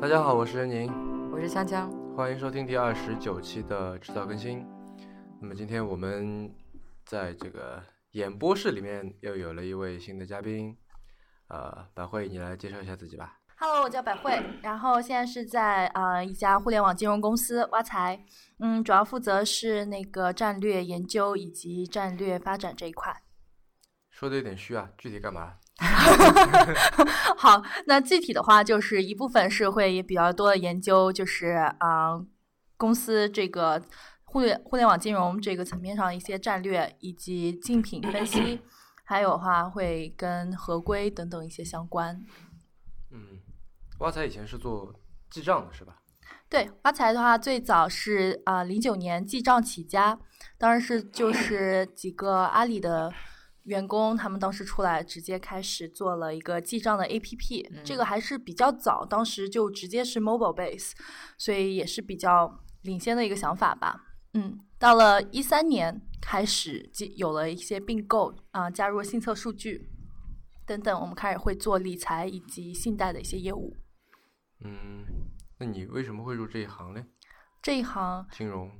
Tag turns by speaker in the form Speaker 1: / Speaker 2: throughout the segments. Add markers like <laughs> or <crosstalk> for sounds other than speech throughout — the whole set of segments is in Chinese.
Speaker 1: 大家好，我是任宁，
Speaker 2: 我是香香。
Speaker 1: 欢迎收听第二十九期的制造更新。那么今天我们在这个演播室里面又有了一位新的嘉宾，呃，百惠，你来介绍一下自己吧。
Speaker 3: Hello，我叫百惠，然后现在是在啊、呃一家互联网金融公司挖财，嗯，主要负责是那个战略研究以及战略发展这一块。 <laughs>
Speaker 1: 说的有点虚啊，具体干嘛？
Speaker 3: 好，那具体的话就是一部分是会比较多的研究，就是啊、呃公司这个互联互联网金融这个层面上一些战略以及竞品分析，还有的话会跟合规等等一些相关。
Speaker 1: 嗯，挖财以前是做记账的是吧？
Speaker 3: 对，挖财的话，最早是啊零九年记账起家，当然是就是几个阿里的员工，他们当时出来直接开始做了一个记账的 APP，、这个还是比较早，当时就直接是 mobile base，所以也是比较领先的一个想法吧。嗯，到了一三年开始记有了一些并购啊、加入了信测数据等等，我们开始会做理财以及信贷的一些业务。
Speaker 1: 嗯，那你为什么会入这一行嘞？
Speaker 3: 这一行，
Speaker 1: 金融？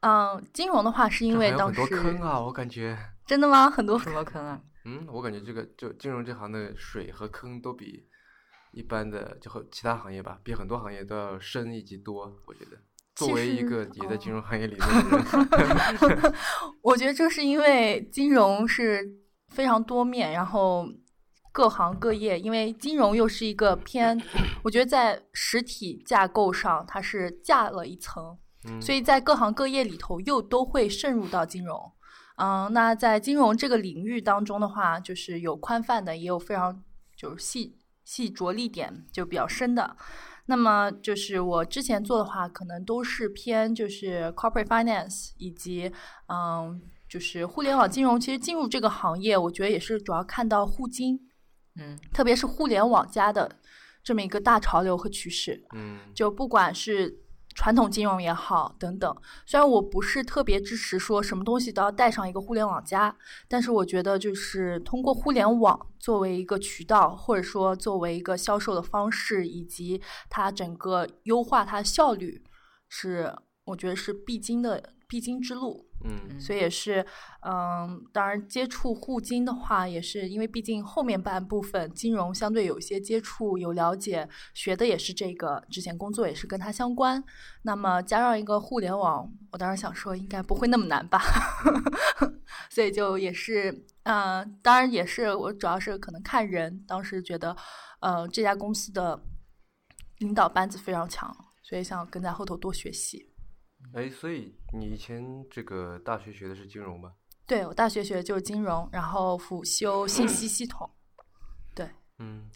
Speaker 3: 嗯，金融的话是因
Speaker 1: 这
Speaker 3: 为
Speaker 1: 还有
Speaker 3: 当
Speaker 1: 很
Speaker 3: 时
Speaker 1: 多坑啊，我感觉，
Speaker 3: 真的吗？很多
Speaker 2: 什么坑啊？
Speaker 1: 嗯，我感觉这个就金融这行的水和坑都比一般的就和其他行业吧，比很多行业都要深以及多。我觉得，作
Speaker 3: 其
Speaker 1: 为一
Speaker 3: 实
Speaker 1: 个也在金
Speaker 3: 哦
Speaker 1: 融行业里的人， <laughs>
Speaker 3: 我觉得这是因为金融是非常多面，然后各行各业，因为金融又是一个偏，我觉得在实体架构上它是架了一层，
Speaker 1: 嗯
Speaker 3: 所以在各行各业里头又都会渗入到金融。嗯，那在金融这个领域当中的话，就是有宽泛的，也有非常就是细细着力点就比较深的。那么就是我之前做的话，可能都是偏就是 corporate finance 以及嗯，就是互联网金融。其实进入这个行业，我觉得也是主要看到互金，
Speaker 2: 嗯，
Speaker 3: 特别是互联网加的这么一个大潮流和趋势。
Speaker 1: 嗯
Speaker 3: 就不管是传统金融也好等等，虽然我不是特别支持说什么东西都要带上一个互联网加，但是我觉得就是通过互联网作为一个渠道，或者说作为一个销售的方式，以及它整个优化它的效率，是我觉得是必经的必经之路。
Speaker 1: 嗯
Speaker 3: 所以也是，嗯，当然接触互金的话，也是因为毕竟后面半部分金融相对有一些接触、有了解，学的也是这个，之前工作也是跟它相关。那么加上一个互联网，我当时想说应该不会那么难吧， <laughs> 所以就也是，嗯、当然也是我主要是可能看人，当时觉得，呃，这家公司的领导班子非常强，所以想跟在后头多学习。
Speaker 1: 哎，所以你以前这个大学学的是金融吧？
Speaker 3: 对我大学学的就是金融，然后辅修信息系统。
Speaker 1: 嗯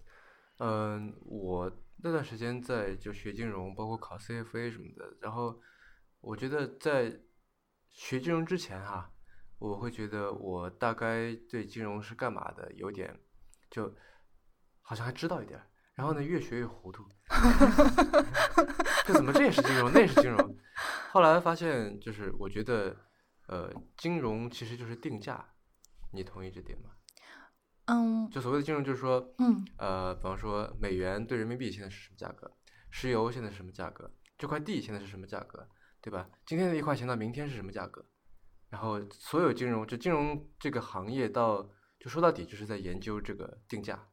Speaker 1: 嗯，我那段时间在就学金融，包括考 CFA 什么的。然后我觉得在学金融之前哈、我会觉得我大概对金融是干嘛的有点，就好像还知道一点儿。然后呢，越学越糊涂， <laughs> 这怎么这也是金融，那也是金融。后来发现，就是我觉得，呃，金融其实就是定价，你同意这点吗？
Speaker 3: 嗯
Speaker 1: 就所谓的金融，就是说，
Speaker 3: 嗯
Speaker 1: 呃，比方说美元对人民币现在是什么价格，石油现在是什么价格，这块地现在是什么价格，对吧？今天的一块钱到明天是什么价格？然后所有金融，就金融这个行业到就说到底就是在研究这个定价。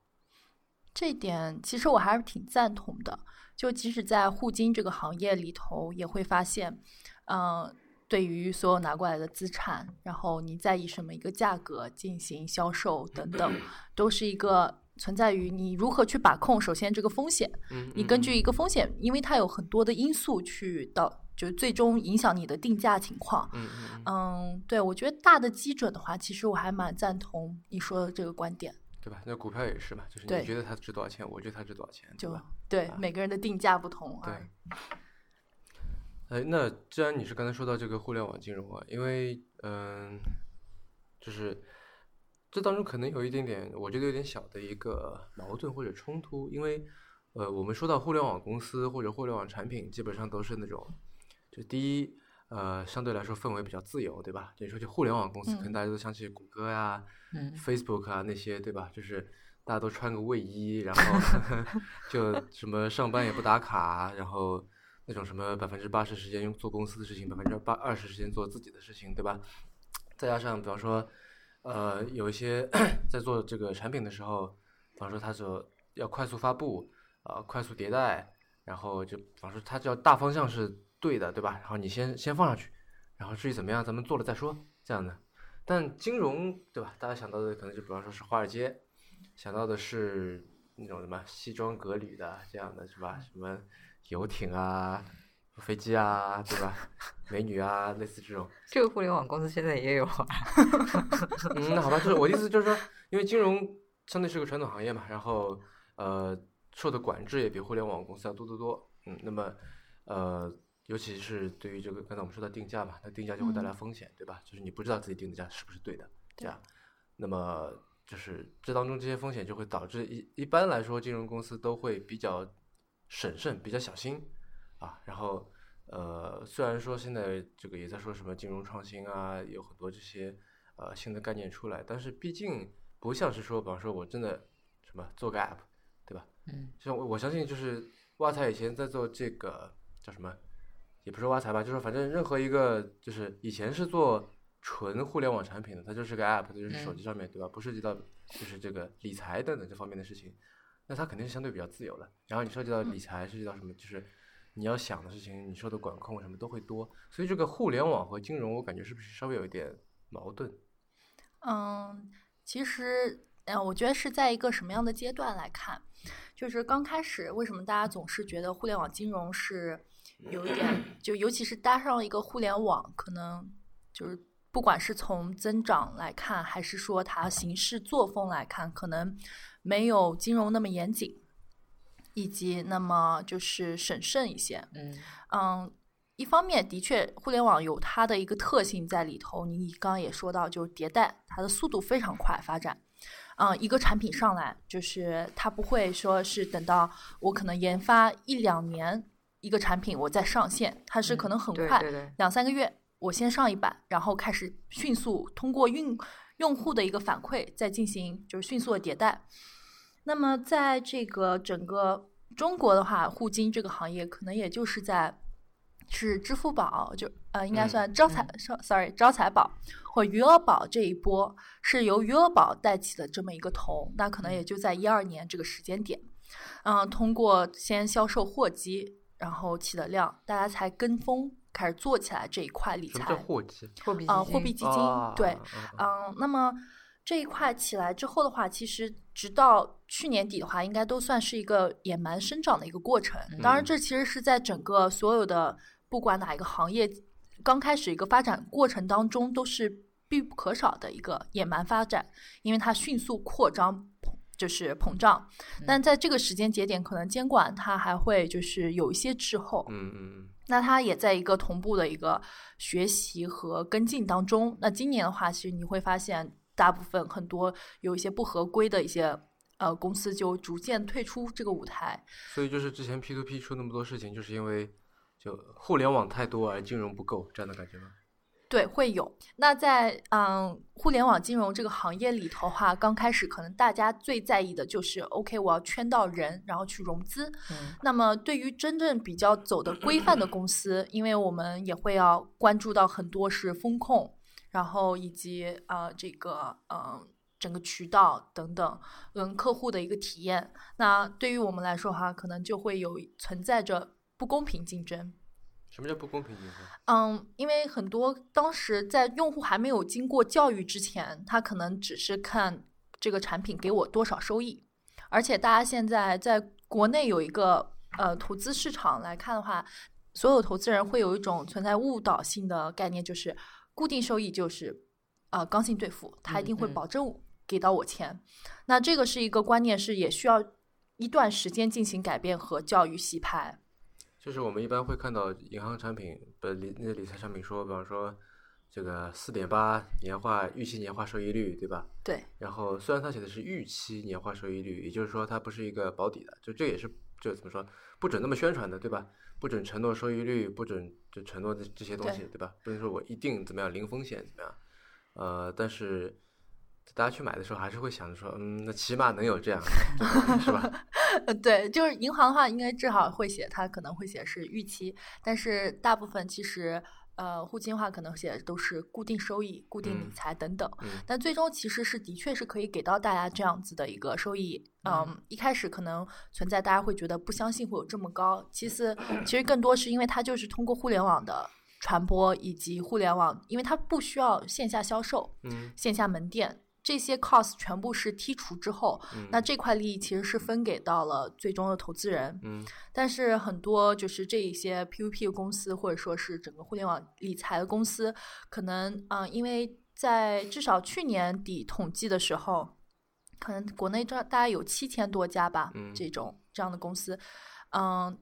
Speaker 3: 这一点其实我还是挺赞同的。就即使在互金这个行业里头，也会发现，嗯、对于所有拿过来的资产，然后你再以什么一个价格进行销售等等，都是一个存在于你如何去把控。首先，这个风险，
Speaker 1: 嗯，
Speaker 3: 你根据一个风险，因为它有很多的因素去到，就是最终影响你的定价情况。
Speaker 1: 嗯嗯嗯，
Speaker 3: 嗯，对，我觉得大的基准的话，其实我还蛮赞同你说的这个观点，
Speaker 1: 对吧？那股票也是嘛，就是你
Speaker 3: 对
Speaker 1: 觉得它值多少钱，我觉得它值多少钱，对
Speaker 3: 就
Speaker 1: 吧？
Speaker 3: 对
Speaker 1: 啊
Speaker 3: 每个人的定价不同啊
Speaker 1: 对
Speaker 3: 而已。。
Speaker 1: 哎，那既然你是刚才说到这个互联网金融啊，因为嗯，就是这当中可能有一点点，我觉得有点小的一个矛盾或者冲突，因为呃，我们说到互联网公司或者互联网产品，基本上都是那种，就第一，呃，相对来说氛围比较自由，对吧？你说就互联网公司，可能
Speaker 3: 嗯
Speaker 1: 大家都想起谷歌呀、
Speaker 2: 嗯
Speaker 1: Facebook 啊那些，对吧？就是大家都穿个卫衣，然后 <laughs> 就什么上班也不打卡，然后那种什么百分之八十时间用做公司的事情，百分之八二十时间做自己的事情，对吧？再加上比方说，呃，有一些 <clears throat> 在做这个产品的时候，比方说他说要快速发布，啊、快速迭代，然后就比方说他只要大方向是对的，对吧？然后你先先放上去，然后至于怎么样，咱们做了再说，这样的。但金融对吧？大家想到的可能就比方说是华尔街，想到的是那种什么西装革履的这样的是吧？什么游艇啊、飞机啊，对吧？美女啊，类似这种。
Speaker 2: 这个互联网公司现在也有啊，
Speaker 1: 嗯，那好吧，就是我的意思就是说，因为金融相对是个传统行业嘛，然后呃受的管制也比互联网公司要多得多。嗯，那么呃，尤其是对于这个刚才我们说到定价嘛，那定价就会带来
Speaker 3: 嗯
Speaker 1: 风险，对吧？就是你不知道自己定的价是不是对的，这
Speaker 3: 对
Speaker 1: 样，那么就是这当中这些风险就会导致一一般来说，金融公司都会比较审慎、比较小心啊，然后。呃，虽然说现在这个也在说什么金融创新啊，有很多这些呃新的概念出来，但是毕竟不像是说，比方说我真的什么做个 app，对吧？
Speaker 2: 嗯，
Speaker 1: 像我我相信就是挖财以前在做这个叫什么，也不是挖财吧，就是反正任何一个就是以前是做纯互联网产品的，它就是个 app，它就是手
Speaker 2: 嗯
Speaker 1: 机上面对吧？不涉及到就是这个理财等等这方面的事情，那它肯定是相对比较自由的。然后你涉及到理财，涉及到什么就是。你要想的事情，你受的管控什么都会多，所以这个互联网和金融，我感觉是不是稍微有一点矛盾？
Speaker 3: 嗯，其实，呃，我觉得是在一个什么样的阶段来看，就是刚开始，为什么大家总是觉得互联网金融是有一点，就尤其是搭上一个互联网，可能就是不管是从增长来看，还是说它行事作风来看，可能没有金融那么严谨，以及那么就是审慎一些。
Speaker 2: 嗯，
Speaker 3: 嗯，一方面的确，互联网有它的一个特性在里头。你刚刚也说到，就是迭代，它的速度非常快发展。嗯，一个产品上来，就是它不会说是等到我可能研发一两年一个产品，我再上线，它是可能很
Speaker 2: 嗯对
Speaker 3: 快，
Speaker 2: 对对，
Speaker 3: 两三个月，我先上一版，然后开始迅速通过用用户的一个反馈，再进行就是迅速的迭代。那么在这个整个中国的话，互金这个行业可能也就是在是支付宝就呃应该
Speaker 1: 嗯
Speaker 3: 算招财、s o r r y 招财宝或余额宝这一波是由余额宝带起的这么一个头，那
Speaker 1: 嗯
Speaker 3: 可能也就在一二年这个时间点。嗯，通过先销售货基，然后起的量，大家才跟风开始做起来这一块理
Speaker 1: 什么叫
Speaker 3: 财。
Speaker 1: 货基？
Speaker 2: 货币基金，
Speaker 3: 啊，货币基金，
Speaker 1: 啊
Speaker 3: 对，
Speaker 1: 啊啊
Speaker 3: 嗯，那么这一块起来之后的话，其实直到去年底的话，应该都算是一个也蛮生长的一个过程。当然，
Speaker 1: 嗯
Speaker 3: 这其实是在整个所有的不管哪一个行业刚开始一个发展过程当中，都是必不可少的一个野蛮发展，因为它迅速扩张。膨就是膨胀，但在这个时间节点，可能监管它还会就是有一些滞后，
Speaker 1: 嗯嗯
Speaker 3: 那它也在一个同步的一个学习和跟进当中。那今年的话，其实你会发现，大部分很多有一些不合规的一些呃公司就逐渐退出这个舞台。
Speaker 1: 所以就是之前 P to P 出那么多事情，就是因为就互联网太多而金融不够这样的感觉吗？
Speaker 3: 对，会有。那在嗯互联网金融这个行业里头的话，刚开始可能大家最在意的就是，OK，我要圈到人，然后去融资。
Speaker 2: 嗯
Speaker 3: 那么，对于真正比较走的规范的公司，因为我们也会要关注到很多是风控，然后以及呃这个呃整个渠道等等，嗯客户的一个体验。那对于我们来说哈，可能就会有存在着不公平竞争。
Speaker 1: 什么叫不公平竞争？
Speaker 3: 嗯，因为很多当时在用户还没有经过教育之前，他可能只是看这个产品给我多少收益，而且大家现在在国内有一个呃投资市场来看的话，所有投资人会有一种存在误导性的概念，就是固定收益就是呃刚性兑付，它一定会
Speaker 2: 嗯嗯
Speaker 3: 保证给到我钱。那这个是一个观念，是也需要一段时间进行改变和教育洗牌。
Speaker 1: 就是我们一般会看到银行产品，不理那个理财产品说，比方说这个四点八年化预期年化收益率，对吧？
Speaker 3: 对，
Speaker 1: 然后虽然它写的是预期年化收益率，也就是说它不是一个保底的，就这也是就怎么说不准那么宣传的，对吧？不准承诺收益率，不准就承诺这这些东西，对吧？不能说我一定怎么样零风险怎么样，呃，但是大家去买的时候还是会想着说，嗯，那起码能有这样，
Speaker 3: <laughs>
Speaker 1: 是吧？
Speaker 3: 呃，对，就是银行的话，应该至少会写，它可能会写是预期，但是大部分其实呃，互金的话可能写的都是固定收益、固定理
Speaker 1: 嗯
Speaker 3: 财等等。
Speaker 1: 嗯
Speaker 3: 但最终其实是的确是可以给到大家这样子的一个收益。嗯，一开始可能存在大家会觉得不相信会有这么高，
Speaker 1: <clears throat>
Speaker 3: 其次其实更多是因为它就是通过互联网的传播以及互联网，因为它不需要线下销售、
Speaker 1: 嗯
Speaker 3: 线下门店。这些 cost 全部是剔除之后，
Speaker 1: 嗯，
Speaker 3: 那这块利益其实是分给到了最终的投资人。
Speaker 1: 嗯
Speaker 3: 但是很多就是这一些 PUP 公司，或者说是整个互联网理财的公司，可能嗯、呃因为在至少去年底统计的时候，可能国内大大概有七千多家吧，
Speaker 1: 嗯
Speaker 3: 这种这样的公司，嗯，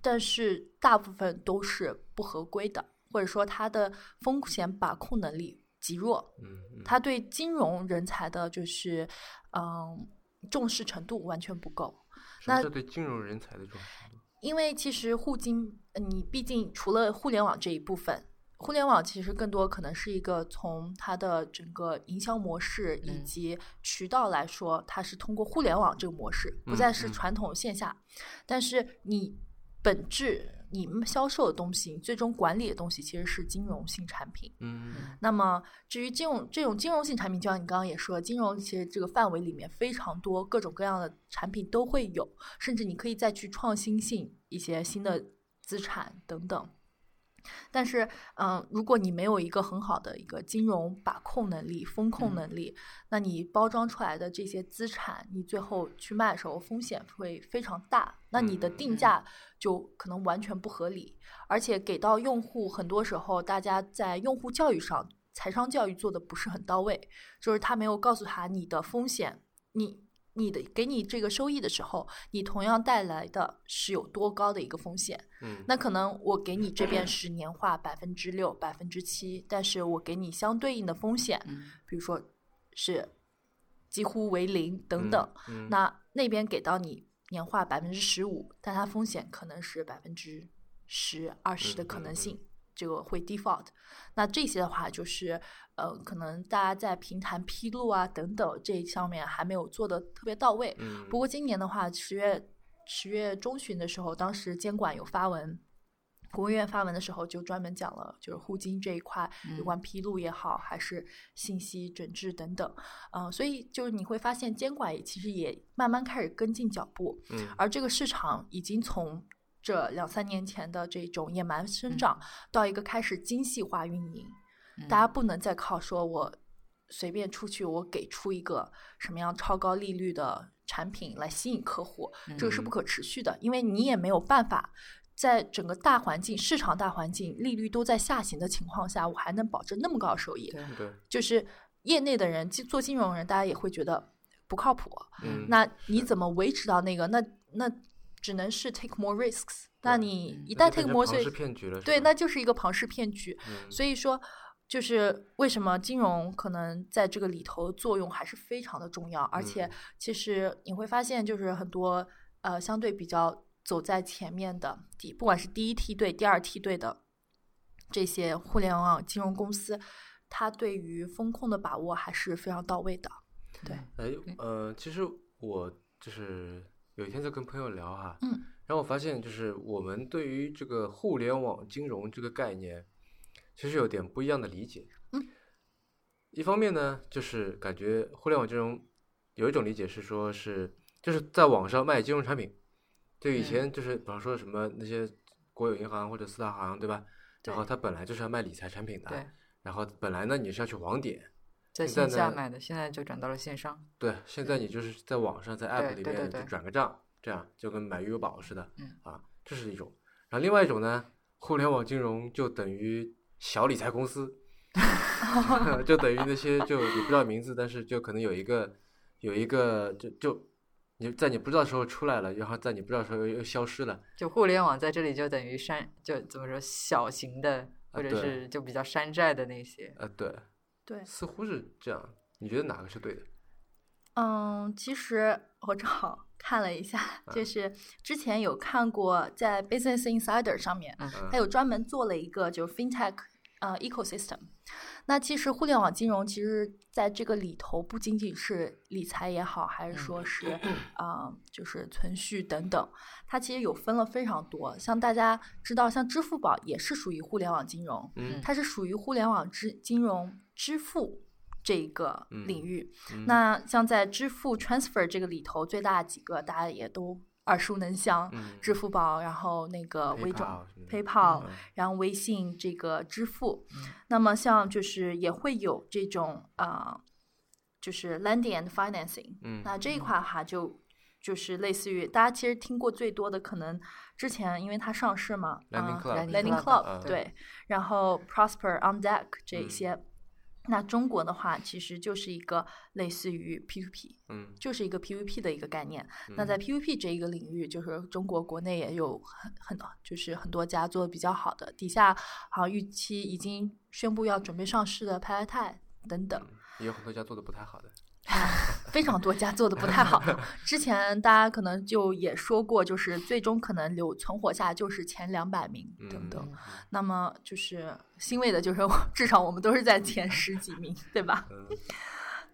Speaker 3: 但是大部分都是不合规的，或者说它的风险把控能力极弱。
Speaker 1: 嗯嗯，
Speaker 3: 他对金融人才的，就是嗯重视程度完全不够。
Speaker 1: 什么
Speaker 3: 那
Speaker 1: 叫对金融人才的重视呢？
Speaker 3: 因为其实互金，呃你毕竟除了互联网这一部分，互联网其实更多可能是一个从它的整个营销模式以
Speaker 2: 嗯
Speaker 3: 及渠道来说，它是通过互联网这个模式，不
Speaker 1: 嗯
Speaker 3: 再是
Speaker 1: 嗯
Speaker 3: 传统线下。但是你本质，你销售的东西，你最终管理的东西其实是金融性产品。
Speaker 1: 嗯
Speaker 3: 那么，至于这种这种金融性产品，就像你刚刚也说，金融其实这个范围里面非常多，各种各样的产品都会有，甚至你可以再去创新性一些新的资产等等。但是，嗯、如果你没有一个很好的一个金融把控能力、风
Speaker 1: 嗯
Speaker 3: 控能力，那你包装出来的这些资产，你最后去卖的时候风险会非常大，那你的
Speaker 1: 嗯
Speaker 3: 定价就可能完全不合理，而且给到用户很多时候，大家在用户教育上、财商教育做的不是很到位，就是他没有告诉他你的风险，你。你的给你这个收益的时候，你同样带来的是有多高的一个风险，
Speaker 1: 嗯，
Speaker 3: 那可能我给你这边是年化百分之六、百分之七，但是我给你相对应的风险，
Speaker 2: 嗯
Speaker 3: 比如说是几乎为零等等。
Speaker 1: 嗯，嗯
Speaker 3: 那那边给到你年化百分之十五，但它风险可能是百分之十、二十的
Speaker 1: 嗯
Speaker 3: 可
Speaker 1: 嗯
Speaker 3: 能
Speaker 1: 嗯
Speaker 3: 性，这个会 default。那这些的话，就是呃，可能大家在平台披露啊等等这一上面还没有做的特别到位。
Speaker 1: 嗯
Speaker 3: 不过今年的话，十月十月中旬的时候，当时监管有发文，国务院发文的时候就专门讲了，就是互金这一块
Speaker 2: 嗯
Speaker 3: 有关披露也好，还是信息整治等等，嗯、所以就是你会发现监管也其实也慢慢开始跟进脚步，
Speaker 1: 嗯
Speaker 3: 而这个市场已经从。这两三年前的这种野蛮生长，到一个开始精细化运营，
Speaker 1: 嗯
Speaker 3: 大家不能再靠说我随便出去，我给出一个什么样超高利率的产品来吸引客户，这个是不
Speaker 1: 嗯
Speaker 3: 可持续的，因为你也没有办法。在整个大环境、市场大环境、利率都在下行的情况下，我还能保证那么高的收益，
Speaker 2: 对
Speaker 1: 嗯对，
Speaker 3: 就是业内的人金做金融的人，大家也会觉得不靠谱。
Speaker 1: 嗯
Speaker 3: 那你怎么维持到那个？那那只能是 take more risks。那
Speaker 1: 对
Speaker 3: 你
Speaker 2: 嗯
Speaker 3: 一
Speaker 1: 那
Speaker 3: 旦
Speaker 1: 就变
Speaker 3: take
Speaker 1: 成
Speaker 3: more
Speaker 1: 庞氏
Speaker 3: risk，
Speaker 1: 骗局了，是
Speaker 3: 对，
Speaker 1: 吧
Speaker 3: 那就是一个庞氏骗局。
Speaker 1: 嗯
Speaker 3: 所以说，就是为什么金融可能在这个里头作用还是非常的重要，而且
Speaker 1: 嗯
Speaker 3: 其实你会发现，就是很多呃相对比较走在前面的第，不管是第一梯队、第二梯队的这些互联网金融公司，它对于风控的把握还是非常到位的。对，
Speaker 1: 哎
Speaker 2: 对，
Speaker 1: 呃，其实我就是有一天在跟朋友聊哈，
Speaker 3: 嗯，
Speaker 1: 然后我发现就是我们对于这个互联网金融这个概念，其实有点不一样的理解。
Speaker 3: 嗯，
Speaker 1: 一方面呢，就是感觉互联网金融有一种理解是说是就是在网上卖金融产品，就以
Speaker 2: 嗯
Speaker 1: 前就是比方说什么那些国有银行或者四大行对吧？然后
Speaker 3: 对
Speaker 1: 它本来就是要卖理财产品的
Speaker 2: 对，，
Speaker 1: 然后本来呢你是要去网点，
Speaker 2: 在
Speaker 1: 现在
Speaker 2: 线下
Speaker 1: 呢
Speaker 2: 买的，现在就转到了线上。
Speaker 1: 对，现在你就是在网上在 app
Speaker 2: 对
Speaker 1: 里
Speaker 2: 对对
Speaker 1: 面就
Speaker 2: 对
Speaker 1: 转个账，这样就跟买余额宝似的，
Speaker 2: 嗯
Speaker 1: 啊，这是一种。然后另外一种呢，互联网金融就等于小理财公司，就等于那些就你不知道名字，但是就可能有一个有一个就就你在你不知道的时候出来了，然后在你不知道的时候又又消失了，
Speaker 2: 就互联网在这里就等于山，就怎么说小型的，或者
Speaker 1: 对
Speaker 2: 是就比较山寨的那些。
Speaker 1: 呃，对，
Speaker 3: 对，
Speaker 1: 似乎是这样。你觉得哪个是对的？
Speaker 3: 嗯，其实我正好看了一下，就
Speaker 1: 嗯
Speaker 3: 是之前有看过在 Business Insider 上面，
Speaker 2: 嗯
Speaker 1: 嗯
Speaker 3: 它有专门做了一个就是 FinTech 呃 ecosystem。那其实互联网金融其实在这个里头，不仅仅是理财也好，
Speaker 1: 嗯
Speaker 3: 还是说是啊、呃就是存续等等，它其实有分了非常多。像大家知道，像支付宝也是属于互联网金融，
Speaker 1: 嗯
Speaker 3: 它是属于互联网支金融支付这一个领
Speaker 1: 嗯
Speaker 3: 域。
Speaker 1: 嗯
Speaker 3: 那像在支付 transfer 这个里头，最大几个大家也都耳熟能详，
Speaker 1: 嗯
Speaker 3: 支付宝，然后那个微
Speaker 1: PayPal
Speaker 3: 众、
Speaker 1: 啊什么的
Speaker 3: PayPal，
Speaker 1: 嗯
Speaker 3: 然后微信这个支付。
Speaker 2: 嗯
Speaker 3: 那么像就是也会有这种啊、呃就是 lending and financing。
Speaker 1: 嗯
Speaker 3: 那这一
Speaker 2: 嗯
Speaker 3: 块哈就。就是类似于大家其实听过最多的，可能之前因为它上市嘛，
Speaker 1: Lending
Speaker 3: 啊
Speaker 1: Club
Speaker 3: Lending
Speaker 2: Club，
Speaker 3: Club，、
Speaker 1: 嗯
Speaker 3: 对，然后 Prosper on Deck 这一
Speaker 1: 嗯
Speaker 3: 些。那中国的话，其实就是一个类似于 P2P，
Speaker 1: 嗯
Speaker 3: 就是一个 PVP 的一个概念。那
Speaker 1: 嗯
Speaker 3: 在 PVP 这一个领域，就是中国国内也有很很就是很多家做的比较好的，底下好像预期已经宣布要准备上市的 p a y t a i 等等，
Speaker 1: 也嗯有很多家做的不太好的，
Speaker 3: 非常多家做的不太
Speaker 1: <laughs>
Speaker 3: 好。之前大家可能就也说过，就是最终可能留存活下就是前两百名等等。
Speaker 1: 嗯
Speaker 3: 那么就是欣慰的就是我，至少我们都是在前十几名，对吧？
Speaker 1: 嗯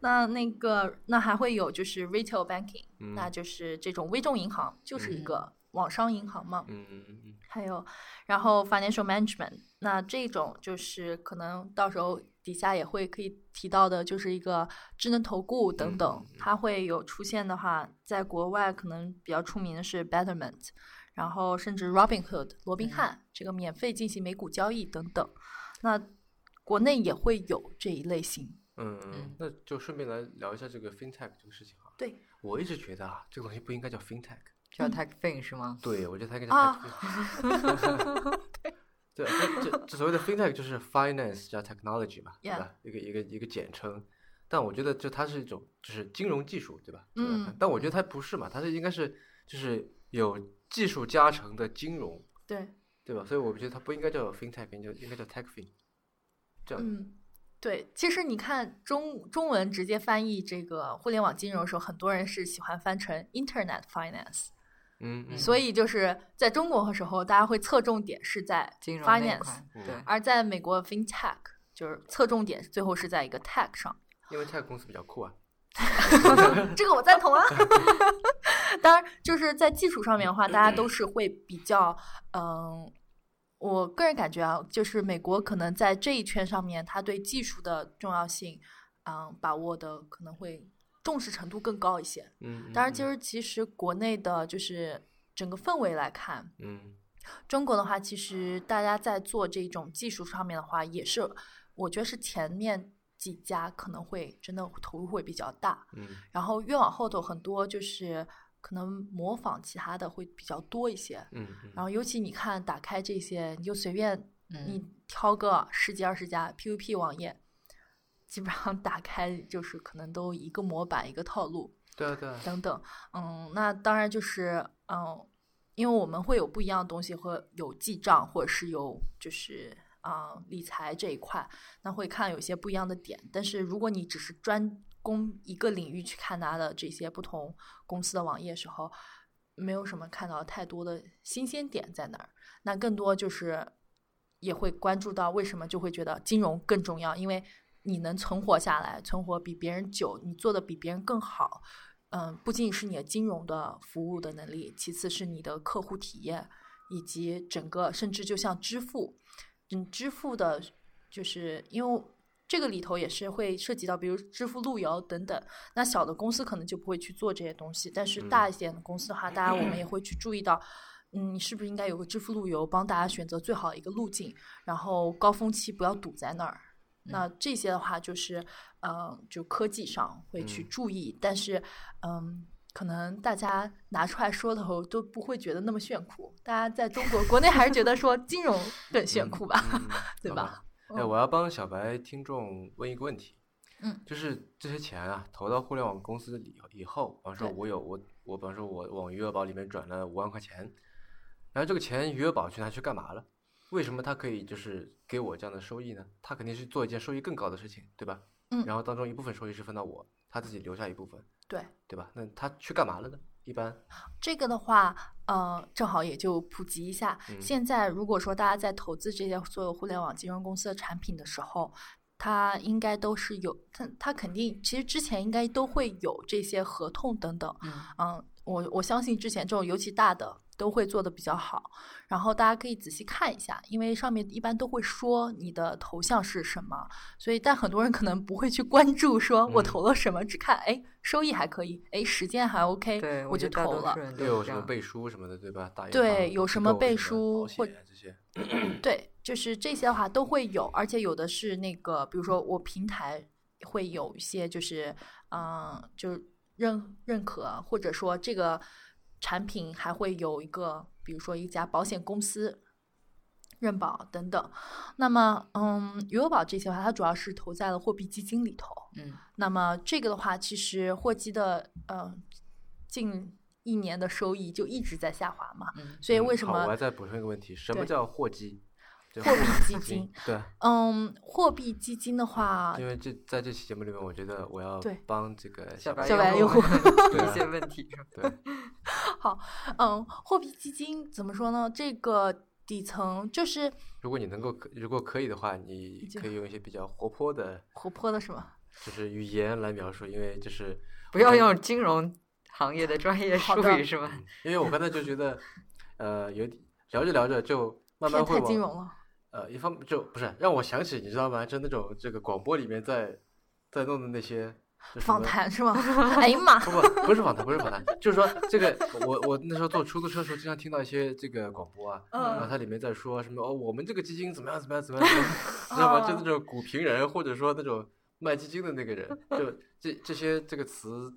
Speaker 3: 那那个那还会有就是 retail banking，、
Speaker 1: 嗯
Speaker 3: 那就是这种微众银行，就是一
Speaker 2: 嗯
Speaker 3: 个网商银行嘛。
Speaker 1: 嗯嗯嗯
Speaker 3: 还有，然后 financial management，那这种就是可能到时候底下也会可以提到的，就是一个智能投顾等等，
Speaker 1: 嗯嗯嗯
Speaker 3: 它会有出现的话，在国外可能比较出名的是 Betterment，然后甚至 Robinhood
Speaker 1: 嗯
Speaker 3: 罗宾汉、这个免费进行美股交易等等，那国内也会有这一类型。
Speaker 1: 嗯嗯
Speaker 2: 嗯，
Speaker 1: 那就顺便来聊一下这个 fintech 这个事情哈。
Speaker 3: 对，
Speaker 1: 我一直觉得啊，这个东西不应该叫 fintech，
Speaker 3: 嗯
Speaker 2: 叫 Tech Fin 是吗？
Speaker 1: 对我觉得它应该叫
Speaker 3: 啊
Speaker 1: tech。对，
Speaker 3: <laughs>
Speaker 1: 这这这所谓的 fintech 就是 finance 加 technology 嘛，对
Speaker 3: Yeah
Speaker 1: 吧？一个一个一个简称。但我觉得就它是一种就是金融技术，对吧？这样看
Speaker 3: 嗯
Speaker 1: 但我觉得它不是嘛，它是应该是就是有技术加成的金融，
Speaker 3: 对，
Speaker 1: 对吧？所以我觉得它不应该叫 fintech，应该应该叫 tech fin。这样，
Speaker 3: 嗯，对，其实你看中中文直接翻译这个互联网金融的时候，很多人是喜欢翻成 Internet Finance，、
Speaker 1: 嗯嗯，
Speaker 3: 所以就是在中国的时候，大家会侧重点是在
Speaker 2: 金融那一
Speaker 3: finance，
Speaker 2: 块，
Speaker 1: 嗯
Speaker 2: 对，
Speaker 3: 而在美国 FinTech 就是侧重点最后是在一个 tech 上，
Speaker 1: 因为 tech 公司比较酷
Speaker 3: <laughs>
Speaker 1: 啊。
Speaker 3: 这个我赞同啊。 <laughs> 当然，就是在技术上面的话，大家都是会比较，嗯，我个人感觉啊，就是美国可能在这一圈上面，它对技术的重要性，嗯，把握的可能会重视程度更高一些。
Speaker 1: 嗯，嗯
Speaker 3: 当然，其
Speaker 1: 嗯
Speaker 3: 实其实国内的就是整个氛围来看，
Speaker 1: 嗯
Speaker 3: 中国的话，其实大家在做这种技术上面的话，也是我觉得是前面几家可能会真的投入会比较大。
Speaker 1: 嗯
Speaker 3: 然后越往后头很多就是可能模仿其他的会比较多一些。
Speaker 1: 嗯，
Speaker 3: 然后尤其你看打开这些，你就随便你
Speaker 2: 嗯，
Speaker 3: 挑个十几二十家 PVP 网页，基本上打开就是可能都一个模板一个套路
Speaker 1: 对啊对
Speaker 3: <laughs>
Speaker 1: 啊，
Speaker 3: 等等。嗯，那当然就是嗯，因为我们会有不一样的东西，会有记账或者是有就是。啊、理财这一块，那会看有些不一样的点。但是如果你只是专攻一个领域去看它的这些不同公司的网页时候，没有什么看到太多的新鲜点在那儿。那更多就是也会关注到为什么就会觉得金融更重要，因为你能存活下来，存活比别人久，你做的比别人更好。嗯，不仅仅是你的金融的服务的能力，其次是你的客户体验，以及整个甚至就像支付，嗯，支付的，就是因为这个里头也是会涉及到，比如支付路由等等。那小的公司可能就不会去做这些东西，但是
Speaker 1: 嗯
Speaker 3: 大一点的公司的话，大家我们也会去注意到，嗯，你是不是应该有个支付路由，帮大家选择最好的一个路径，然后高峰期不要堵在那儿。
Speaker 1: 嗯
Speaker 3: 那这些的话，就是，呃，就科技上会去
Speaker 1: 嗯
Speaker 3: 注意，但是，嗯，可能大家拿出来说的时候都不会觉得那么炫酷。大家在中国国内还是觉
Speaker 1: <laughs>
Speaker 3: 得说金融更炫酷吧？
Speaker 1: 嗯，
Speaker 3: <laughs> 对
Speaker 1: 好
Speaker 3: 吧
Speaker 1: 吧？哎，我要帮小白听众问一个问题，
Speaker 3: 嗯，
Speaker 1: 就是这些钱啊，投到互联网公司里以后，比方说
Speaker 3: 对
Speaker 1: 我有我我，比方说我往余额宝里面转了五万块钱，然后这个钱余额宝去拿去干嘛了？为什么它可以就是给我这样的收益呢？它肯定是做一件收益更高的事情，对吧？
Speaker 3: 嗯
Speaker 1: 然后当中一部分收益是分到我，他自己留下一部分，
Speaker 3: 对，
Speaker 1: 对吧？那他去干嘛了呢？一般，
Speaker 3: 这个的话，呃，正好也就普及一下。
Speaker 1: 嗯
Speaker 3: 现在如果说大家在投资这些所有互联网金融公司的产品的时候，它应该都是有，它它肯定其实之前应该都会有这些合同等等。
Speaker 2: 嗯
Speaker 3: 嗯，我我相信之前这种尤其大的都会做的比较好，然后大家可以仔细看一下，因为上面一般都会说你的头像是什么，所以但很多人可能不会去关注，说我
Speaker 1: 嗯
Speaker 3: 投了什么，只看哎收益还可以，哎时间还 OK，
Speaker 2: 对，
Speaker 3: 我就
Speaker 2: 觉得大
Speaker 3: 投
Speaker 2: 多
Speaker 3: 了
Speaker 2: 数。人都
Speaker 1: 又有
Speaker 2: 是这
Speaker 1: 什么
Speaker 2: 样。
Speaker 1: 背书什么的，对吧？打银
Speaker 3: 对
Speaker 1: 行
Speaker 3: 有
Speaker 1: 机
Speaker 3: 什么
Speaker 1: 构
Speaker 3: 背
Speaker 1: 的
Speaker 3: 书
Speaker 1: 保
Speaker 3: 或
Speaker 1: 险这些，
Speaker 3: 对，就是这些的话都会有，而且有的是那个，比如说我平台会有一些，就是嗯、呃就是认认可，或者说这个产品还会有一个，比如说一家保险公司认保等等。那么，嗯，余额宝这些的话，它主要是投在了货币基金里头。
Speaker 2: 嗯，
Speaker 3: 那么这个的话，其实货基的呃近一年的收益就一直在下滑嘛，
Speaker 2: 嗯
Speaker 3: 所以
Speaker 1: 嗯
Speaker 3: 为什
Speaker 1: 好我
Speaker 3: 么
Speaker 1: 还再补充一个问题，什么
Speaker 3: 对
Speaker 1: 叫货基？对
Speaker 3: 货币基金
Speaker 1: 金，对，
Speaker 3: 嗯，货币基金的话，
Speaker 1: 因为这在这期节目里面，我觉得我要
Speaker 3: 对
Speaker 1: 帮这个
Speaker 2: 小
Speaker 1: 白
Speaker 3: 小白
Speaker 2: 又
Speaker 3: 又
Speaker 1: 对啊
Speaker 2: 一些问题是吧？
Speaker 1: 对，
Speaker 3: 嗯，货币基金怎么说呢？这个底层就是
Speaker 1: 如果你能够可，如果可以的话，你
Speaker 3: 就
Speaker 1: 可以用一些比较活泼的，
Speaker 3: 活泼的什么？
Speaker 1: 就是语言来描述，因为就是
Speaker 2: 不要用金融行业的专业
Speaker 3: 嗯好
Speaker 2: 术
Speaker 3: 的嗯
Speaker 2: 语是吧？
Speaker 1: 因为我刚才就觉得，呃，有点聊着聊着就慢慢
Speaker 3: 太
Speaker 1: 会
Speaker 3: 太金融
Speaker 1: 往
Speaker 3: 了。
Speaker 1: 呃，一方面就不是让我想起，你知道吗？就那种这个广播里面在在弄的那些就什
Speaker 3: 访
Speaker 1: 么
Speaker 3: 谈
Speaker 1: <laughs>
Speaker 3: 是吗？哎呀妈！
Speaker 1: 不不不是访谈，不是访谈，就是说这个我我那时候坐出租车的时候，经常听到一些这个广播啊，然后
Speaker 3: 嗯，
Speaker 1: 它里面在说什么哦，我们这个基金怎么样怎么样怎么样，怎么
Speaker 2: <laughs>
Speaker 1: 样你知道
Speaker 2: 哦
Speaker 1: 吗？就那种股评人或者说那种卖基金的那个人，就这这些这个词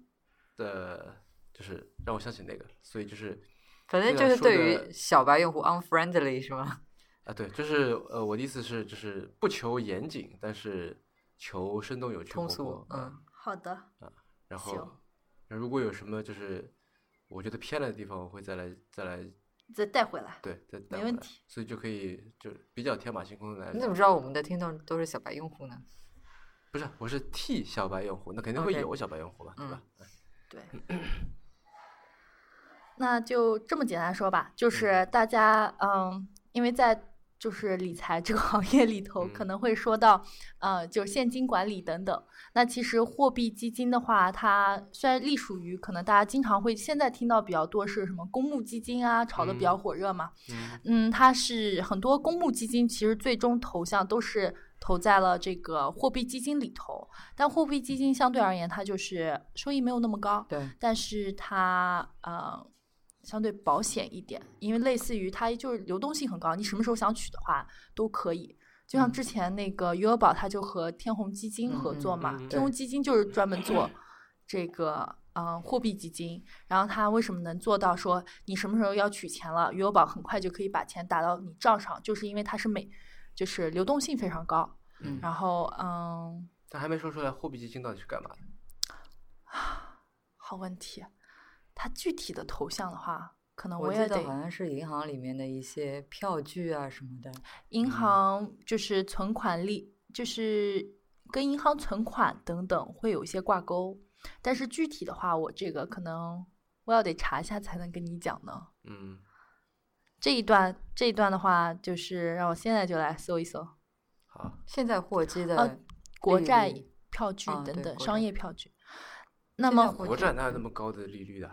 Speaker 1: 的，就是让我想起那个，所以就是
Speaker 2: 反正
Speaker 1: 这
Speaker 2: 就
Speaker 3: 啊
Speaker 1: 样
Speaker 2: 是
Speaker 1: 说
Speaker 2: 对
Speaker 1: 的
Speaker 2: 于小白用户 unfriendly 是吗？
Speaker 1: 啊，对，就是呃，我的意思是就是不求严谨，但是求生动有趣活
Speaker 2: 通
Speaker 1: 泼
Speaker 2: 俗，，
Speaker 1: 啊
Speaker 2: 嗯，
Speaker 3: 好的，
Speaker 1: 然
Speaker 3: 行
Speaker 1: 后如果有什么就是我觉得偏了的地方，我会再来再来
Speaker 3: 再带回来。
Speaker 1: 对再带
Speaker 3: 没
Speaker 1: 回
Speaker 3: 问
Speaker 1: 来
Speaker 3: 题，
Speaker 1: 所以就可以就比较天马行空的来
Speaker 2: 你怎么
Speaker 1: 聊。
Speaker 2: 知道我们的听众都是小白用户呢？
Speaker 1: 不是，我是替小白用户，那肯定会
Speaker 2: OK
Speaker 1: 有小白用户吧，对吧？
Speaker 3: 对， <clears throat> 那就这么简单说
Speaker 1: 嗯
Speaker 3: 吧，就是大家嗯，因为在就是理财这个 <laughs> 行业里头，可
Speaker 1: 嗯
Speaker 3: 能会说到呃，就是现金管理等等。那其实货币基金的话，它虽然隶属于可能大家经常会现在听到比较多是什么公募基金啊，炒得比较
Speaker 1: 嗯
Speaker 3: 火热嘛。
Speaker 1: 嗯
Speaker 3: 嗯，它是很多公募基金其实最终投向都是投在了这个货币基金里头，但货币基金相对而言，它就是收益没有那么高，
Speaker 2: 对，
Speaker 3: 但是它呃相对保险一点，因为类似于它就是流动性很高，你什么时候想取的话都可以。就像之前那个余额宝，它就和天弘基金合作嘛，
Speaker 1: 嗯嗯嗯嗯嗯
Speaker 3: 天弘基金就是专门做这个呃货币基金，然后它为什么能做到说你什么时候要取钱了，余额宝很快就可以把钱打到你账上，就是因为它是每就是流动性非常高，
Speaker 2: 嗯
Speaker 3: 然后嗯，
Speaker 1: 但还没说出来货币基金到底是干嘛的。
Speaker 3: 好问题，啊它具体的头像的话，可能
Speaker 2: 我
Speaker 3: 也
Speaker 2: 记
Speaker 3: 得
Speaker 2: 得好像是银行里面的一些票据啊什么的，
Speaker 3: 银行就是存款利，就是跟银行存款等等会有一些挂钩，但是具体的话，我这个可能我要得查一下才能跟你讲呢。
Speaker 1: 嗯，
Speaker 3: 这一段这一段的话，就是让我现在就来搜一搜
Speaker 1: 好，
Speaker 2: 现在货基的、
Speaker 3: 啊国
Speaker 2: 利
Speaker 3: 债
Speaker 2: 率
Speaker 3: 票据
Speaker 2: 嗯啊
Speaker 3: 等
Speaker 2: 对
Speaker 3: 等、
Speaker 2: 国
Speaker 3: 商
Speaker 2: 债
Speaker 3: 业票据。那
Speaker 2: 现
Speaker 3: 么
Speaker 2: 在
Speaker 3: 回，
Speaker 2: 国
Speaker 1: 国债哪有那么高的利率的？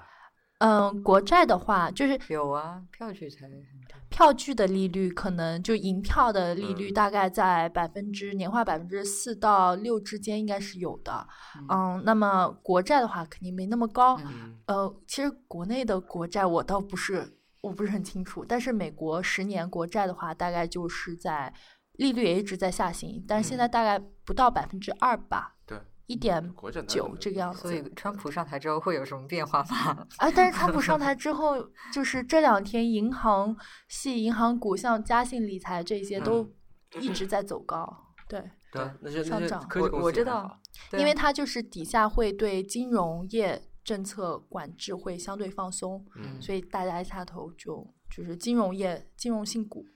Speaker 3: 嗯、国债的话，就是
Speaker 2: 有啊，票据才很高
Speaker 3: 票据的利率可能就银票的利率
Speaker 1: 嗯
Speaker 3: 大概在百分之年化百分之四到六之间应该是有的。
Speaker 2: 嗯
Speaker 3: 嗯，那么国债的话肯定没那么高。
Speaker 2: 嗯
Speaker 1: 嗯，
Speaker 3: 呃，其实国内的国债我倒不是我不是很清楚，但是美国十年国债的话，大概就是在利率也一直在下行，但是现在大概不到百分之二吧，
Speaker 1: 对，
Speaker 3: 一点
Speaker 1: 国债哪有那
Speaker 3: 九
Speaker 1: 么
Speaker 3: 这个样
Speaker 1: 高
Speaker 3: 子
Speaker 2: 所以川普上台之后会有什么变化吗？
Speaker 3: 啊，但是川
Speaker 1: <laughs>
Speaker 3: 普上台之后，就是这两天银行系、银行股，像嘉信理财这些
Speaker 1: 嗯
Speaker 3: 都一直在走高。对，
Speaker 1: 对啊，那些
Speaker 3: 上
Speaker 1: 那些
Speaker 3: 涨
Speaker 1: 科技
Speaker 2: 我
Speaker 1: 公司
Speaker 2: 我
Speaker 1: 也
Speaker 2: 知
Speaker 1: 还
Speaker 2: 道
Speaker 1: 好，
Speaker 2: 对啊
Speaker 3: 因为它就是底下会对金融业政策管制会相对放松，
Speaker 1: 嗯，
Speaker 3: 所以大家一下头就就是金融业、金融性股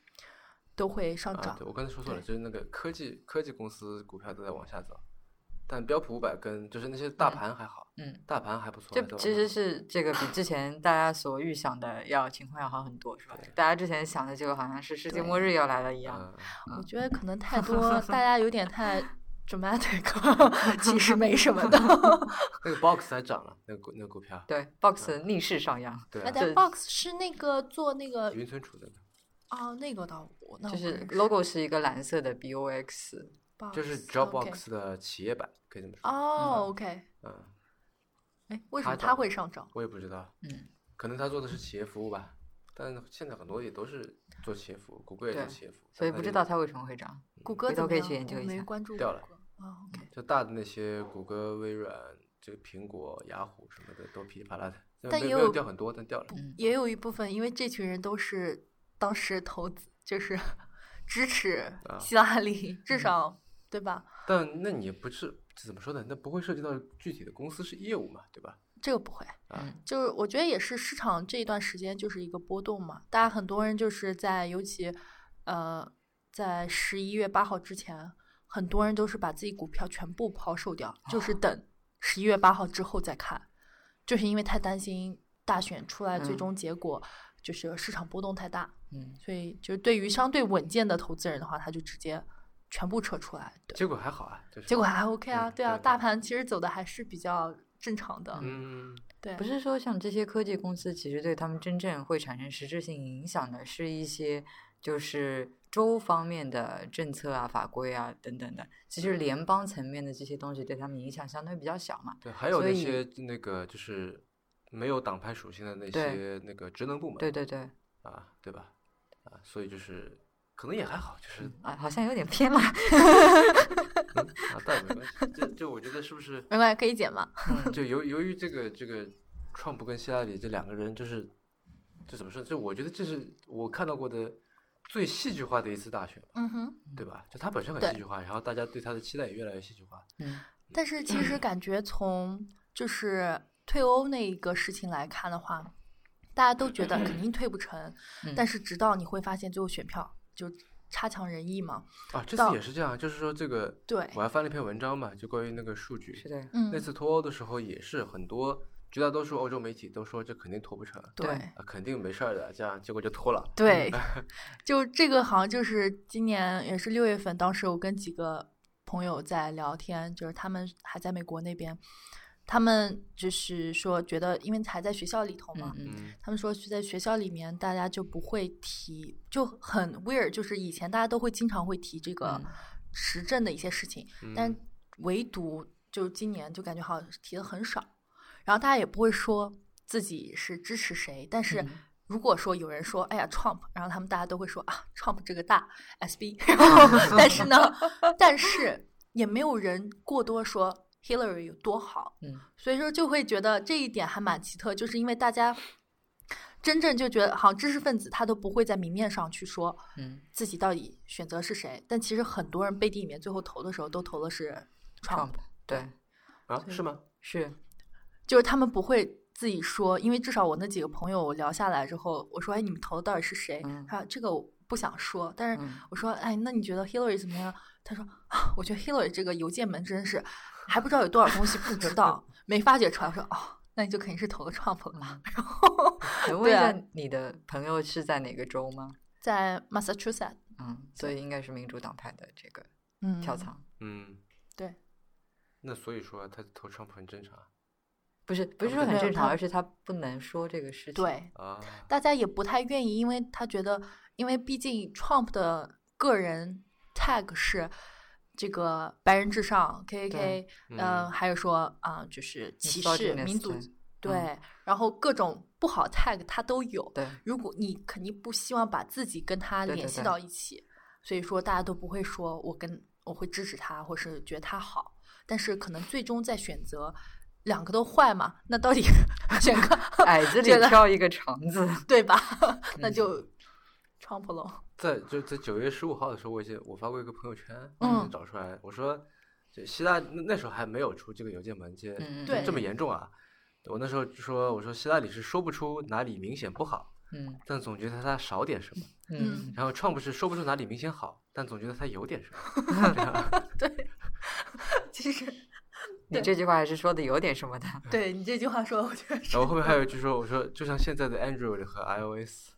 Speaker 3: 都会上
Speaker 1: 啊，
Speaker 3: 涨。
Speaker 1: 对我刚才说错了，
Speaker 3: 对
Speaker 1: 就是那个科技科技公司股票都在往下走，但标普五百跟就是那些大盘还好，
Speaker 2: 嗯，
Speaker 1: 大盘还不错。
Speaker 2: 这
Speaker 1: 还在往
Speaker 2: 其实
Speaker 1: 上
Speaker 2: 是这个比之前大家所预想的要情况要好很多，是吧
Speaker 1: 对？
Speaker 2: 大家之前想的这个好像是世界末日要来了一样，
Speaker 1: 嗯，
Speaker 3: 我觉得可能太多，大家有
Speaker 1: <laughs>
Speaker 3: 点太 dramatic，其实没什么
Speaker 1: 啊
Speaker 3: 的。
Speaker 1: 那个 box 还涨了，那个股那个股票，
Speaker 2: 对，box 逆势上扬，
Speaker 1: 对
Speaker 3: 哎，
Speaker 1: 啊，
Speaker 3: 但 box 是那个做那个
Speaker 1: 云存储的，
Speaker 3: 哦，那个倒我那我
Speaker 2: 就
Speaker 3: 不
Speaker 2: 是
Speaker 3: 认识
Speaker 2: logo 是一个蓝色的 box，
Speaker 3: box，
Speaker 1: 就是
Speaker 3: 哦 OK
Speaker 1: Dropbox 的企业版，可以这么说。
Speaker 3: 哦，OK，
Speaker 1: 嗯，
Speaker 3: 哎，为什么
Speaker 1: 它
Speaker 3: 它
Speaker 1: 找
Speaker 3: 会上涨？
Speaker 1: 我也不知道，
Speaker 2: 嗯，
Speaker 1: 可能他做的是企业服务吧，但现在很多也都是做企业服务，谷歌也做
Speaker 2: 对
Speaker 1: 企业服务，
Speaker 2: 所以
Speaker 1: 但
Speaker 2: 不
Speaker 1: 它
Speaker 2: 知
Speaker 1: 就
Speaker 2: 道它为什么会涨。
Speaker 3: 谷歌
Speaker 2: 回
Speaker 3: 怎
Speaker 2: 头
Speaker 3: 么
Speaker 2: 可以
Speaker 3: 样
Speaker 2: 去研究
Speaker 3: 我
Speaker 2: 一
Speaker 3: 没
Speaker 2: 下
Speaker 3: 关注
Speaker 1: 掉
Speaker 3: 谷
Speaker 1: 了
Speaker 3: 歌。哦，OK，
Speaker 1: 就大的那些谷歌、微软、这个苹果、雅虎什么的都噼里啪啦的，
Speaker 3: 但
Speaker 1: 没
Speaker 3: 也
Speaker 1: 没有
Speaker 3: 有
Speaker 1: 掉很多，但掉了。
Speaker 2: 嗯，
Speaker 3: 也有一部分，因为这群人都是当时投资，就是 <laughs> 支持
Speaker 1: 啊
Speaker 3: 希拉里，至
Speaker 2: 嗯
Speaker 3: 少对吧？
Speaker 1: 但那你也不是怎么说呢？那不会涉及到具体的公司是业务嘛，对吧？
Speaker 3: 这个不会，
Speaker 1: 啊
Speaker 2: 嗯
Speaker 3: 就是我觉得也是市场这一段时间就是一个波动嘛，大家很多人就是在尤其呃在十一月八号之前，很多人都是把自己股票全部抛售掉，就是等十一月八号之后再看，就是因为太担心大选出来最
Speaker 2: 嗯
Speaker 3: 终结果、就是市场波动太大，
Speaker 2: 嗯，
Speaker 3: 所以就是对于相对稳健的投资人的话，他就直接全部撤出来，对，
Speaker 1: 结果还好啊，就是
Speaker 3: 结果还 OK 啊，
Speaker 1: 嗯
Speaker 3: 对啊，
Speaker 1: 对
Speaker 3: 大
Speaker 1: 对
Speaker 3: 盘其实走的还是比较正常的，
Speaker 1: 嗯，
Speaker 3: 对，
Speaker 2: 不是说像这些科技公司，其实对他们真正会产生实质性影响的，是一些就是州方面的政策啊、法规啊等等的。其实联邦层面的这些东西对他们影响相对比较小嘛。
Speaker 1: 对，还有
Speaker 2: 所
Speaker 1: 那
Speaker 2: 以
Speaker 1: 些那个就是没有党派属性的那
Speaker 2: 对
Speaker 1: 些那个职能部门，
Speaker 2: 对对对，
Speaker 1: 啊，对吧？啊，所以就是可能也还好，就是 <laughs>
Speaker 2: 啊，好像有点偏了。
Speaker 1: 嗯啊，倒也没关系。这这，我觉得是不是
Speaker 3: 没关系，可以减嘛。
Speaker 1: 就由由于这个这个，川普跟希拉里这两个人，就是这怎么说？就我觉得这是我看到过的最戏剧化的一次大选，
Speaker 3: 嗯哼，
Speaker 1: 对吧？就他本身很
Speaker 3: 对
Speaker 1: 戏剧化，然后大家对他的期待也越来越戏剧化。
Speaker 2: 嗯，
Speaker 3: 但是其实感觉从就是退欧那一个事情来看的话，大家都觉得肯定退不成，
Speaker 2: 嗯
Speaker 3: 但是直到你会发现最后选票就差强人意嘛。
Speaker 1: 啊，这
Speaker 3: 到
Speaker 1: 次也是这样，就是说这个，
Speaker 3: 对
Speaker 1: 我还翻了一篇文章嘛，就关于那个数据。
Speaker 2: 是的，
Speaker 3: 嗯
Speaker 1: 那，次脱欧的时候，也是很多绝大多数欧洲媒体都说这肯定脱不成，
Speaker 3: 对
Speaker 2: 对
Speaker 1: 啊，肯定没事儿的，这样结果就脱了。
Speaker 3: 对， <laughs> 就这个好像就是今年也是六月份，当时我跟几个朋友在聊天，就是他们还在美国那边，他们就是说觉得因为还在学校里头嘛，
Speaker 2: 嗯嗯，
Speaker 1: 嗯，
Speaker 3: 他们说是在学校里面，大家就不会提，就很 weird，就是以前大家都会经常会提这个
Speaker 2: 嗯
Speaker 3: 时政的一些事情，
Speaker 1: 嗯
Speaker 3: 但唯独就今年就感觉好像提的很少，然后大家也不会说自己是支持谁，但是
Speaker 2: 嗯
Speaker 3: 如果说有人说哎呀 Trump，然后他们大家都会说啊 Trump 这个
Speaker 2: <laughs>
Speaker 3: 大 SB，然 <laughs> 后但是呢，但是也没有人过多说 Hillary 有多好，
Speaker 2: 嗯，
Speaker 3: 所以说就会觉得这一点还蛮奇特，就是因为大家真正就觉得，好像知识分子他都不会在明面上去说
Speaker 2: 嗯
Speaker 3: 自己到底选择是谁，但其实很多人背地里面最后投的时候都投的是 Trump，
Speaker 2: ，Trump，对，
Speaker 1: 啊，是吗？
Speaker 2: 是，
Speaker 3: 就是他们不会。自己说，因为至少我那几个朋友，我聊下来之后，我说：“哎，你们投的到底是谁？”
Speaker 2: 嗯
Speaker 3: 他说：“这个我不想说。” <laughs> 但是
Speaker 2: 嗯
Speaker 3: 我说：“哎，那你觉得 Hillary 怎么样？”他说：“啊，我觉得 Hillary 这个邮件门真是还不知道有多少东西不知
Speaker 2: <laughs>
Speaker 3: 道，没发掘出来。”我说：“哦，那你就肯定是投了 Trump 了。”
Speaker 2: 嗯，能问一
Speaker 3: 对啊
Speaker 2: 下你的朋友是在哪个州吗？
Speaker 3: 在 Massachusetts，
Speaker 2: 嗯，所以应该是民主党派的这个
Speaker 3: 嗯，
Speaker 2: 跳槽。
Speaker 1: 嗯，
Speaker 3: 对，
Speaker 1: 那所以说他投川普很正常
Speaker 2: 不是不是
Speaker 1: 不对
Speaker 2: 说很
Speaker 3: 没有
Speaker 2: 正常，
Speaker 3: 他
Speaker 2: 而是他不能说这个事情。，
Speaker 3: 对，
Speaker 1: 啊。
Speaker 3: 大家也不太愿意，因为他觉得，因为毕竟 Trump 的个人 tag 是这个白人至上，KKK，
Speaker 2: 对
Speaker 3: 嗯、
Speaker 1: 嗯
Speaker 3: 还有说啊、就是歧视、
Speaker 2: Misogynist，
Speaker 3: 民族，
Speaker 2: 嗯
Speaker 3: 对，然后各种不好 tag 他都有。 <laughs>
Speaker 2: 对，
Speaker 3: 如果你肯定不希望把自己跟他
Speaker 2: 对对
Speaker 3: 联系
Speaker 2: 对
Speaker 3: 到一起，所以说大家都不会说我跟我会支持他，或是觉得他好，但是可能最终在选择两个都坏嘛，那到底 <laughs> 选个
Speaker 2: <laughs> 矮子里
Speaker 3: 觉得
Speaker 2: 挑一个肠子。
Speaker 3: 对吧？
Speaker 2: 嗯
Speaker 3: <laughs> 那就 Trump 喽。
Speaker 1: 在就在九月十五号的时候，我已经我发过一个朋友圈，
Speaker 3: 嗯
Speaker 1: 找出来，我说，就希腊那那时候还没有出这个邮件门接
Speaker 2: 嗯，嗯
Speaker 1: 就这么
Speaker 3: 对
Speaker 1: 严重啊。我那时候就说，我说希拉里是说不出哪里明显不好，
Speaker 2: 嗯
Speaker 1: 但总觉得他少点什么。
Speaker 2: 嗯，
Speaker 1: 然后创不是说不出哪
Speaker 3: <laughs>
Speaker 1: 里明显好，但总觉得他有点什么。
Speaker 2: <laughs>
Speaker 3: 对，其实
Speaker 2: 你这句话还是说的有点什么的。
Speaker 3: 对你这句话说，的，我觉得是
Speaker 1: 然后后面还有一句说，我说就像现在的 Android 和 iOS。呃
Speaker 2: 哎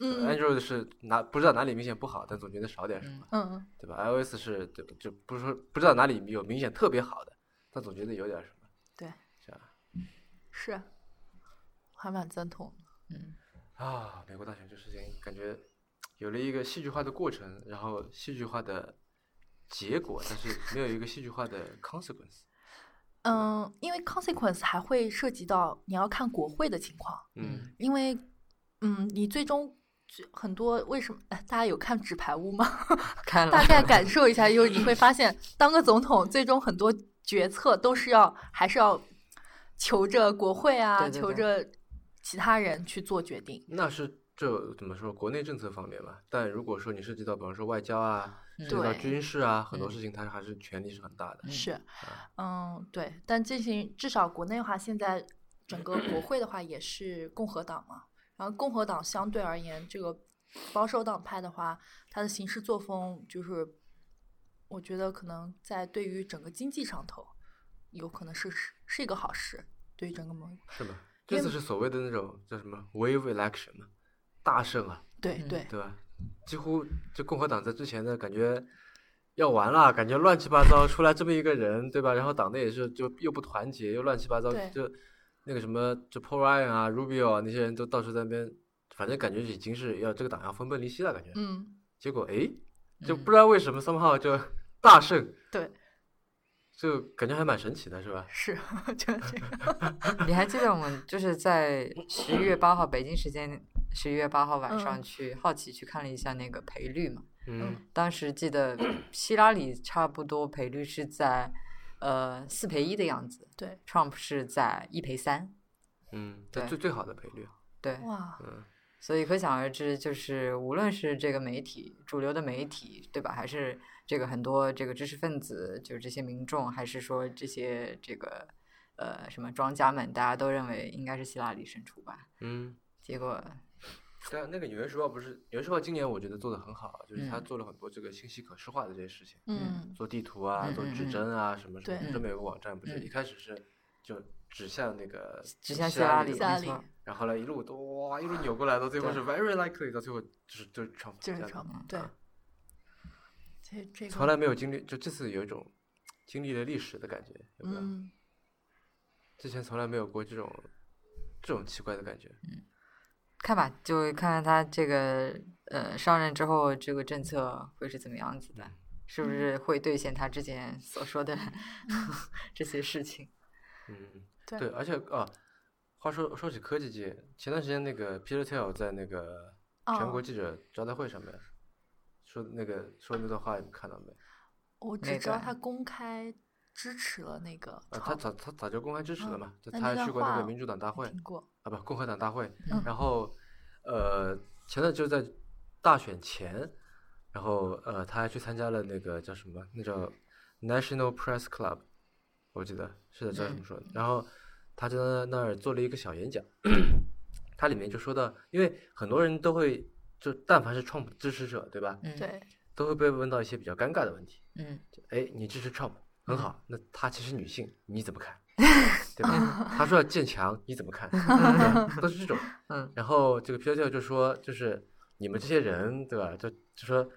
Speaker 3: 嗯
Speaker 1: Android 是哪不知道哪里明显不好，但总觉得少点什么，
Speaker 3: 嗯
Speaker 1: 对吧？iOS 是对就不是说不知道哪里有明显特别好的，但总觉得有点什么。
Speaker 3: 对，
Speaker 1: 这样
Speaker 3: 是，还蛮赞同的。
Speaker 2: 嗯，
Speaker 1: 啊，美国大选这事情感觉有了一个戏剧化的过程，然后戏剧化的结果，但是没有一个戏剧化的 consequence。
Speaker 3: 嗯，因为 consequence 还会涉及到你要看国会的情况，
Speaker 1: 嗯，
Speaker 3: 因为嗯，你最终最很多为什么？哎，大家有看《纸牌屋》
Speaker 2: <laughs>
Speaker 3: 吗？ <laughs>
Speaker 2: 看了
Speaker 3: 大概感受一下，就是你会发现，当个总统，最终很多决策都是要还是要求着国会啊，
Speaker 2: 对对对
Speaker 3: 求着其他人去做决定。
Speaker 1: 那是这怎么说？国内政策方面吧，但如果说你涉及到，比方说外交啊，涉及到
Speaker 3: 嗯对
Speaker 1: 军事啊，很多
Speaker 2: 嗯
Speaker 1: 事情它还是权力是很大的。
Speaker 3: 是，
Speaker 1: 啊
Speaker 3: 嗯，对，但进行至少国内的话，现在整个国会的话也是共和党嘛，然后共和党相对而言，这个保守党派的话，它的行事作风就是，我觉得可能在对于整个经济上头，有可能是是是一个好事，对于整个盟，
Speaker 1: 是吗？这次是所谓的那种叫什么 wave election 嘛，大胜啊，
Speaker 3: 对
Speaker 2: 嗯
Speaker 3: 对，
Speaker 1: 对吧？几乎就共和党在之前的感觉要完了，感觉乱七八糟，出来这么一个人，对吧？然后党内也是就又不团结，又乱七八糟，
Speaker 3: 对
Speaker 1: 就那个什么，就 Paul Ryan 啊、Rubio 啊那些人都到处在那边，反正感觉已经是要这个党要分崩离析了，感觉。
Speaker 3: 嗯，
Speaker 1: 结果诶，就
Speaker 2: 嗯
Speaker 1: 不知道为什么 somehow 就大胜，
Speaker 3: 对，
Speaker 1: 就感觉还蛮神奇的，是吧？
Speaker 3: 是， <laughs> 我觉得这个
Speaker 2: 你还记得我们就是在十一月八号北京时间十一月八号晚上
Speaker 3: 嗯
Speaker 2: 去、好奇去看了一下那个赔率嘛？
Speaker 1: 嗯
Speaker 2: 当时记得希拉里差不多赔率是在呃四赔一的样子
Speaker 3: 对，
Speaker 2: ，Trump 是在一赔三。
Speaker 1: 嗯，这
Speaker 2: 对
Speaker 1: 最最好的赔率，
Speaker 2: 对，
Speaker 3: 哇，
Speaker 1: 嗯。
Speaker 2: 所以可想而知，就是无论是这个媒体主流的媒体，对吧？还是这个很多这个知识分子，就是这些民众，还是说这些这个呃什么庄家们，大家都认为应该是希拉里胜出吧？
Speaker 1: 嗯，
Speaker 2: 结果
Speaker 1: 但那个《纽约时报》不是，《纽约时报》今年我觉得做的很好啊，就是他
Speaker 2: 嗯
Speaker 1: 做了很多这个信息可视化的这些事情，
Speaker 3: 嗯，
Speaker 1: 做地图啊，
Speaker 2: 嗯
Speaker 1: 做指
Speaker 2: 嗯嗯
Speaker 1: 针啊，什么什么
Speaker 3: 对
Speaker 1: 的。这边有个网站，不是
Speaker 2: 嗯
Speaker 1: 一开始是就指向那个
Speaker 2: 指向
Speaker 1: 希
Speaker 2: 希拉里，
Speaker 1: 里嘛，
Speaker 2: 没
Speaker 3: 希拉里
Speaker 2: 错，
Speaker 1: 然后后来一路都哇一路扭过来，到最后是 very likely，到最后就是就是 Trump，
Speaker 3: 就是
Speaker 1: 这样
Speaker 3: Trump，
Speaker 1: 嗯
Speaker 3: 对
Speaker 1: 啊
Speaker 3: 这这
Speaker 1: 从
Speaker 3: 个，
Speaker 1: 来没有经历，就这次有一种经历了历史的感觉，有没有？
Speaker 3: 嗯，
Speaker 1: 之前从来没有过这种这种奇怪的感觉。
Speaker 2: 看吧，就看看他这个呃上任之后这个政策会是怎么样子的，是不是会兑现他之前所说的 <laughs> 这些事情？
Speaker 1: 嗯，
Speaker 3: 对
Speaker 1: 对，而且啊，话说说起科技界，前段时间那个 Peter Thiel 在那个全国
Speaker 3: 哦
Speaker 1: 记者招待会上面、说那个说那段话，你们看到没？
Speaker 3: 我只
Speaker 2: 那
Speaker 3: 知道
Speaker 2: 个
Speaker 3: 他公开支持了那个
Speaker 1: 啊，他
Speaker 3: Trump，
Speaker 1: 早他早就公开支持了
Speaker 3: 嗯
Speaker 1: 嘛，就
Speaker 3: 那
Speaker 1: 他
Speaker 3: 那
Speaker 1: 还
Speaker 3: 段
Speaker 1: 去过那个
Speaker 3: 话
Speaker 1: 民主党大
Speaker 3: 没
Speaker 1: 会
Speaker 3: 听过，
Speaker 1: 啊，不，共和党大会，
Speaker 3: 嗯
Speaker 1: 然后呃，前段就在大选前，然后呃，他还去参加了那个叫什么，那叫 National Press Club，我记得是在这么说的。然后他就在那儿做了一个小演讲，他里面就说到，因为很多人都会就但凡是 Trump 支持者，对吧，
Speaker 2: 嗯，，
Speaker 3: 对，
Speaker 1: 都会被问到一些比较尴尬的问题，
Speaker 2: 嗯，
Speaker 1: 哎，你支持 Trump 很好，那她其实女性，你怎么
Speaker 2: <laughs>
Speaker 1: 看？对吧？他说要建墙，你怎么看？对都是这种。
Speaker 2: <laughs> 嗯。
Speaker 1: 然后这个 p e t 就说，就是你们这些人，对吧？就就说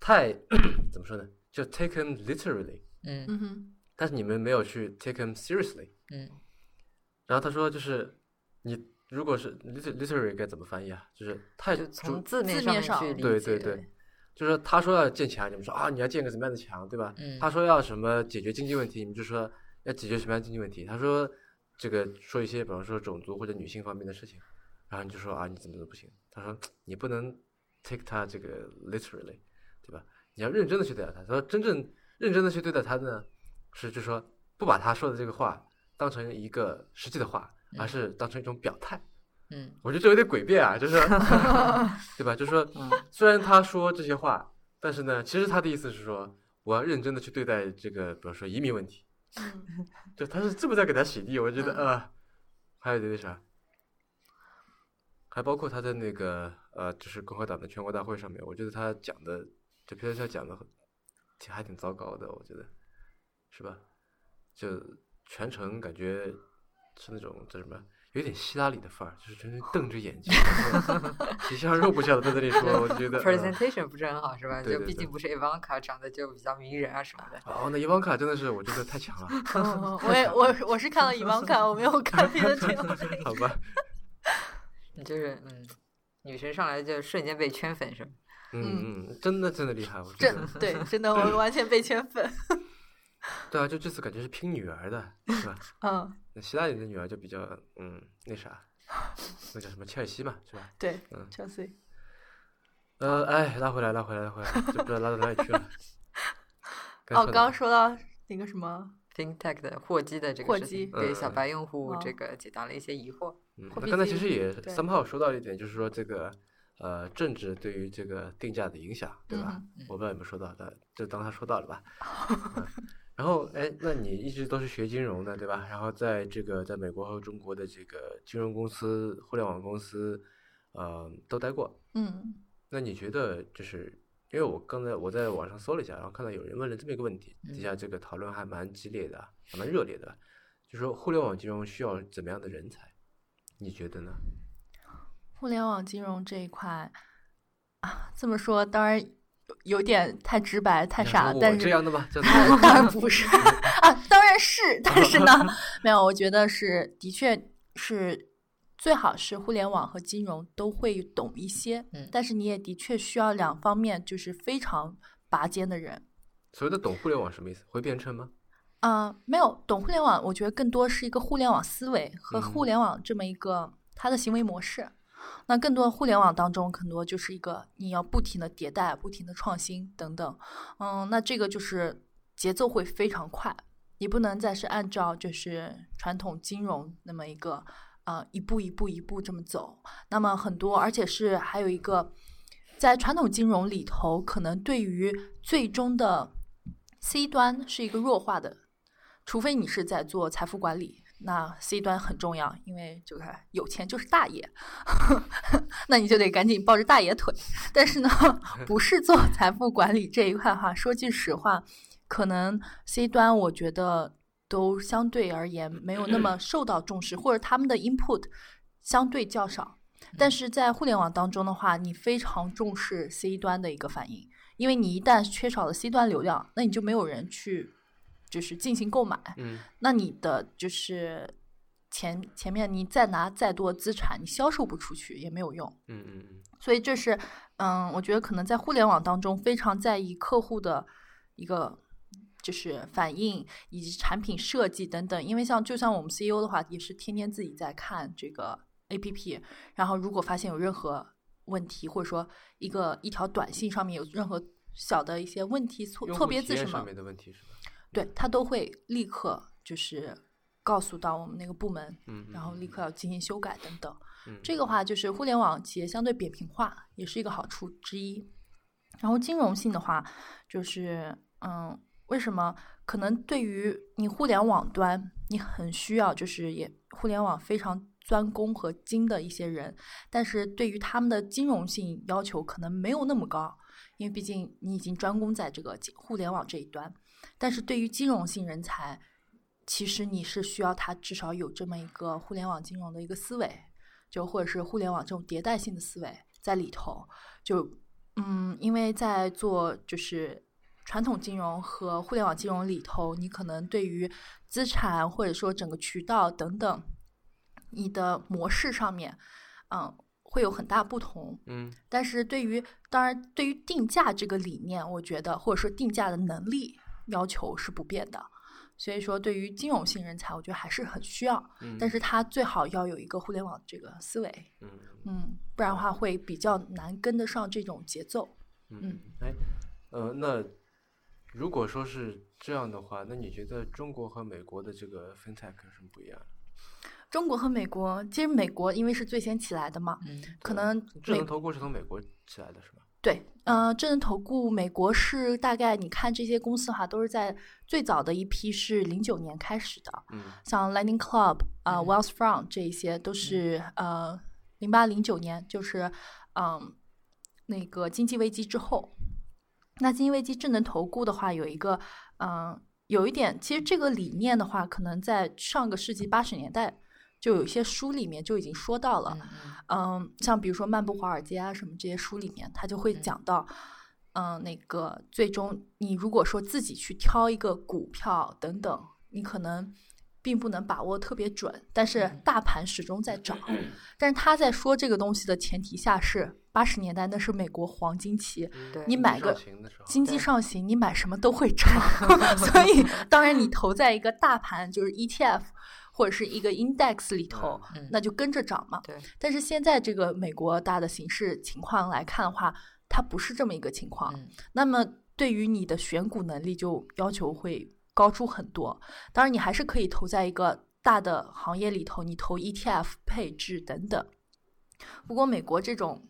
Speaker 1: 太 <coughs> 怎么说呢？就 take him literally，
Speaker 2: 嗯
Speaker 3: 嗯
Speaker 1: <laughs>
Speaker 3: 哼，
Speaker 1: 但是你们没有去 take him seriously。
Speaker 2: 嗯
Speaker 1: 然后他说，就是你如果是 lit- literally 该怎么翻译啊？就是太
Speaker 2: 就
Speaker 1: 主
Speaker 2: 从字面
Speaker 3: 字
Speaker 2: 上
Speaker 3: 面
Speaker 2: 面
Speaker 3: 上
Speaker 2: 去理
Speaker 1: 对
Speaker 2: 解，
Speaker 1: 对对，就是他说要建墙，你们说啊你要建个什么样的墙，对吧？
Speaker 2: 嗯
Speaker 1: 他说要什么解决经济问题，你们就说要解决什么样的经济问题。他说这个说一些，比方说种族或者女性方面的事情，然后你就说啊你怎么怎么不行。他说你不能 take 他这个 literally，对吧？你要认真的去对待他。他说真正认真的去对待他呢，是就说不把他说的这个话当成一个实际的话，而是当成一种表态。
Speaker 2: 嗯
Speaker 1: 我觉得这有点诡辩啊，就是，对吧？就是说，虽然他说这些话，但是呢，其实他的意思是说，我要认真的去对待这个，比如说移民问题， <laughs>
Speaker 3: 嗯，
Speaker 1: 就他是这么在给他洗地，我觉得
Speaker 3: 嗯
Speaker 1: 呃，还有点那啥，还包括他在那个呃，就是共和党的全国大会上面，我觉得他讲的，就皮特肖讲的很，挺还挺糟糕的，我觉得，是吧？就全程感觉是那种叫什么，有点希拉里的范儿，就是全程瞪着眼睛， <laughs> 皮笑肉不笑的在那里说，我就觉得。嗯
Speaker 2: presentation 不是很好是吧？
Speaker 1: <laughs> 对
Speaker 2: 就
Speaker 1: 对
Speaker 2: 毕
Speaker 1: 对
Speaker 2: 竟不是 Ivanka 长得就比较迷人啊什么的。
Speaker 1: 哦，那伊万卡真的是，我觉得太
Speaker 3: <laughs>
Speaker 1: 强了，
Speaker 3: 哦我也我我是看了以往看，我没
Speaker 1: <laughs>
Speaker 3: 有看别的这样。
Speaker 1: 好吧，
Speaker 2: 你就是嗯，女神上来就瞬间被圈粉是吧？
Speaker 1: 嗯嗯，真的真的厉害，我觉
Speaker 3: 这
Speaker 1: 得，
Speaker 3: 对，真的我完全被圈粉。
Speaker 1: 对啊，就这次感觉是拼女儿的，是吧？ <laughs>
Speaker 3: 嗯，
Speaker 1: 那希腊人的女儿就比较，嗯，那啥，那叫什么切尔西嘛，是吧？
Speaker 3: 对
Speaker 1: 嗯
Speaker 3: ，Chelsea。
Speaker 1: 呃，哎，拉回来，拉回来，拉回来，就不知道拉到哪里去了。
Speaker 3: <laughs> 哦，
Speaker 1: 扯
Speaker 3: 刚
Speaker 1: 哪
Speaker 3: 刚说到那个什么
Speaker 2: FinTech 的货基的这
Speaker 3: 货
Speaker 2: 个事情，
Speaker 3: 基
Speaker 2: 给
Speaker 1: 嗯
Speaker 2: 小
Speaker 1: 嗯
Speaker 2: 白用户
Speaker 3: 哦
Speaker 2: 这个解答了一些疑惑。
Speaker 1: 嗯
Speaker 3: 货，
Speaker 1: 那
Speaker 3: 币
Speaker 1: 刚才
Speaker 3: 自
Speaker 1: 其
Speaker 3: 由
Speaker 1: 实也
Speaker 3: 对
Speaker 1: somehow 说到一点，就是说这个呃政治对于这个定价的影响，对吧？
Speaker 3: 嗯
Speaker 1: 我不知道有没有说到，但就当他说到了吧。嗯、然后哎，那你一直都是学金融的，对吧？然后在这个在美国和中国的这个金融公司、互联网公司，呃，都待过。
Speaker 3: 嗯
Speaker 1: 那你觉得就是？因为我刚才我在网上搜了一下，然后看到有人问了这么一个问题，底
Speaker 3: 嗯
Speaker 1: 下这个讨论还蛮激烈的，还蛮热烈的，就说互联网金融需要怎么样的人才？你觉得呢？
Speaker 3: 互联网金融这一块啊，这么说当然有有点太直白、太
Speaker 1: 你
Speaker 3: 傻
Speaker 1: 想
Speaker 3: 了
Speaker 1: 说，我
Speaker 3: 但
Speaker 1: 这
Speaker 3: 是
Speaker 1: 样的吗？
Speaker 3: <laughs>
Speaker 1: 这
Speaker 3: 当然不是啊，当然是，但是呢，没有，我觉得是的确是最好是互联网和金融都会懂一些，
Speaker 2: 嗯
Speaker 3: 但是你也的确需要两方面就是非常拔尖的人。
Speaker 1: 所谓的懂互联网什么意思？会编程吗？
Speaker 3: 啊、没有懂互联网，我觉得更多是一个互联网思维和互
Speaker 1: 嗯
Speaker 3: 联网这么一个它的行为模式。那更多互联网当中，很多就是一个你要不停的迭代、不停的创新等等。嗯，那这个就是节奏会非常快，你不能再是按照就是传统金融那么一个呃一步一步一步这么走。那么很多，而且是还有一个，在传统金融里头，可能对于最终的 C 端是一个弱化的，除非你是在做财富管理，那 C 端很重要，因为就是有钱就是大爷， <laughs> 那你就得赶紧抱着大爷腿。但是呢，不是做财富管理这一块哈，说句实话，可能 C 端我觉得都相对而言没有那么受到重视，或者他们的 input 相对较少。但是在互联网当中的话，你非常重视 C 端的一个反应，因为你一旦缺少了 C 端流量，那你就没有人去就是进行购买，
Speaker 1: 嗯
Speaker 3: 那你的就是前前面你再拿再多资产，你销售不出去也没有用。
Speaker 1: 嗯嗯嗯，
Speaker 3: 所以这是，嗯，我觉得可能在互联网当中非常在意客户的一个就是反应以及产品设计等等，因为像就像我们 CEO 的话，也是天天自己在看这个 APP，然后如果发现有任何问题，或者说一个一条短信上面有任何小的一些问题错
Speaker 1: 用
Speaker 3: 错
Speaker 1: 户
Speaker 3: 别
Speaker 1: 体
Speaker 3: 字
Speaker 1: 验
Speaker 3: 什么
Speaker 1: 上，面的问题是吧？
Speaker 3: 对他都会立刻就是告诉到我们那个部门，
Speaker 1: 嗯，
Speaker 3: 然后立刻要进行修改等等。
Speaker 1: 嗯
Speaker 3: 这个话就是互联网企业相对扁平化，也是一个好处之一。然后金融性的话，就是嗯，为什么可能对于你互联网端，你很需要就是也互联网非常专攻和精的一些人，但是对于他们的金融性要求可能没有那么高，因为毕竟你已经专攻在这个金互联网这一端。但是对于金融性人才，其实你是需要他至少有这么一个互联网金融的一个思维，就或者是互联网这种迭代性的思维在里头。就嗯，因为在做就是传统金融和互联网金融里头，你可能对于资产或者说整个渠道等等，你的模式上面，嗯，会有很大不同。
Speaker 1: 嗯
Speaker 3: 但是对于当然对于定价这个理念，我觉得或者说定价的能力要求是不变的。所以说，对于金融性人才，我觉得还是很需要，
Speaker 1: 嗯，
Speaker 3: 但是他最好要有一个互联网这个思维，
Speaker 1: 嗯
Speaker 3: 嗯，不然的话会比较难跟得上这种节奏。
Speaker 1: 嗯
Speaker 3: 嗯
Speaker 1: 嗯，哎，呃，那如果说是这样的话，那你觉得中国和美国的这个 FinTech 有什么不一样？
Speaker 3: 中国和美国，其实美国因为是最先起来的嘛，
Speaker 2: 嗯，
Speaker 3: 可能
Speaker 1: 智
Speaker 3: 美
Speaker 1: 能投顾是从美国起来的是吧？
Speaker 3: 对，呃，智能投顾，美国是大概你看这些公司的话，都是在最早的一批是零九年开始的，
Speaker 1: 嗯
Speaker 3: 像 Lightning Club 啊、
Speaker 2: 嗯
Speaker 3: Wells Farm 这一些都是、呃零八零九年，就是嗯那个经济危机之后。那经济危机智能投顾的话，有一个嗯、呃有一点，其实这个理念的话，可能在上个世纪八十年代就有一些书里面就已经说到了。
Speaker 2: 嗯嗯
Speaker 3: 嗯，像比如说《漫步华尔街》啊什么这些书里面，他就会
Speaker 2: 嗯
Speaker 3: 讲到，嗯、那个最终你如果说自己去挑一个股票等等，你可能并不能把握特别准，但是
Speaker 2: 嗯
Speaker 3: 大盘始终在涨。但是他在说这个东西的前提下是八十年代那是美国黄金期，
Speaker 2: 对
Speaker 1: 嗯
Speaker 3: 你买
Speaker 1: 上
Speaker 3: 个
Speaker 1: 行的时候
Speaker 3: 经济
Speaker 2: 对
Speaker 3: 上行，你买什么都会涨， <laughs> 所
Speaker 2: <laughs>
Speaker 3: 以当然你投在一个大盘就是 ETF 或者是一个 index 里头，
Speaker 2: 嗯
Speaker 3: 那就跟着涨嘛。
Speaker 2: 对，
Speaker 3: 但是现在这个美国大的形势情况来看的话，它不是这么一个情况。
Speaker 2: 嗯
Speaker 3: 那么对于你的选股能力就要求会高出很多。当然，你还是可以投在一个大的行业里头，你投 ETF 配置等等。不过美国这种。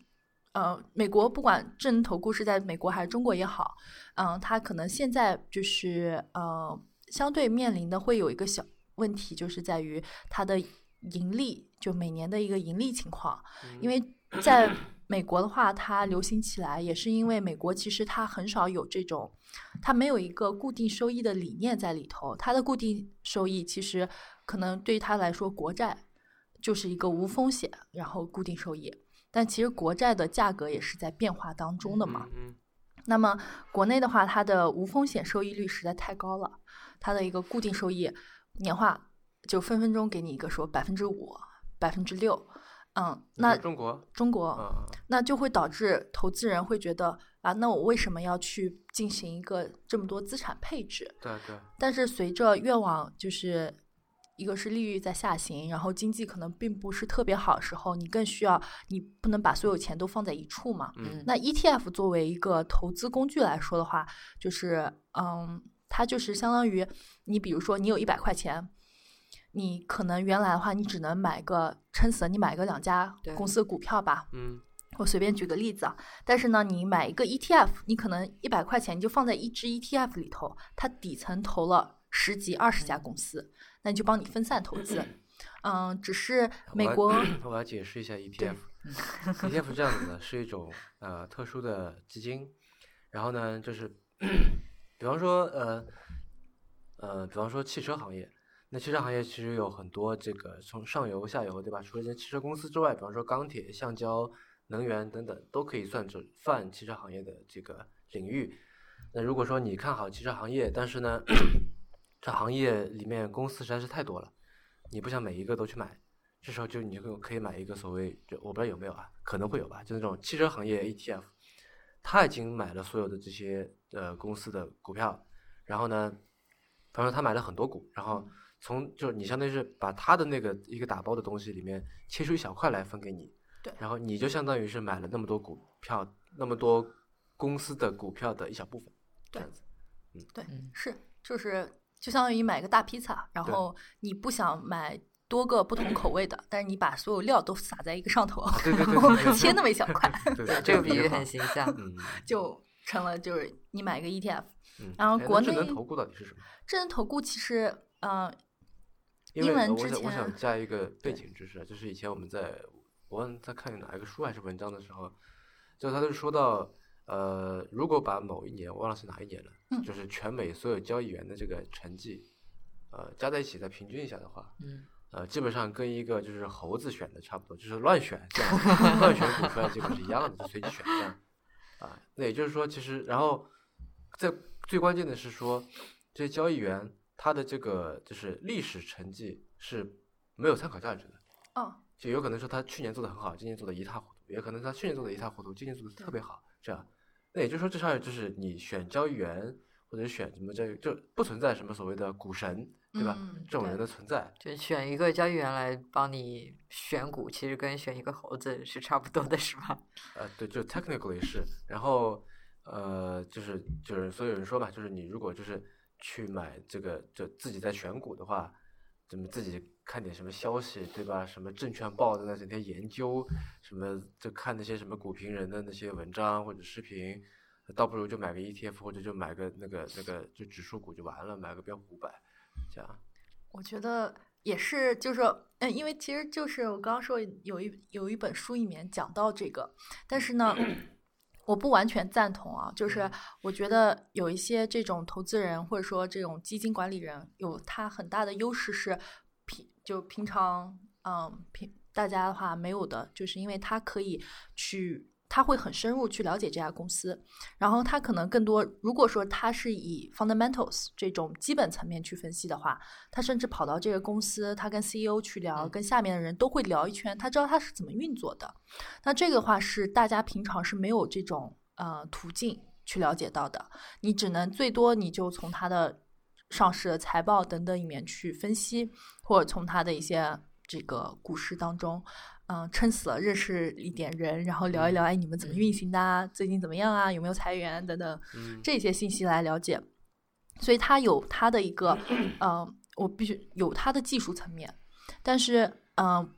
Speaker 3: 呃，美国不管正投顾是在美国还是中国也好，嗯、它可能现在就是呃，相对面临的会有一个小问题，就是在于它的盈利，就每年的一个盈利情况。因为在美国的话，它流行起来也是因为美国其实它很少有这种，它没有一个固定收益的理念在里头。它的固定收益其实可能对它来说，国债就是一个无风险，然后固定收益。但其实国债的价格也是在变化当中的嘛。
Speaker 1: 嗯
Speaker 3: 那么国内的话，它的无风险收益率实在太高了，它的一个固定收益年化就分分钟给你一个说百分之五、百分之六，嗯，
Speaker 1: 那
Speaker 3: 那
Speaker 1: 中国
Speaker 3: 中国、
Speaker 1: 啊，
Speaker 3: 那就会导致投资人会觉得啊，那我为什么要去进行一个这么多资产配置？
Speaker 1: 对对，
Speaker 3: 但是随着越往就是一个是利率在下行，然后经济可能并不是特别好的时候，你更需要你不能把所有钱都放在一处嘛，
Speaker 1: 嗯
Speaker 3: 那 ETF 作为一个投资工具来说的话，就是嗯，它就是相当于你比如说你有一百块钱，你可能原来的话你只能买个撑死了你买个两家
Speaker 2: 对
Speaker 3: 公司的股票吧，
Speaker 1: 嗯
Speaker 3: 我随便举个例子啊。但是呢，你买一个 ETF，你可能一百块钱你就放在一只 ETF 里头，它底层投了十几二十家公司，那你就帮你分散投资。嗯，只是美
Speaker 1: 我来 <clears throat>
Speaker 3: 国嗯
Speaker 1: 我来解释一下 E ETF。ETF ，E 是这样子的，是一种呃特殊的基金，然后呢，就是 <coughs> 比方说呃呃，比方说汽车行业，那汽车行业其实有很多这个从上游、下游，对吧？除了这些汽车公司之外，比方说钢铁、橡胶、能源等等，都可以算这泛汽车行业的这个领域。那如果说你看好汽车行业，但是呢， <coughs> 这行业里面公司实在是太多了，你不想每一个都去买，这时候就你就可以买一个所谓，就我不知道有没有啊，可能会有吧，就那种汽车行业 ETF，他已经买了所有的这些呃公司的股票，然后呢，他说他买了很多股，然后从就是你相当于是把他的那个一个打包的东西里面切出一小块来分给你，
Speaker 3: 对
Speaker 1: 然后你就相当于是买了那么多股票，那么多公司的股票的一小部分，这
Speaker 3: 对
Speaker 1: 样子，
Speaker 3: 对，
Speaker 2: 嗯
Speaker 3: 是就是就相当于你买个大披萨，然
Speaker 1: 对
Speaker 3: 后你不想买多个不同口味的，但是你把所有料都撒在一个上头，
Speaker 1: 对对对
Speaker 3: 然后切那么一小块，
Speaker 1: 对
Speaker 2: 对，
Speaker 3: <laughs>
Speaker 1: 对，
Speaker 2: 这个
Speaker 1: 比
Speaker 2: 比喻
Speaker 1: 好
Speaker 2: 很，形象。
Speaker 1: 嗯，
Speaker 3: 就成了就是你买个 E ETF。
Speaker 1: 嗯
Speaker 3: 然后
Speaker 1: 哎那
Speaker 3: 国
Speaker 1: 智能
Speaker 3: 内
Speaker 1: 投顾到底是什么？
Speaker 3: 智能投顾其实，嗯、
Speaker 1: 因
Speaker 3: 英
Speaker 1: 为
Speaker 3: 文
Speaker 1: 呃
Speaker 3: 之
Speaker 1: 我想我想
Speaker 3: 前啊
Speaker 1: 加一个背
Speaker 3: 对
Speaker 1: 景知识啊，就是以前我们在我忘了在看哪一个书还是文章的时候，就他就说到，呃，如果把某一年我忘了是哪一年了，
Speaker 3: 嗯
Speaker 1: 就是全美所有交易员的这个成绩，呃，加在一起再平均一下的话，
Speaker 2: 嗯，
Speaker 1: 呃，基本上跟一个就是猴子选的差不多，就是乱选这样子， <laughs> 乱选股票结果是一样的，就随机选这样。啊，那也就是说，其实然后在最关键的是说，这些交易员他的这个就是历史成绩是没有参考价值的，
Speaker 3: 哦，
Speaker 1: 就有可能说他去年做的很好，今年做的一塌糊涂，也可能他去年做的一塌糊涂，今年做的特别好，这样。那也就是说，这事儿就是你选交易员或者选什么这就不存在什么所谓的股神，对吧？
Speaker 3: 嗯
Speaker 1: 这种人
Speaker 3: 对
Speaker 1: 的存在，
Speaker 2: <laughs> 就选一个交易员来帮你选股，其实跟选一个猴子是差不多的，是吧？
Speaker 1: 呃，对，就 technically 是，然后呃，就是就是，所以有人说嘛，就是你如果就是去买这个，就自己在选股的话，怎么自己看点什么消息，对吧？什么证券报的那整天研究，什么就看那些什么股评人的那些文章或者视频，倒不如就买个 ETF 或者就买个那个那个就指数股就完了，买个标普五百，这样，
Speaker 3: 我觉得也是，就是说，嗯，因为其实就是我刚刚说有一有一本书里面讲到这个，但是呢，我不完全赞同啊，就是我觉得有一些这种投资人或者说这种基金管理人，有他很大的优势是平就平常嗯平大家的话没有的，就是因为他可以去。他会很深入去了解这家公司，然后他可能更多，如果说他是以 fundamentals 这种基本层面去分析的话，他甚至跑到这个公司，他跟 CEO 去聊，跟下面的人都会聊一圈，他知道他是怎么运作的。那这个的话是大家平常是没有这种呃途径去了解到的，你只能最多你就从他的上市的财报等等里面去分析，或者从他的一些这个股市当中。嗯，撑死了认识一点人，然后聊一聊，哎，你们怎么运行的啊？最近怎么样啊？有没有裁员等等，
Speaker 1: 嗯
Speaker 3: 这些信息来了解。所以它有它的一个，呃，我必须有它的技术层面，但是，嗯、呃，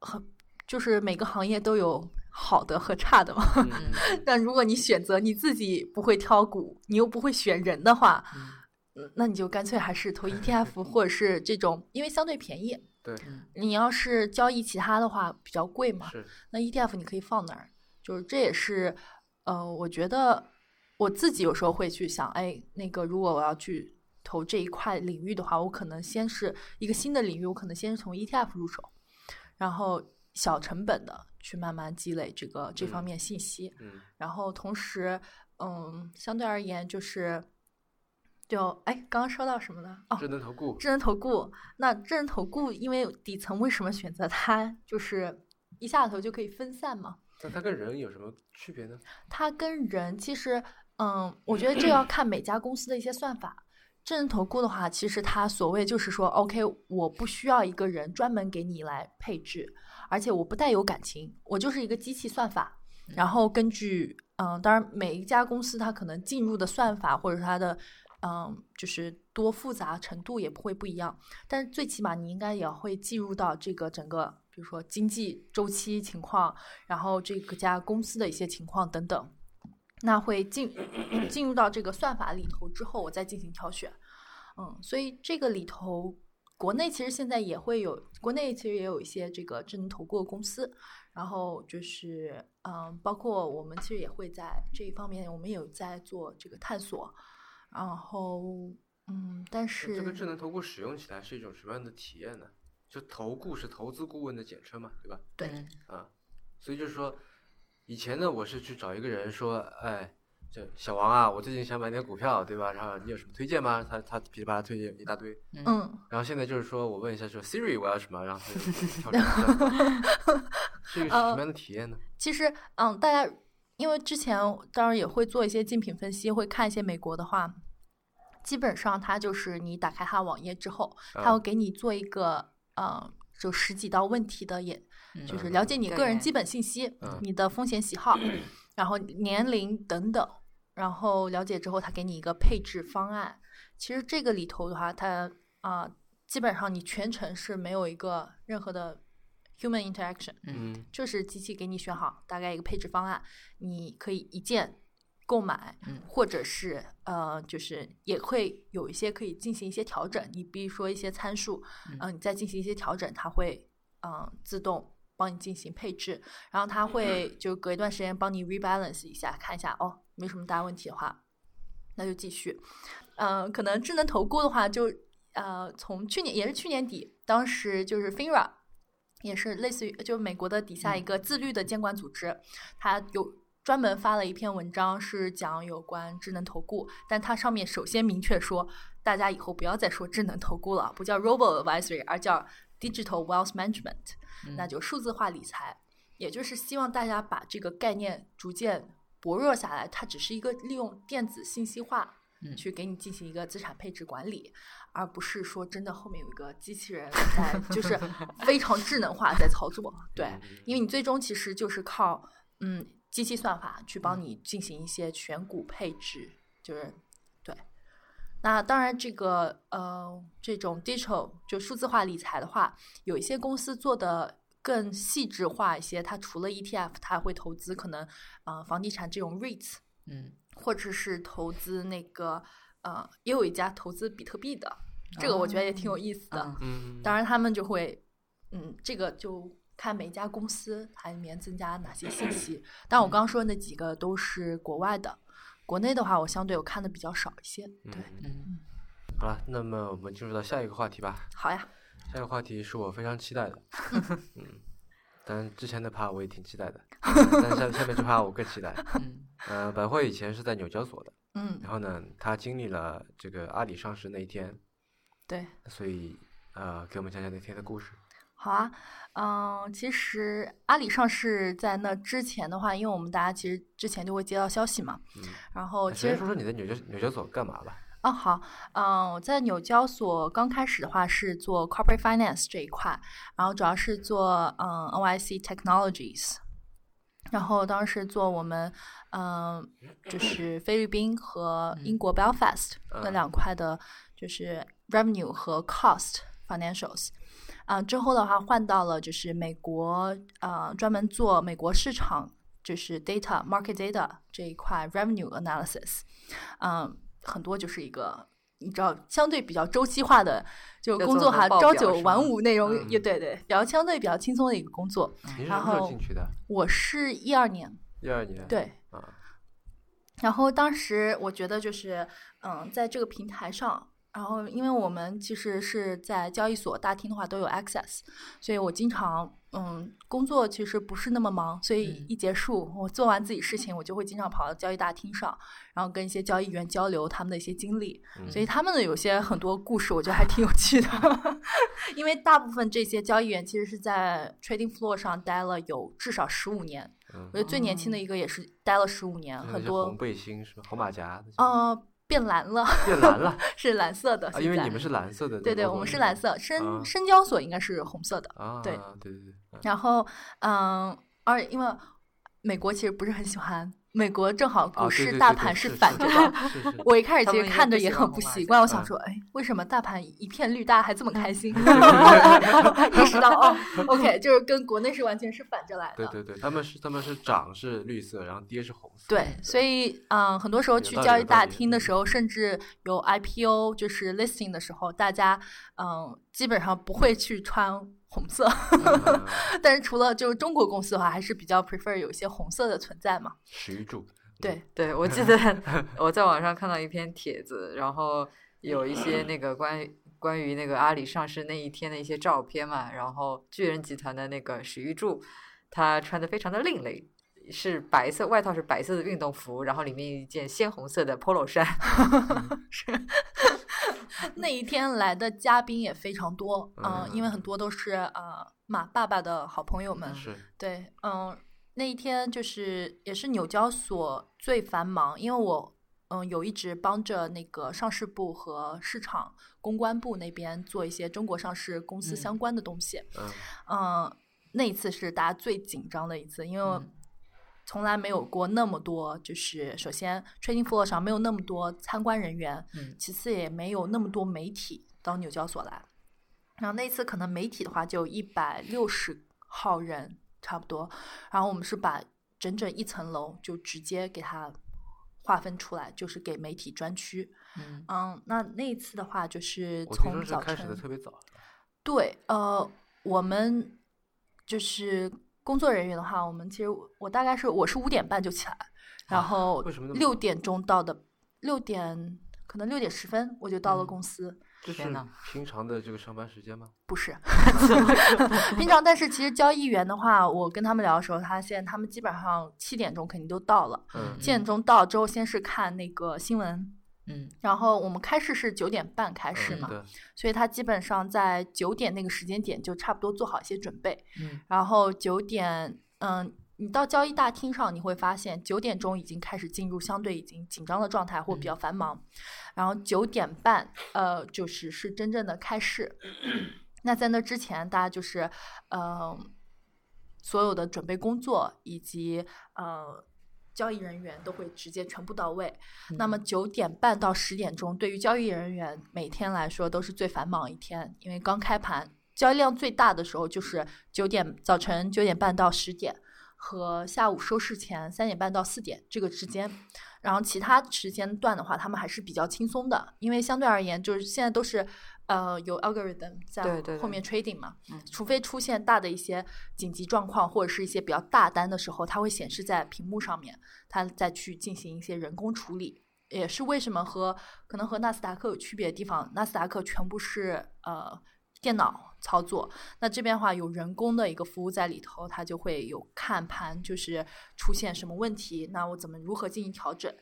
Speaker 3: 很就是每个行业都有好的和差的嘛。 <laughs>
Speaker 1: 嗯
Speaker 3: 但如果你选择你自己不会挑股，你又不会选人的话，
Speaker 2: 嗯
Speaker 3: 嗯那你就干脆还是投 ETF 或者是这种，因为相对便宜。
Speaker 1: 对，
Speaker 3: 你要是交易其他的话比较贵 <laughs> 嘛，
Speaker 1: 嗯是，
Speaker 3: 那 ETF 你可以放那儿，就是这也是，呃，我觉得我自己有时候会去想，哎，那个如果我要去投这一块领域的话，我可能先是一个新的领域，我可能先是从 ETF 入手，然后小成本的去慢慢积累这个这方
Speaker 1: 嗯
Speaker 3: 面信息，
Speaker 1: 嗯
Speaker 3: 然后同时，嗯，相对而言就是，就哎，刚刚说到什么呢？哦，
Speaker 1: 智能投顾，
Speaker 3: 智能投顾，那智能投顾因为底层为什么选择它，就是一下头就可以分散嘛。
Speaker 1: 那它跟人有什么区别呢？
Speaker 3: 它跟人其实，嗯，我觉得这要看每家公司的一些算法。智能投顾的话，其实它所谓就是说，OK，我不需要一个人专门给你来配置，而且我不带有感情，我就是一个机器算法。然后根据，嗯，当然每一家公司它可能进入的算法或者它的，嗯，就是多复杂程度也不会不一样，但是最起码你应该也会进入到这个整个，比如说经济周期情况，然后这个家公司的一些情况等等，那会进进入到这个算法里头之后，我再进行挑选。嗯，所以这个里头，国内其实现在也会有，国内其实也有一些这个智能投顾的公司，然后就是嗯，包括我们其实也会在这一方面，我们有在做这个探索，然后嗯，但
Speaker 1: 那这个
Speaker 3: 是
Speaker 1: 智能投顾使用起来是一种什么样的体验呢？就投顾是投资顾问的简称嘛，对吧？
Speaker 3: 对
Speaker 2: 嗯
Speaker 1: 啊，所以就是说，以前呢，我是去找一个人说，哎，这小王啊，我最近想买点股票，对吧？然后你有什么推荐吗？他他噼里啪啦推荐一大堆。
Speaker 3: 嗯，
Speaker 1: 然后现在就是说我问一下说 Siri 我要什么，然后他就跳出来，
Speaker 3: <laughs>
Speaker 1: 是一个什
Speaker 3: 哦
Speaker 1: 么样的体验呢？
Speaker 3: 其实，嗯，大家因为之前当然也会做一些竞品分析，会看一些美国的话，基本上它就是你打开它网页之后，它会
Speaker 1: 啊，
Speaker 3: 给你做一个，呃，就十几道问题的也，
Speaker 2: 嗯
Speaker 3: 就是了解你
Speaker 2: 嗯
Speaker 3: 个人
Speaker 2: 对
Speaker 3: 基本信息、
Speaker 1: 嗯
Speaker 3: 你的风险喜好，然后年龄等等，然后了解之后，它给你一个配置方案。其实这个里头的话，它啊、基本上你全程是没有一个任何的 human interaction。
Speaker 1: 嗯
Speaker 3: 就是机器给你选好大概一个配置方案，你可以一键购买，
Speaker 2: 嗯
Speaker 3: 或者是呃，就是也会有一些可以进行一些调整。你比如说一些参数，嗯、
Speaker 2: 嗯
Speaker 3: 你再进行一些调整，它会嗯、呃自动帮你进行配置，然后它会就隔一段时间帮你 rebalance 一下，看一下哦，没什么大问题的话，那就继续。呃，可能智能投顾的话就，呃，从去年也是去年底，当时就是 FINRA 也是类似于就美国的底下一个自律的监管组织，它有专门发了一篇文章，是讲有关智能投顾，但它上面首先明确说，大家以后不要再说智能投顾了，不叫 Robo Advisory，而叫 Digital Wealth Management，、
Speaker 2: 嗯
Speaker 3: 那就数字化理财，也就是希望大家把这个概念逐渐薄弱下来，它只是一个利用电子信息化
Speaker 2: 嗯
Speaker 3: 去给你进行一个资产配置管理，而不是说真的后面有一个机器人在，就是非常智能化在操 <laughs> 作。对，
Speaker 1: 嗯
Speaker 3: 因为你最终其实就是靠嗯机器算法去帮你进行一些选股配置，就是对。那当然，这个呃，这种 digital 就数字化理财的话，有一些公司做的更细致化一些。它除了 ETF，它会投资可能呃房地产这种 REITs，
Speaker 2: 嗯
Speaker 3: 或者是投资那个呃，也有一家投资比特币的，这个我觉得也挺有意思的。
Speaker 2: 嗯
Speaker 1: 嗯，
Speaker 3: 当然，他们就会，嗯，这个就看每家公司它里面增加哪些信息。但我刚刚说的那几个都是国外的，国内的话我相对我看的比较少一些。对，
Speaker 2: 嗯，
Speaker 1: 好了，那么我们进入到下一个话题吧。
Speaker 3: 好呀，
Speaker 1: 下一个话题是我非常期
Speaker 3: <laughs>
Speaker 1: 待的，嗯，但之前的趴我也挺期待的，嗯但下下面这趴我更期待。
Speaker 2: 嗯
Speaker 1: 呃，百惠以前是在纽交所的，
Speaker 3: 嗯，
Speaker 1: 然后呢，他经历了这个阿里上市那一天，
Speaker 3: 对，
Speaker 1: 所以呃，给我们讲讲那天的故事。
Speaker 3: 好啊，嗯，其实阿里上市在那之前的话，因为我们大家其实之前就会接到消息嘛，
Speaker 1: 嗯，
Speaker 3: 然后
Speaker 1: 哎
Speaker 3: 哦其
Speaker 1: 先
Speaker 3: 实
Speaker 1: 说说你在纽交纽交所干嘛吧。
Speaker 3: 哦，好，嗯，我在纽交所刚开始的话是做 corporate finance 这一块，然后主要是做嗯 NYC Technologies，然后当时做我们嗯就是菲律宾和英国 Belfast 那
Speaker 1: 嗯
Speaker 3: 两块的，就是 revenue 和 cost financials。啊，之后的话换到了就是美国，呃，专门做美国市场，就是 data market data 这一块 revenue analysis，嗯，很多就是一个你知道相对比较周期化的，就
Speaker 2: 要
Speaker 3: 工
Speaker 2: 做
Speaker 3: 作
Speaker 2: 很
Speaker 3: 哈，
Speaker 2: 多报
Speaker 3: 朝
Speaker 2: 表
Speaker 3: 九
Speaker 2: 是
Speaker 3: 晚
Speaker 2: 吗
Speaker 3: 五内容
Speaker 1: 嗯
Speaker 3: 也对对，比较相对比较轻松的一个工作。
Speaker 1: 你是什
Speaker 3: 嗯然
Speaker 1: 么时候
Speaker 3: 后
Speaker 1: 进去的？
Speaker 3: 我是一二年，
Speaker 1: 一二年。
Speaker 3: 对，
Speaker 1: 啊，
Speaker 3: 然后当时我觉得就是，嗯，在这个平台上，然后因为我们其实是在交易所大厅的话都有 access，所以我经常，嗯，工作其实不是那么忙，所以
Speaker 2: 嗯
Speaker 3: 一结束我做完自己事情，我就会经常跑到交易大厅上，然后跟一些交易员交流他们的一些经历，
Speaker 1: 嗯
Speaker 3: 所以他们的有些很多故事，我觉得还挺有趣的， <laughs> 因为大部分这些交易员其实是在 trading floor 上待了有至少十五年，
Speaker 1: 嗯
Speaker 3: 我觉得最年轻的一个也是待了十五年，
Speaker 1: 就是那
Speaker 3: 很
Speaker 1: 些
Speaker 3: 多
Speaker 1: 红背心是吧？红马甲那些。
Speaker 3: 呃，变蓝了， <laughs>
Speaker 1: 变蓝了
Speaker 3: 是蓝色的。
Speaker 1: 啊！因为
Speaker 3: 现
Speaker 1: 你
Speaker 3: 在
Speaker 1: 们是蓝色的。
Speaker 3: 对对，我们是蓝。色，
Speaker 1: 啊
Speaker 3: 深深交所应该是红色的。
Speaker 1: 啊，
Speaker 3: 对
Speaker 1: 对对对。嗯
Speaker 3: 然后，嗯，而因为美国其实不是很喜欢，美国正好
Speaker 1: 啊，
Speaker 3: 股
Speaker 1: 对对
Speaker 3: 市
Speaker 1: 对
Speaker 3: 大
Speaker 1: 对
Speaker 3: 盘
Speaker 1: 是
Speaker 3: 反着的。 <laughs>
Speaker 1: 是是。
Speaker 3: 我一开始
Speaker 2: 他
Speaker 3: 其实
Speaker 2: 们也
Speaker 3: 看
Speaker 2: 不
Speaker 3: 着
Speaker 2: 喜
Speaker 3: 也
Speaker 2: 欢
Speaker 3: 很
Speaker 2: 红
Speaker 3: 不
Speaker 2: 外
Speaker 3: 习
Speaker 2: 线
Speaker 3: 惯，我想
Speaker 1: 嗯
Speaker 3: 说，哎，为什么大盘一片绿，大家还这么
Speaker 2: <laughs>
Speaker 3: 开心？ <laughs> 然后意识到哦，OK，就是跟国内是完全是反着来
Speaker 1: 对
Speaker 3: 的。
Speaker 1: 对对，他们是他们是涨是绿色，然后跌是红色。
Speaker 3: 对，所以嗯，很多时候
Speaker 1: 有
Speaker 3: 去
Speaker 1: 道理
Speaker 3: 交
Speaker 1: 有
Speaker 3: 易
Speaker 1: 道
Speaker 3: 大
Speaker 1: 理
Speaker 3: 厅的
Speaker 1: 嗯
Speaker 3: 时候，甚至有 IPO 就是 listing 的时候，大家嗯基本上不会去穿红色， <laughs>
Speaker 1: 嗯
Speaker 3: 但是除了就是中国公司的话，还是比较 prefer 有一些红色的存在嘛。
Speaker 1: 史玉柱，
Speaker 3: 对，
Speaker 2: 对，我记得
Speaker 3: <laughs>
Speaker 2: 我在网上看到一篇帖子，然后有一些那个关于关于那个阿里上市那一天的一些照片嘛，然后巨人集团的那个史玉柱，他穿的非常的另类。是白色外套是白色的运动服，然后里面一件鲜红色的 polo 衫。
Speaker 3: 那一天来的嘉宾也非常多，嗯、因为
Speaker 1: 嗯
Speaker 3: 很多都是呃马爸爸的好朋友们，
Speaker 1: 是
Speaker 3: 对，嗯，那一天就是也是纽交所最繁忙，因为我嗯有一直帮着那个上市部和市场公关部那边做一些中国上市公司
Speaker 2: 嗯
Speaker 3: 相关的东西。 <laughs>
Speaker 1: 嗯
Speaker 3: 嗯，那一次是大家最紧张的一次，因为我
Speaker 2: 嗯
Speaker 3: 从来没有过那么多，就是首先 trading floor 上没有那么多参观人员，
Speaker 2: 嗯
Speaker 3: 其次也没有那么多媒体到纽交所来。然后那次可能媒体的话就一百六十号人差不多，然后我们是把整整一层楼就直接给它划分出来，就是给媒体专区。
Speaker 2: 嗯
Speaker 3: 嗯，那那一次的话就是
Speaker 1: 我听
Speaker 3: 从
Speaker 1: 说是
Speaker 3: 早
Speaker 1: 开始的
Speaker 3: 晨
Speaker 1: 特别早，
Speaker 3: 对，呃，我们就是工作人员的话，我们其实我我大概是我是五点半就起来，然
Speaker 1: 啊
Speaker 3: 后
Speaker 1: 为什么那么
Speaker 3: 六
Speaker 1: 早
Speaker 3: 点钟到的，六点可能六点十分我就到了
Speaker 2: 嗯
Speaker 3: 公司，
Speaker 1: 这
Speaker 2: 天
Speaker 1: 是
Speaker 2: 呐
Speaker 1: 平常的这个上班时间吗？
Speaker 3: 不是 <laughs> 平常，但是其实交易员的话，我跟他们聊的时候，他现在他们基本上七点钟肯定都到了，
Speaker 1: 嗯
Speaker 3: 七点钟到之后先是看那个新闻。
Speaker 2: 嗯
Speaker 3: 然后我们开市是九点半开市
Speaker 1: 嗯
Speaker 3: 嘛，
Speaker 1: 对，
Speaker 3: 所以他基本上在九点那个时间点就差不多做好一些准备。
Speaker 2: 嗯
Speaker 3: 然后九点，嗯，你到交易大厅上，你会发现九点钟已经开始进入相对已经紧张的状态或比较繁忙，然后九点半，呃，就是是真正的开市。那在那之前，大家就是，呃，所有的准备工作以及呃。交易人员都会直接全部到位。那
Speaker 2: 嗯
Speaker 3: 么九点半到十点钟，对于交易人员每天来说都是最繁忙一天，因为刚开盘，交易量最大的时候就是九点早晨九点半到十点和下午收市前三点半到四点这个之间。然后其他时间段的话，他们还是比较轻松的，因为相对而言，就是现在都是呃有 algorithm
Speaker 2: 对
Speaker 3: 在
Speaker 2: 对对
Speaker 3: 后面 trading 嘛，
Speaker 2: 嗯
Speaker 3: 除非出现大的一些紧急状况或者是一些比较大单的时候，它会显示在屏幕上面，它再去进行一些人工处理。也是为什么和可能和纳斯达克有区别的地方，纳斯达克全部是呃电脑操作，那这边的话有人工的一个服务在里头，它就会有看盘，就是出现什么问题，那我怎么如何进行调整。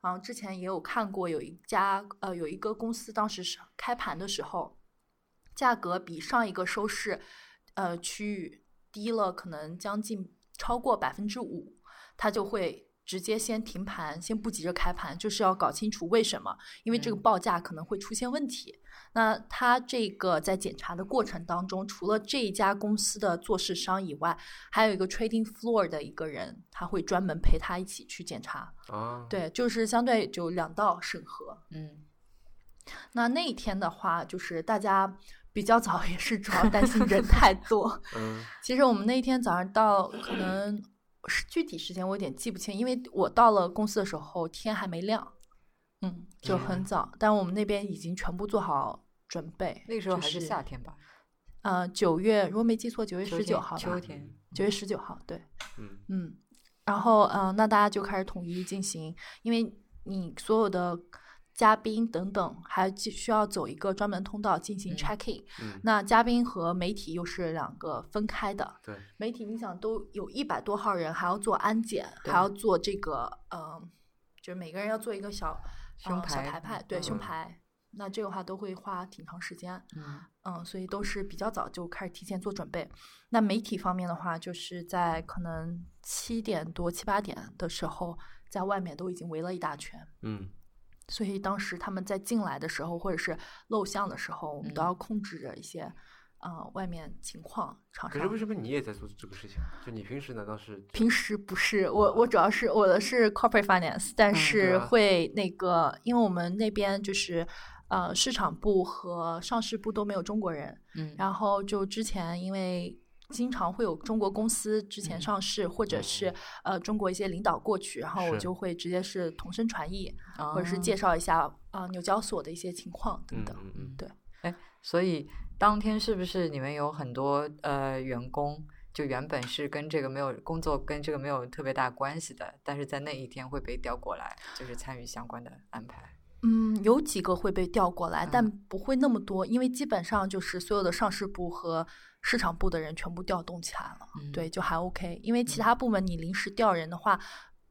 Speaker 3: 然啊后之前也有看过有一家呃有一个公司当时是开盘的时候，价格比上一个收市呃区域低了可能将近超过百分之五，它就会直接先停盘，先不急着开盘，就是要搞清楚为什么，因为这个
Speaker 2: 嗯
Speaker 3: 报价可能会出现问题。那他这个在检查的过程当中，除了这一家公司的做市商以外，还有一个 trading floor 的一个人，他会专门陪他一起去检查。
Speaker 1: 啊，，
Speaker 3: 对，就是相对就两道审核。
Speaker 2: 嗯，
Speaker 3: 那那一天的话，就是大家比较早，也是主要担心人太多。 <laughs>
Speaker 1: 嗯
Speaker 3: 其实我们那一天早上到，可能是具体时间我有点记不清，因为我到了公司的时候天还没亮，嗯，就很
Speaker 1: 嗯
Speaker 3: 早。但我们那边已经全部做好准备。
Speaker 2: 那个时候
Speaker 3: 就
Speaker 2: 还是
Speaker 3: 是
Speaker 2: 夏天吧，
Speaker 3: 呃，九月如果没记错，九月
Speaker 2: 秋
Speaker 3: 十九
Speaker 2: 天
Speaker 3: 号
Speaker 2: 秋
Speaker 3: 吧，
Speaker 2: 天，
Speaker 3: 九月十九号，对，
Speaker 1: 嗯
Speaker 3: 嗯，然后嗯、呃那大家就开始统一进行，因为你所有的嘉宾等等，还继需要走一个专门通道进行
Speaker 2: 嗯
Speaker 3: check in、
Speaker 1: 嗯，
Speaker 3: 那嘉宾和媒体又是两个分开的，
Speaker 1: 对，
Speaker 3: 媒体你想都有一百多号人，还要做安检，
Speaker 2: 对
Speaker 3: 还要做这个嗯、就是每个人要做一个小
Speaker 2: 胸
Speaker 3: 呃小
Speaker 2: 牌
Speaker 3: 牌牌，对、
Speaker 2: 嗯
Speaker 3: 胸牌。那这个话都会花挺长时间，
Speaker 2: 嗯
Speaker 3: 嗯，所以都是比较早就开始提前做准备。那媒体方面的话，就是在可能七点多、七八点的时候，在外面都已经围了一大圈。
Speaker 1: 嗯
Speaker 3: 所以当时他们在进来的时候，或者是露相的时候，我们都
Speaker 2: 嗯
Speaker 3: 要控制着一些，呃，外面情况。场
Speaker 1: 可
Speaker 3: 上
Speaker 1: 是为什么你也在做这个事情？就你平时难道是
Speaker 3: 平时不是我，我主要是我的是 corporate finance，但
Speaker 1: 哦对
Speaker 3: 是
Speaker 1: 啊
Speaker 3: 会那个，因为我们那边就是，呃，市场部和上市部都没有中国人，
Speaker 2: 嗯，
Speaker 3: 然后就之前因为经常会有中国公司之前
Speaker 2: 嗯哦
Speaker 3: 上市，或者是呃中国一些领导过去，然后我
Speaker 1: 是
Speaker 3: 就会直接是同声传译，
Speaker 2: 后
Speaker 3: 或者是介绍一下啊、呃纽交所的一些情况等
Speaker 1: 嗯
Speaker 3: 等。
Speaker 1: 嗯嗯
Speaker 2: 哎所以当天是不是你们有很多呃员工，就原本是跟这个没有工作跟这个没有特别大关系的，但是在那一天会被调过来，就是参与相关的安排？
Speaker 3: 嗯，有几个会被调过来，但
Speaker 2: 嗯
Speaker 3: 不会那么多，因为基本上就是所有的上市部和市场部的人全部调动起来了，
Speaker 2: 嗯
Speaker 3: 对，就还 OK。因为其他部门你临时调人的话，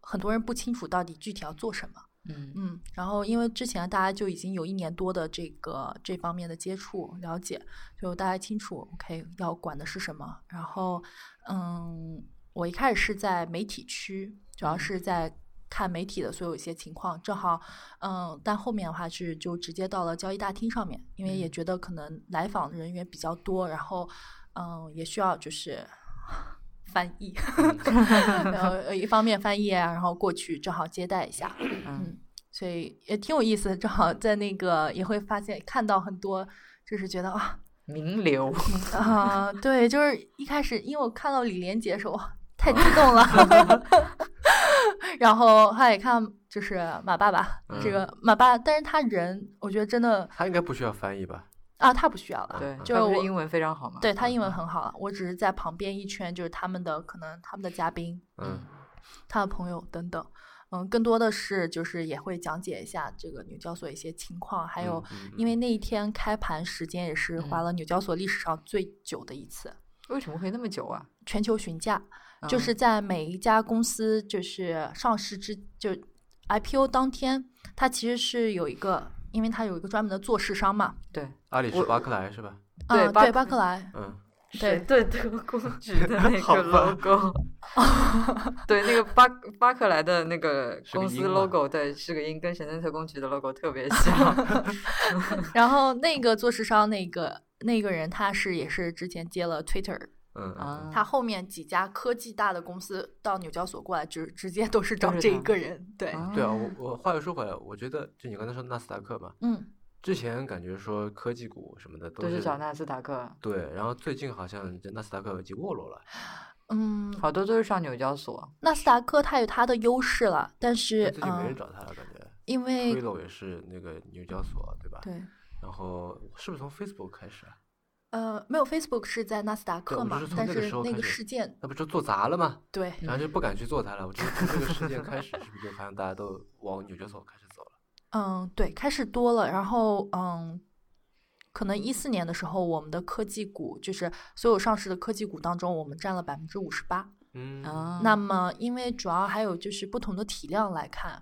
Speaker 3: 很多人不清楚到底具体要做什么。
Speaker 2: 嗯
Speaker 3: 嗯，然后因为之前大家就已经有一年多的这个这方面的接触了解，就大家清楚 OK 要管的是什么。然后，嗯，我一开始是在媒体区，主
Speaker 2: 嗯
Speaker 3: 要是在看媒体的所有一些情况，正好，嗯，但后面的话是就直接到了交易大厅上面，因为也
Speaker 2: 嗯
Speaker 3: 觉得可能来访人员比较多，然后，嗯，也需要就是 <laughs> 翻译，
Speaker 2: 嗯
Speaker 3: 然后呃一方面翻译啊，然后过去正好接待
Speaker 2: <clears throat>
Speaker 3: 一下。
Speaker 2: 嗯
Speaker 3: 嗯，所以也挺有意思的。正好在那个也会发现看到很多，就是觉得啊
Speaker 2: 名流，
Speaker 3: 啊，对，就是一开始因为我看到李连杰的时候，哇太激
Speaker 1: <laughs>
Speaker 3: 动了，然后还也看就是马爸爸、
Speaker 1: 嗯
Speaker 3: 这个马爸，但是他人我觉得真的
Speaker 1: 他应该不需要翻译吧？
Speaker 3: 啊，他不需要了。
Speaker 2: 对，
Speaker 1: 嗯
Speaker 2: 他
Speaker 3: 就是
Speaker 2: 不是
Speaker 3: 我
Speaker 2: 英文非常好嘛，
Speaker 3: 对他英文很好了，我只是在旁边一圈，就是他们的可能他们的嘉宾，
Speaker 1: 嗯
Speaker 3: 他的朋友等等。嗯，更多的是就是也会讲解一下这个纽交所一些情况，还有
Speaker 1: 嗯嗯
Speaker 3: 因为那一天开盘时间也是
Speaker 2: 嗯
Speaker 3: 华了纽交所历史上最久的一次，
Speaker 2: 为什么会那么久啊？
Speaker 3: 全球询价，就
Speaker 2: 嗯
Speaker 3: 是在每一家公司就是上市之就 IPO 当天，它其实是有一个，因为它有一个专门的做市商嘛，
Speaker 2: 对
Speaker 1: 阿里是
Speaker 2: 我
Speaker 1: 巴克莱是吧？
Speaker 2: 对
Speaker 3: 啊
Speaker 2: 巴
Speaker 3: 对，
Speaker 2: 克
Speaker 3: 巴克莱， <laughs>
Speaker 1: 嗯，
Speaker 3: 对
Speaker 2: 水遁德 <laughs> 公爵的那
Speaker 1: 好
Speaker 2: 个
Speaker 1: 吧
Speaker 3: <laughs>
Speaker 2: logo，对，那个巴巴克莱的那个
Speaker 1: 是个
Speaker 2: 公
Speaker 1: 鹰
Speaker 2: 司
Speaker 1: 吧
Speaker 2: logo，对，是个鹰，跟神盾特工局的 logo 特别像。
Speaker 3: 然后那个做市商那个那个人他是也是之前接了 Twitter
Speaker 1: 嗯嗯
Speaker 2: 啊，
Speaker 3: <laughs> 他后面几家科技大的公司到纽交所过来，直直接都是找
Speaker 2: 都是
Speaker 3: 这一
Speaker 2: 他
Speaker 3: 个人。对，
Speaker 1: 嗯，对啊，我我话又说回来，我觉得就你刚才说纳斯达克嘛，
Speaker 3: 嗯，
Speaker 1: 之前感觉说科技股什么的都
Speaker 2: 都是
Speaker 1: 是
Speaker 2: 找纳斯达克，啊
Speaker 1: 对，然后最近好像这纳斯达克已经没落了，
Speaker 3: 嗯，
Speaker 2: 好多都是上纽交所。
Speaker 3: 纳斯达克它有它的优势了，但是
Speaker 1: 但最近没
Speaker 3: 嗯、
Speaker 1: 人
Speaker 3: 呃
Speaker 1: 找他了，感觉。
Speaker 3: 因为
Speaker 1: Trillo 也是那个纽交所对吧？
Speaker 3: 对，
Speaker 1: 然后是不是从 Facebook 开始啊？
Speaker 3: 呃，没有 Facebook 是在纳斯达
Speaker 1: 对
Speaker 3: 克
Speaker 1: 我们
Speaker 3: 嘛
Speaker 1: 是，从
Speaker 3: 但
Speaker 1: 那个
Speaker 3: 是
Speaker 1: 时候
Speaker 3: 那
Speaker 1: 开
Speaker 3: 个
Speaker 1: 始
Speaker 3: 事件，
Speaker 1: 那不就做砸了吗？
Speaker 3: 对，
Speaker 1: 然后就不敢去做它了。我觉得从这个事件开始，是不是就发现大家都往纽交所开始走了？
Speaker 3: 嗯，对，开始多了，然后嗯，可能一四年的时候，我们的科技股就是所有上市的科技股当中，我们占了百分之五十八。
Speaker 1: 嗯，
Speaker 2: 啊，
Speaker 3: 哦那么，因为主要还有就是不同的体量来看，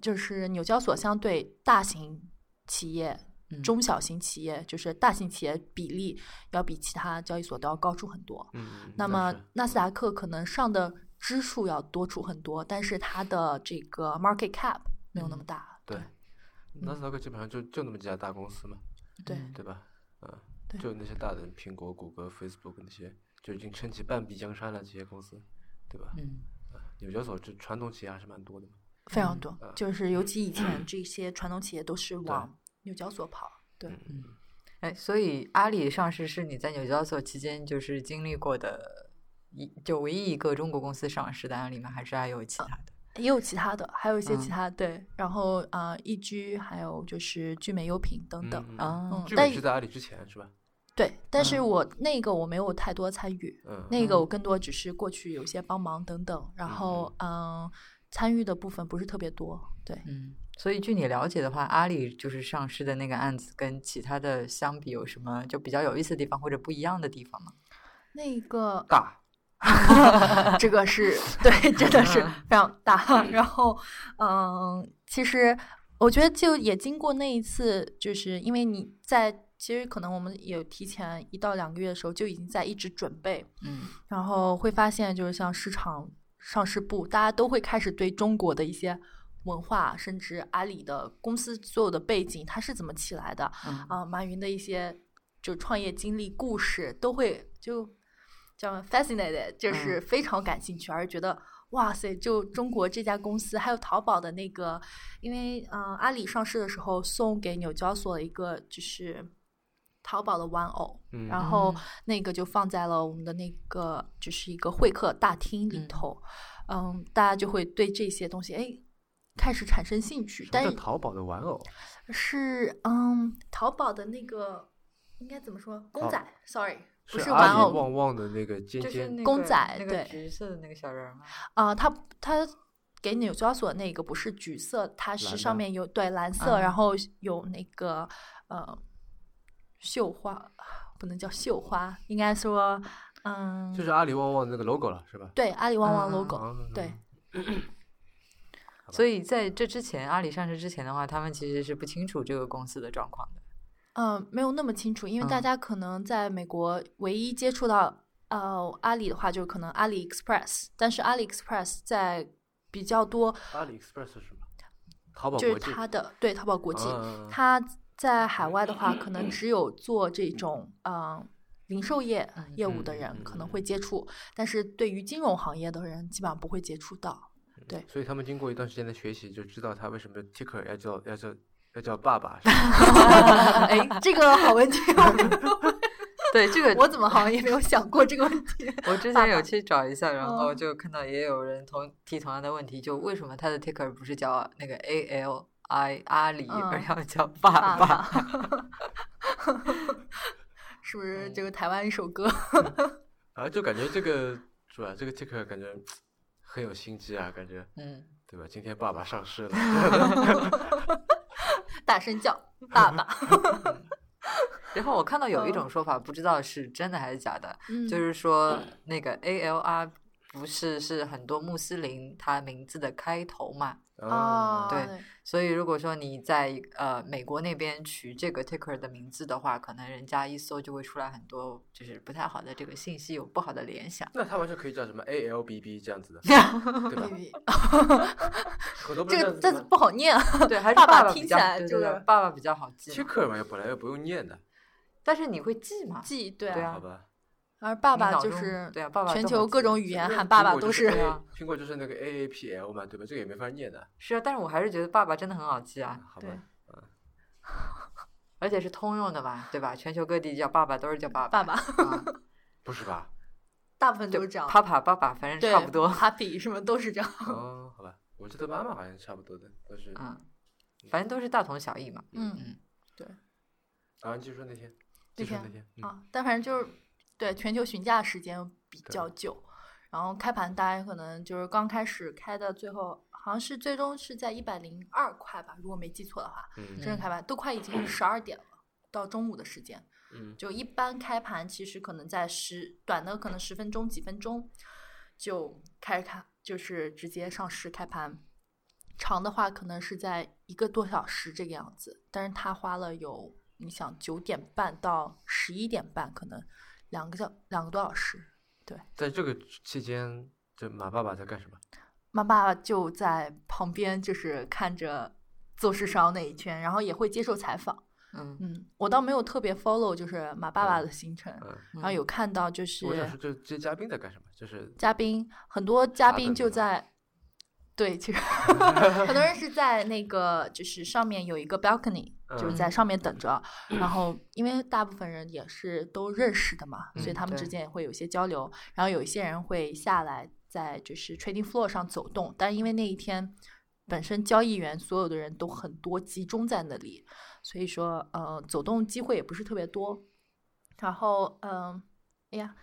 Speaker 3: 就是纽交所相对大型企业、
Speaker 2: 嗯
Speaker 3: 中小型企业，就是大型企业比例要比其他交易所都要高出很多。
Speaker 1: 嗯，
Speaker 3: 那
Speaker 1: 是
Speaker 3: 么纳斯达克可能上的支数要多出很多，但是它的这个 market cap 没有那么大。
Speaker 1: 嗯对，纳斯达克基本上就就那么几家大公司嘛，
Speaker 3: 对
Speaker 2: 嗯
Speaker 1: 对吧？嗯，
Speaker 3: 对
Speaker 1: 就那些大的，苹果、谷歌、Facebook 那些，就已经撑起半壁江山了，这些公司，对吧？啊
Speaker 2: 嗯
Speaker 1: 纽交所这传统企业还是蛮多的嘛。
Speaker 3: 非常
Speaker 2: 嗯
Speaker 3: 多
Speaker 1: 呃，
Speaker 3: 就是尤其以前这些传统企业都是往纽交所跑。对，
Speaker 2: 哎，所以阿里上市是你在纽交所期间就是经历过的一就唯一一个中国公司上市的案例吗？还是还有其他的？
Speaker 3: 也有其他的，还有一些
Speaker 2: 嗯
Speaker 3: 其他对，然后啊，易、居，还有就是聚美优品等等。
Speaker 1: 嗯嗯，
Speaker 2: 啊
Speaker 3: 嗯
Speaker 1: 剧
Speaker 3: 但
Speaker 1: 本是在阿里之前是吧？
Speaker 3: 对，但是
Speaker 2: 嗯
Speaker 3: 我、那个我没有太多参与，
Speaker 1: 嗯，
Speaker 3: 那个我更多只是过去有些帮忙等等，然后嗯、参与的部分不是特别多。对，
Speaker 2: 嗯，所以据你了解的话，阿里就是上市的那个案子跟其他的相比，有什么就比较有意思的地方或者不一样的地方吗？
Speaker 3: 那个
Speaker 1: 大，
Speaker 3: 这个是对，真的是非常大。 <laughs> 然后，嗯，其实我觉得就也经过那一次，就是因为你在其实可能我们有提前一到两个月的时候就已经在一直准备，
Speaker 2: 嗯
Speaker 3: 然后会发现就是像市场上市部，大家都会开始对中国的一些。文化，甚至阿里的公司所有的背景，它是怎么起来的？
Speaker 2: 嗯
Speaker 3: 啊，马云的一些就创业经历、故事，都会就叫 fascinated，就是
Speaker 1: 嗯
Speaker 3: 非常感兴趣，而觉得哇塞，就中国这家公司，还有淘宝的那个，因为嗯、呃阿里上市的时候送给纽交所一个就是淘宝的玩偶，
Speaker 1: 嗯，
Speaker 3: 然后那个就放在了我们的那个就是一个会客大厅里
Speaker 2: 嗯
Speaker 3: 头，嗯大家就会对这些东西哎开始产生兴趣，
Speaker 1: 什
Speaker 3: 但
Speaker 1: 么叫
Speaker 3: 是
Speaker 1: 淘宝的玩偶，
Speaker 3: 是嗯，淘宝的那个应该怎么说？公
Speaker 1: 哦
Speaker 3: 仔、s o r r y 不
Speaker 1: 是
Speaker 3: 是
Speaker 1: 阿
Speaker 3: 玩
Speaker 1: 里
Speaker 3: 偶
Speaker 1: 旺旺的那个尖
Speaker 2: 嗯就是
Speaker 1: 尖
Speaker 2: 那
Speaker 3: 公
Speaker 2: 个
Speaker 3: 仔
Speaker 2: 那个
Speaker 3: 对
Speaker 2: 橘色的那个小人儿吗？
Speaker 3: 啊，它它给纽交所那个不是橘色，它是
Speaker 1: 蓝
Speaker 3: 上
Speaker 1: 的嗯
Speaker 3: 面有对蓝色，
Speaker 2: 啊
Speaker 3: 然后有那个呃绣花，不能叫绣花，应该说嗯，
Speaker 1: 就是阿里旺旺的那个 logo 了，是吧？
Speaker 3: 对阿里旺旺
Speaker 2: 啊
Speaker 3: logo，、
Speaker 1: 啊，
Speaker 3: 对，
Speaker 2: 所以在这之前，阿里上市之前的话，他们其实是不清楚这个公司的状况的。
Speaker 3: 嗯，没有那么清楚，因为大
Speaker 2: 嗯
Speaker 3: 家可能在美国唯一接触到呃阿里的话，就是可能阿里 Express，但是阿里 Express 在比较多，
Speaker 1: 阿里 Express 是什么？淘宝
Speaker 3: 就是
Speaker 1: 国际，啊
Speaker 3: 它的对淘宝国
Speaker 1: 国
Speaker 3: 际，
Speaker 2: 啊
Speaker 3: 它在海外的话，可能只有做这种嗯、呃零售业
Speaker 2: 嗯
Speaker 3: 业务的
Speaker 1: 嗯
Speaker 3: 人
Speaker 1: 嗯
Speaker 3: 可能
Speaker 1: 嗯
Speaker 3: 会接触，但是对于金融行业的人基本上不会接触到。
Speaker 2: <laughs>
Speaker 3: 对
Speaker 1: 所以他们经过一段时间的学习，就知道他为什么 Ticker 要叫要叫要叫爸爸，是吧
Speaker 3: 哎，这个好问题，啊
Speaker 2: <laughs> 对这 <laughs> 个
Speaker 3: 我怎么好像也没有想过这个问题？
Speaker 2: <laughs> 我之前有去找一下，然后
Speaker 3: 嗯
Speaker 2: 就看到也有人同提同样的问题，就为什么他的 ticker 不是叫那个 A L I 阿里，
Speaker 3: 嗯
Speaker 2: 而要叫爸
Speaker 3: 爸
Speaker 2: 爸？
Speaker 3: 爸， <laughs> 是不是
Speaker 2: 嗯
Speaker 3: 这个台湾一首歌？
Speaker 1: 啊，就感觉这个是吧？这个 Ticker 感觉很有心机啊，感觉
Speaker 2: 嗯，
Speaker 1: 对吧？今天爸爸上
Speaker 3: <laughs>
Speaker 1: 市了，
Speaker 3: 大声叫爸爸，
Speaker 2: 然后我看到有一种说法，不知道是真的还是假的， <laughs> 就
Speaker 3: 嗯
Speaker 2: 是说那个 A L R 不是是很多穆斯林他名字的开头嘛？
Speaker 3: 哦
Speaker 1: 啊，
Speaker 2: 嗯对，所以如果说你在呃美国那边取这个 ticker 的名字的话，可能人家一搜就会出来很多就是不太好的这个信息，有不好的联想。
Speaker 1: 那他完全可以叫什么 ALBB 这样子的，对吧？
Speaker 3: <laughs> 对
Speaker 1: 很多不是
Speaker 2: <laughs>
Speaker 3: 这个
Speaker 1: 这
Speaker 3: 字不好念，啊
Speaker 2: 对，还是
Speaker 3: 爸爸
Speaker 2: 爸
Speaker 3: 听
Speaker 2: 比
Speaker 3: 起
Speaker 2: 较
Speaker 3: 来
Speaker 2: 对
Speaker 3: 就
Speaker 2: 对对
Speaker 3: 是
Speaker 2: 爸爸比较好记嘛，
Speaker 1: Ticker 嘛，又本来又不用念的，
Speaker 2: 但是你会记吗？
Speaker 3: 记对
Speaker 2: 对
Speaker 3: 啊，
Speaker 2: 啊
Speaker 1: 好吧？
Speaker 3: 而爸
Speaker 2: 你
Speaker 3: 爸
Speaker 2: 脑
Speaker 3: 就
Speaker 2: 中
Speaker 3: 是
Speaker 2: 对啊，爸爸
Speaker 3: 全
Speaker 2: 更
Speaker 3: 球
Speaker 2: 好
Speaker 3: 各
Speaker 2: 记
Speaker 3: 种语言
Speaker 1: 对
Speaker 3: 喊爸爸
Speaker 1: 苹果
Speaker 3: 都
Speaker 1: 就是
Speaker 2: 对啊
Speaker 1: A- 苹果就是那个 AAPL 嘛，对吧？这个也没法念的，
Speaker 2: 是啊，但是我还是觉得爸爸真的很好记啊，
Speaker 1: 好
Speaker 3: 对
Speaker 1: 吧？
Speaker 2: 而且是通用的嘛，对吧？全球各地叫爸爸都是叫爸爸，
Speaker 1: <laughs>
Speaker 3: 爸爸，
Speaker 2: 啊、
Speaker 1: 不是吧？
Speaker 3: 大部分
Speaker 2: 对
Speaker 3: 都是这样，
Speaker 2: 爸爸爸爸，反正
Speaker 3: 对
Speaker 2: 差不多，
Speaker 3: ，Happy 什么都是这样，
Speaker 1: 哦，好吧，我记得
Speaker 3: 啊
Speaker 1: 妈妈好像差不多的，都是
Speaker 2: 嗯，反正都是大同小异嘛。
Speaker 3: 嗯
Speaker 2: 嗯，
Speaker 3: 对，
Speaker 1: 啊，你就说那天，
Speaker 3: 那
Speaker 1: 就说
Speaker 3: 天
Speaker 1: 那天，嗯
Speaker 3: 啊，但反正就是对全球询价时间比较久，然后开盘大概可能就是刚开始开的，最后好像是最终是在一百零二块吧，如果没记错的话，
Speaker 1: 嗯
Speaker 3: 真正开盘都快已经十二点了，到中午的时间，
Speaker 1: 嗯
Speaker 3: 就一般开盘其实可能在十短的可能十分钟几分钟就开始看，就是直接上市开盘。长的话可能是在一个多小时这个样子，但是他花了有你想九点半到十一点半，可能两个小两个多小时。
Speaker 1: 在这个期间，这马爸爸在干什么？
Speaker 3: 妈妈就在旁边就是看着做市商那一圈，然后也会接受采访。
Speaker 2: 嗯，
Speaker 3: 嗯，我倒没有特别 follow 就是马爸爸的行程，
Speaker 1: 嗯，
Speaker 3: 然后有看到就是
Speaker 1: 我想说，这这些嘉宾在干什么？就是
Speaker 3: 嘉宾，很多嘉
Speaker 1: 啥的
Speaker 3: 宾就
Speaker 1: 那种
Speaker 3: 在，对，其实很多人是在那个就是上面有一个 balcony，就是在
Speaker 2: 嗯
Speaker 3: 上面等着。然后因为大部分人也是都认识的嘛，所以
Speaker 1: 嗯
Speaker 3: 他们之
Speaker 2: 对
Speaker 3: 间也会有一些交流。然后有一些人会下来在就是 trading floor 上走动，但因为那一天本身交易员所有的人都很多集中在那里，所以说呃走动机会也不是特别多。然后嗯、哎呀，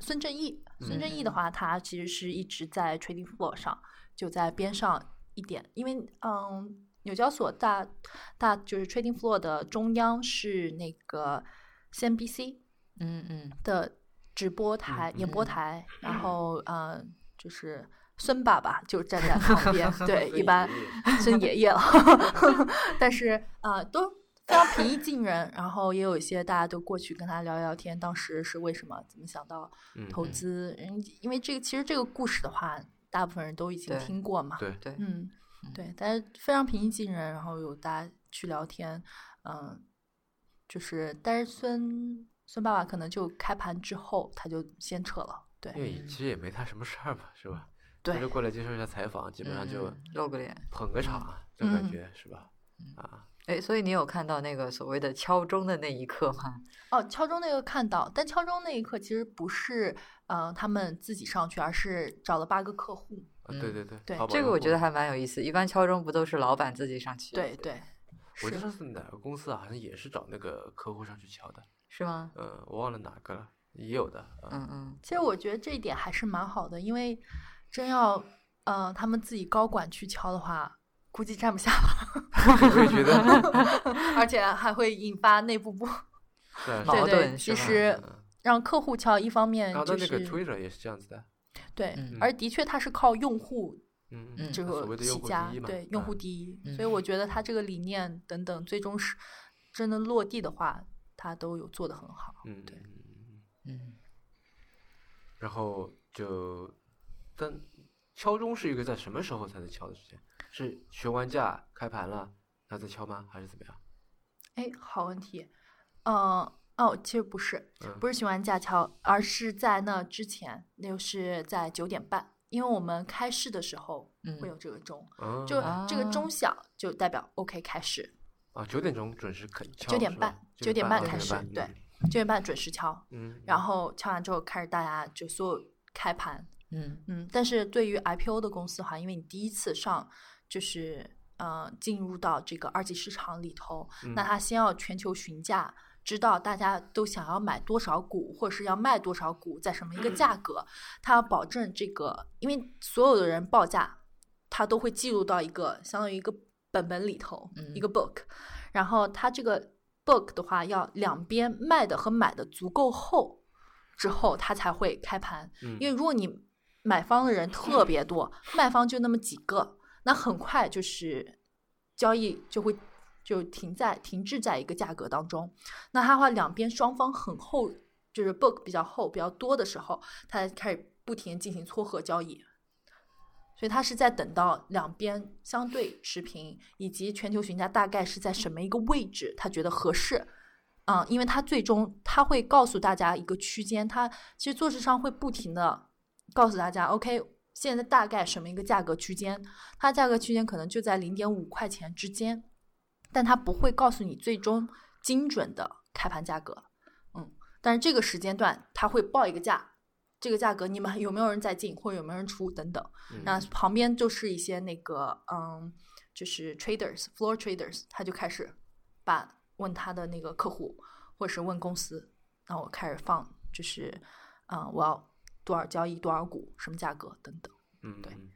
Speaker 3: 孙正义，孙正义的
Speaker 2: 嗯
Speaker 3: 话，他其实是一直在 trading floor 上，就在边上一点，因为嗯，纽交所大大就是 trading floor 的中央是那个 CNBC
Speaker 2: 嗯嗯
Speaker 3: 的直播台、
Speaker 1: 嗯
Speaker 3: 演播
Speaker 2: 嗯
Speaker 3: 台，然后呃，就是孙爸爸就站在旁
Speaker 2: <laughs>
Speaker 3: 边，对，一般孙爷爷了，但是啊、呃都非常平易近人。然后也有一些大家都过去跟他聊聊天，当时是为什么，怎么想到投
Speaker 1: 嗯
Speaker 3: 资？嗯，因为这个其实这个故事的话，大部分人都已经
Speaker 2: 对
Speaker 3: 听过嘛。
Speaker 1: 对
Speaker 2: 对，
Speaker 3: 嗯
Speaker 2: 嗯，
Speaker 3: 对，但是非常平易近人，然后有大家去聊天，嗯，就是但是孙孙爸爸可能就开盘之后他就先撤了，对
Speaker 1: 因为其实也没他什么事儿嘛，是吧？他
Speaker 3: 对
Speaker 1: 就过来接受一下采访，基本上就
Speaker 2: 嗯露个脸。
Speaker 1: 捧个场，这种
Speaker 3: 嗯
Speaker 1: 感觉是吧？啊，
Speaker 2: 哎，所以你有看到那个所谓的敲钟的那一刻吗？
Speaker 3: 哦，敲钟那个看到，但敲钟那一刻其实不是呃他们自己上去，而是找了八个客户，
Speaker 1: 啊对对对，
Speaker 3: 嗯对
Speaker 1: 淘宝
Speaker 2: 这个
Speaker 1: 用
Speaker 2: 我
Speaker 1: 户
Speaker 2: 觉得还蛮有意思。一般敲钟不都是老板自己上去？
Speaker 3: 对，对，
Speaker 1: 我记得
Speaker 3: 是
Speaker 1: 上次哪个公司啊，好像也是找那个客户上去敲的，
Speaker 2: 是吗？
Speaker 1: 嗯，我忘了哪个了，也有的，嗯
Speaker 2: 嗯嗯，
Speaker 3: 其实我觉得这一点还是蛮好的，因为真要呃他们自己高管去敲的话，估计站不下
Speaker 1: 我也觉得
Speaker 3: 而且还会引发内
Speaker 2: <laughs>
Speaker 3: 部不
Speaker 1: 是
Speaker 3: <laughs>
Speaker 1: 啊
Speaker 2: 矛
Speaker 3: 对
Speaker 1: 是
Speaker 3: 对
Speaker 2: 盾是
Speaker 3: 其
Speaker 2: 吧
Speaker 3: 实
Speaker 1: 啊嗯
Speaker 3: 让客户敲，一方面
Speaker 1: 然后
Speaker 3: 就
Speaker 1: 他
Speaker 3: 是
Speaker 1: 那个 Twitter 也是这样子的，
Speaker 3: 对，
Speaker 2: 嗯
Speaker 3: 而的确它是靠用户
Speaker 1: 嗯
Speaker 2: 嗯
Speaker 3: 这
Speaker 1: 它所谓
Speaker 3: 个
Speaker 1: 的
Speaker 3: 起
Speaker 1: 用户
Speaker 3: 家
Speaker 1: 第一，嘛，
Speaker 3: 对用户
Speaker 1: 嗯
Speaker 3: 第一，
Speaker 2: 嗯
Speaker 3: 所以我觉得它这个理念等等，最终是真的落地的话，它都有做得很好。
Speaker 1: 嗯
Speaker 3: 对
Speaker 1: 嗯嗯嗯
Speaker 2: 嗯，
Speaker 1: 然后就，但敲钟是一个在什么时候才能敲的时间？是询完价开盘了，然后再敲吗？还是怎么样？
Speaker 3: 哎，好问题，嗯。哦，其实不是，
Speaker 1: 嗯，
Speaker 3: 不是询完价敲，而是在那之前，那就是在九点半，因为我们开市的时候
Speaker 2: 嗯
Speaker 3: 会有这个钟，
Speaker 1: 嗯
Speaker 3: 就这个
Speaker 2: 啊
Speaker 3: 钟响就代表 OK 开市，
Speaker 1: 啊，九点钟准时肯敲，
Speaker 3: 9点
Speaker 1: 是
Speaker 3: 半
Speaker 1: 吧
Speaker 3: 9点半
Speaker 1: 半
Speaker 3: 开始
Speaker 1: 9点半
Speaker 3: 九点半准时敲，
Speaker 1: 嗯，
Speaker 3: 然后敲完之后开始大家就所有开盘，
Speaker 2: 嗯
Speaker 3: 嗯，但是对于 IPO 的公司的话，因为你第一次上就是呃进入到这个二级市场里头，那
Speaker 1: 嗯
Speaker 3: 他先要全球询价，知道大家都想要买多少股，或者是要卖多少股，在什么一个价格，他要保证这个，因为所有的人报价，他都会记录到一个相当于一个本本里头，一
Speaker 2: 嗯
Speaker 3: 个 book，然后他这个 book 的话，要两边卖的和买的足够厚。之后他才会开盘，
Speaker 1: 嗯
Speaker 3: 因为如果你买方的人特别多，卖方就那么几个，那很快就是交易就会就停在停滞在一个价格当中。那它的话，两边双方很厚，就是 book 比较厚、比较多的时候，它才开始不停地进行撮合交易。所以它是在等到两边相对持平，以及全球询价大概是在什么一个位置，他觉得合适。嗯，因为他最终他会告诉大家一个区间，他其实做市商会不停的告诉大家，OK，现在大概什么一个价格区间，它价格区间可能就在零点五块钱之间，但它不会告诉你最终精准的开盘价格。嗯，但是这个时间段它会报一个价，这个价格你们有 <laughs> 没有人在进，或者有没有人出等等。
Speaker 1: 嗯
Speaker 3: 那旁边就是一些那个嗯，就是 traders floor traders，他就开始把问他的那个客户，或者是问公司，那我开始放，就是，啊、我要多少交易多少股，什么价格等等。
Speaker 1: 嗯，
Speaker 3: 对
Speaker 1: 嗯。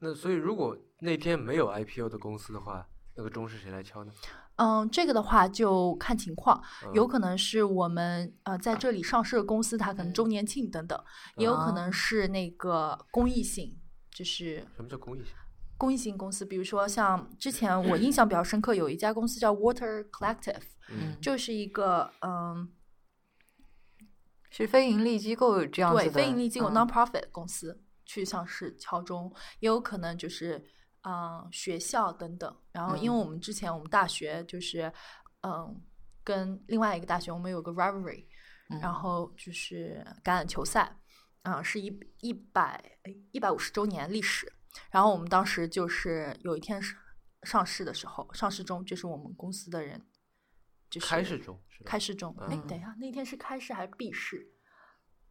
Speaker 1: 那所以如果那天没有 IPO 的公司的话，那个钟是谁来敲呢？
Speaker 3: 嗯，这个的话就看情况，有
Speaker 1: 嗯
Speaker 3: 可能是我们呃在这里上市的公司，它可能
Speaker 2: 嗯
Speaker 3: 周年庆等等，也有可
Speaker 2: 啊
Speaker 3: 能是那个公益性，就是
Speaker 1: 什么叫公益性？
Speaker 3: 公益性公司，比如说像之前我印象比较深刻，有一家公司叫 Water Collective，
Speaker 2: 嗯，
Speaker 3: 就是一个嗯
Speaker 2: 是非盈利机构这样子
Speaker 3: 对
Speaker 2: 的，
Speaker 3: 非盈利机构
Speaker 2: 嗯
Speaker 3: nonprofit 公司去上市敲钟，也有可能就是嗯学校等等。然后因为
Speaker 2: 嗯
Speaker 3: 我们之前我们大学就是嗯跟另外一个大学我们有个 rivalry，
Speaker 2: 嗯
Speaker 3: 然后就是橄榄球赛，啊、是一一百哎一百五十周年历史。然后我们当时就是有一天是上市的时候，上市中就是我们公司的人，就是
Speaker 1: 开市钟是吧？
Speaker 3: 开市中，哎、
Speaker 1: 嗯
Speaker 3: 等一下，那天是开市还是闭市？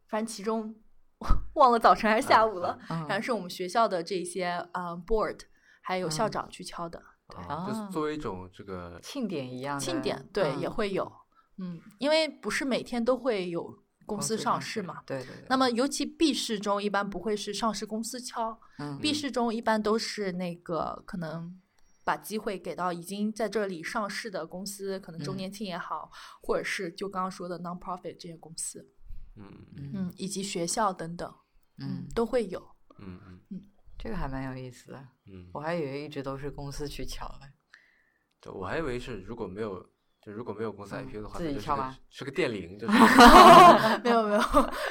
Speaker 3: 反正其中 <laughs> 忘了早晨还是下午了。
Speaker 2: 嗯
Speaker 3: 然后是我们学校的这些呃 board 还有校
Speaker 2: 嗯
Speaker 3: 长去敲的，哦
Speaker 1: 啊，就是
Speaker 2: 啊
Speaker 1: 作为一种这个
Speaker 2: 庆典一样的
Speaker 3: 庆典对、也
Speaker 2: 嗯
Speaker 3: 会有，嗯，因为不是每天都会有公
Speaker 2: 公
Speaker 3: 司上市嘛，
Speaker 2: 对对对。
Speaker 3: 那嗯么，尤其 B 市中一般不会是上市公司敲、
Speaker 2: 嗯
Speaker 3: b 市中一般都是那个可能把机会给到已经在这里上市的公司，可能周
Speaker 2: 嗯
Speaker 3: 年庆也好，或者是就刚刚说的 nonprofit 这些公司，
Speaker 1: 嗯嗯
Speaker 2: 嗯
Speaker 3: 嗯，以及学校等等，
Speaker 2: 嗯，
Speaker 3: 都
Speaker 2: <laughs>
Speaker 3: 会有。
Speaker 1: 嗯嗯
Speaker 2: 这个还蛮有意思的，
Speaker 1: 嗯
Speaker 2: 我还以为一直都是公司去敲的。
Speaker 1: 对，我还以为是如果没有就如果没有公司
Speaker 2: 嗯
Speaker 1: IPO 的话，
Speaker 2: 自
Speaker 1: 那
Speaker 2: 己
Speaker 1: 就是
Speaker 2: 敲
Speaker 1: 个
Speaker 2: 吗
Speaker 1: 是个电铃，
Speaker 3: <laughs>
Speaker 1: 就是
Speaker 3: 啊没有没有，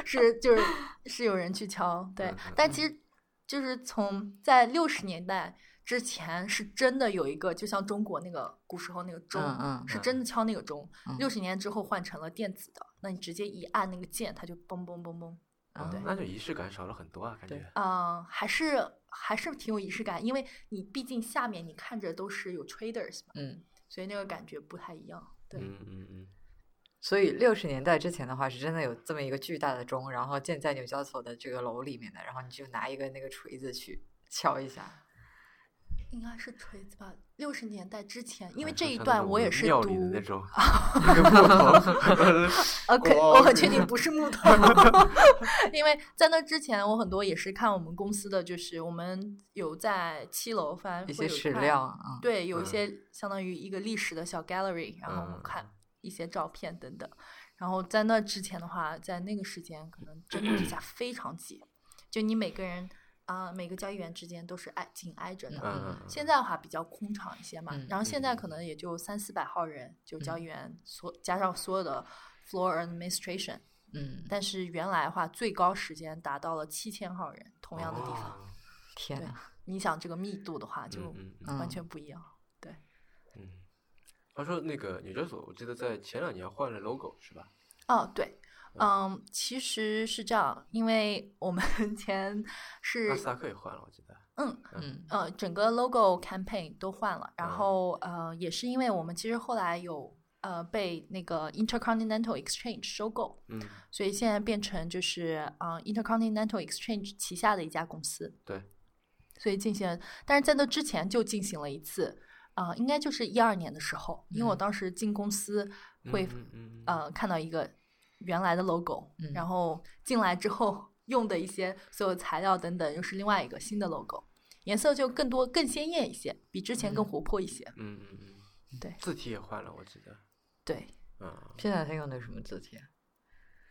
Speaker 3: 是就是是有人去敲，对
Speaker 1: 嗯嗯，
Speaker 3: 但其实就是从在六十年代之前，是真的有一个，就像中国那个古时候那个钟，
Speaker 2: 嗯嗯
Speaker 3: 是
Speaker 1: 嗯
Speaker 3: 真的敲那个钟
Speaker 2: 嗯。
Speaker 3: 六十、年之后换成了电子的，那你直接一按那个键，它就嘣嘣嘣嘣。
Speaker 1: 啊
Speaker 2: 对
Speaker 1: 那就仪式感少了很多啊，感
Speaker 2: 对
Speaker 1: 觉
Speaker 3: 嗯、还是还是挺有仪式感，因为你毕竟下面你看着都是有 traders 嘛，
Speaker 2: 嗯，
Speaker 3: 所以那个感觉不太一样。对，
Speaker 1: 嗯嗯嗯
Speaker 2: 所以六十年代之前的话，是真的有这么一个巨大的钟，然后建在纽交所的这个楼里面的，然后你就拿一个那个锤子去敲一下。
Speaker 3: 应该是锤子吧。六十年代之前，因为
Speaker 1: 哎好
Speaker 3: 这
Speaker 1: 像
Speaker 3: 一
Speaker 1: 啊像那
Speaker 3: 段
Speaker 1: 种
Speaker 3: 我也是
Speaker 1: 庙
Speaker 3: 读
Speaker 1: 里的那
Speaker 3: <laughs>
Speaker 1: 种那个木头 <laughs>
Speaker 3: OK，
Speaker 1: 哇
Speaker 3: 我很确定不是木
Speaker 1: <laughs>
Speaker 3: 头，因为在那之前，我很多也是看我们公司的，就是我们有在七楼，反正
Speaker 2: 一
Speaker 3: 会
Speaker 2: 些
Speaker 3: 有
Speaker 2: 史
Speaker 3: 看
Speaker 2: 料，啊，
Speaker 3: 对，有一
Speaker 1: 嗯
Speaker 3: 些相当于一个历史的小 gallery，然后我
Speaker 1: 嗯
Speaker 3: 们看一些照片等等。然后在那之前的话，在那个时间可能真的底下非常挤，就你每个人啊、每个交易员之间都是挨紧挨着的。
Speaker 1: 嗯嗯，嗯
Speaker 3: 现在的话比较空场一些嘛，
Speaker 2: 嗯
Speaker 3: 然后现在可
Speaker 1: 嗯
Speaker 3: 能也就三四百号人，就交
Speaker 2: 嗯
Speaker 3: 易员所加上所有的 floor administration，
Speaker 2: 嗯，
Speaker 3: 但是原来的话最高时间达到了七千号人，同样的地方，
Speaker 1: 哦
Speaker 2: 天
Speaker 3: 对
Speaker 2: 呐，
Speaker 3: 你想这个密度的话就
Speaker 1: 嗯嗯
Speaker 2: 嗯
Speaker 3: 完全不一样。
Speaker 1: 嗯。他说：“那个纽交所，我记得在前两年换了 logo 是吧？
Speaker 3: 哦，对。嗯，其实是这样，因为我们 <laughs> 前是
Speaker 1: 纳斯达克也换了，我记得。
Speaker 3: 嗯
Speaker 2: 嗯
Speaker 3: 呃，整个 logo campaign 都换了，然
Speaker 1: 嗯
Speaker 3: 后呃，也是因为我们其实后来有呃被那个 Intercontinental Exchange 收购，
Speaker 1: 嗯，
Speaker 3: 所以现在变成就是呃 Intercontinental Exchange 旗下的一家公司，
Speaker 1: 对，
Speaker 3: 所以进行，但是在那之前就进行了一次，啊、应该就是一二年的时候，因为我
Speaker 2: 嗯
Speaker 3: 当时进公司
Speaker 1: 嗯
Speaker 3: 会、
Speaker 1: 嗯嗯嗯
Speaker 3: 呃看到一个原来的 logo，、
Speaker 2: 嗯
Speaker 3: 然后进来之后用的一些所有材料等等，又是另外一个新的 logo，颜色就更多更鲜艳一些，比之前
Speaker 2: 嗯
Speaker 3: 更活泼一些。
Speaker 1: 嗯嗯嗯嗯，
Speaker 3: 对
Speaker 1: 字体也换了，我记得。
Speaker 3: 对，
Speaker 1: 嗯，
Speaker 2: 现在他用的什么字体啊？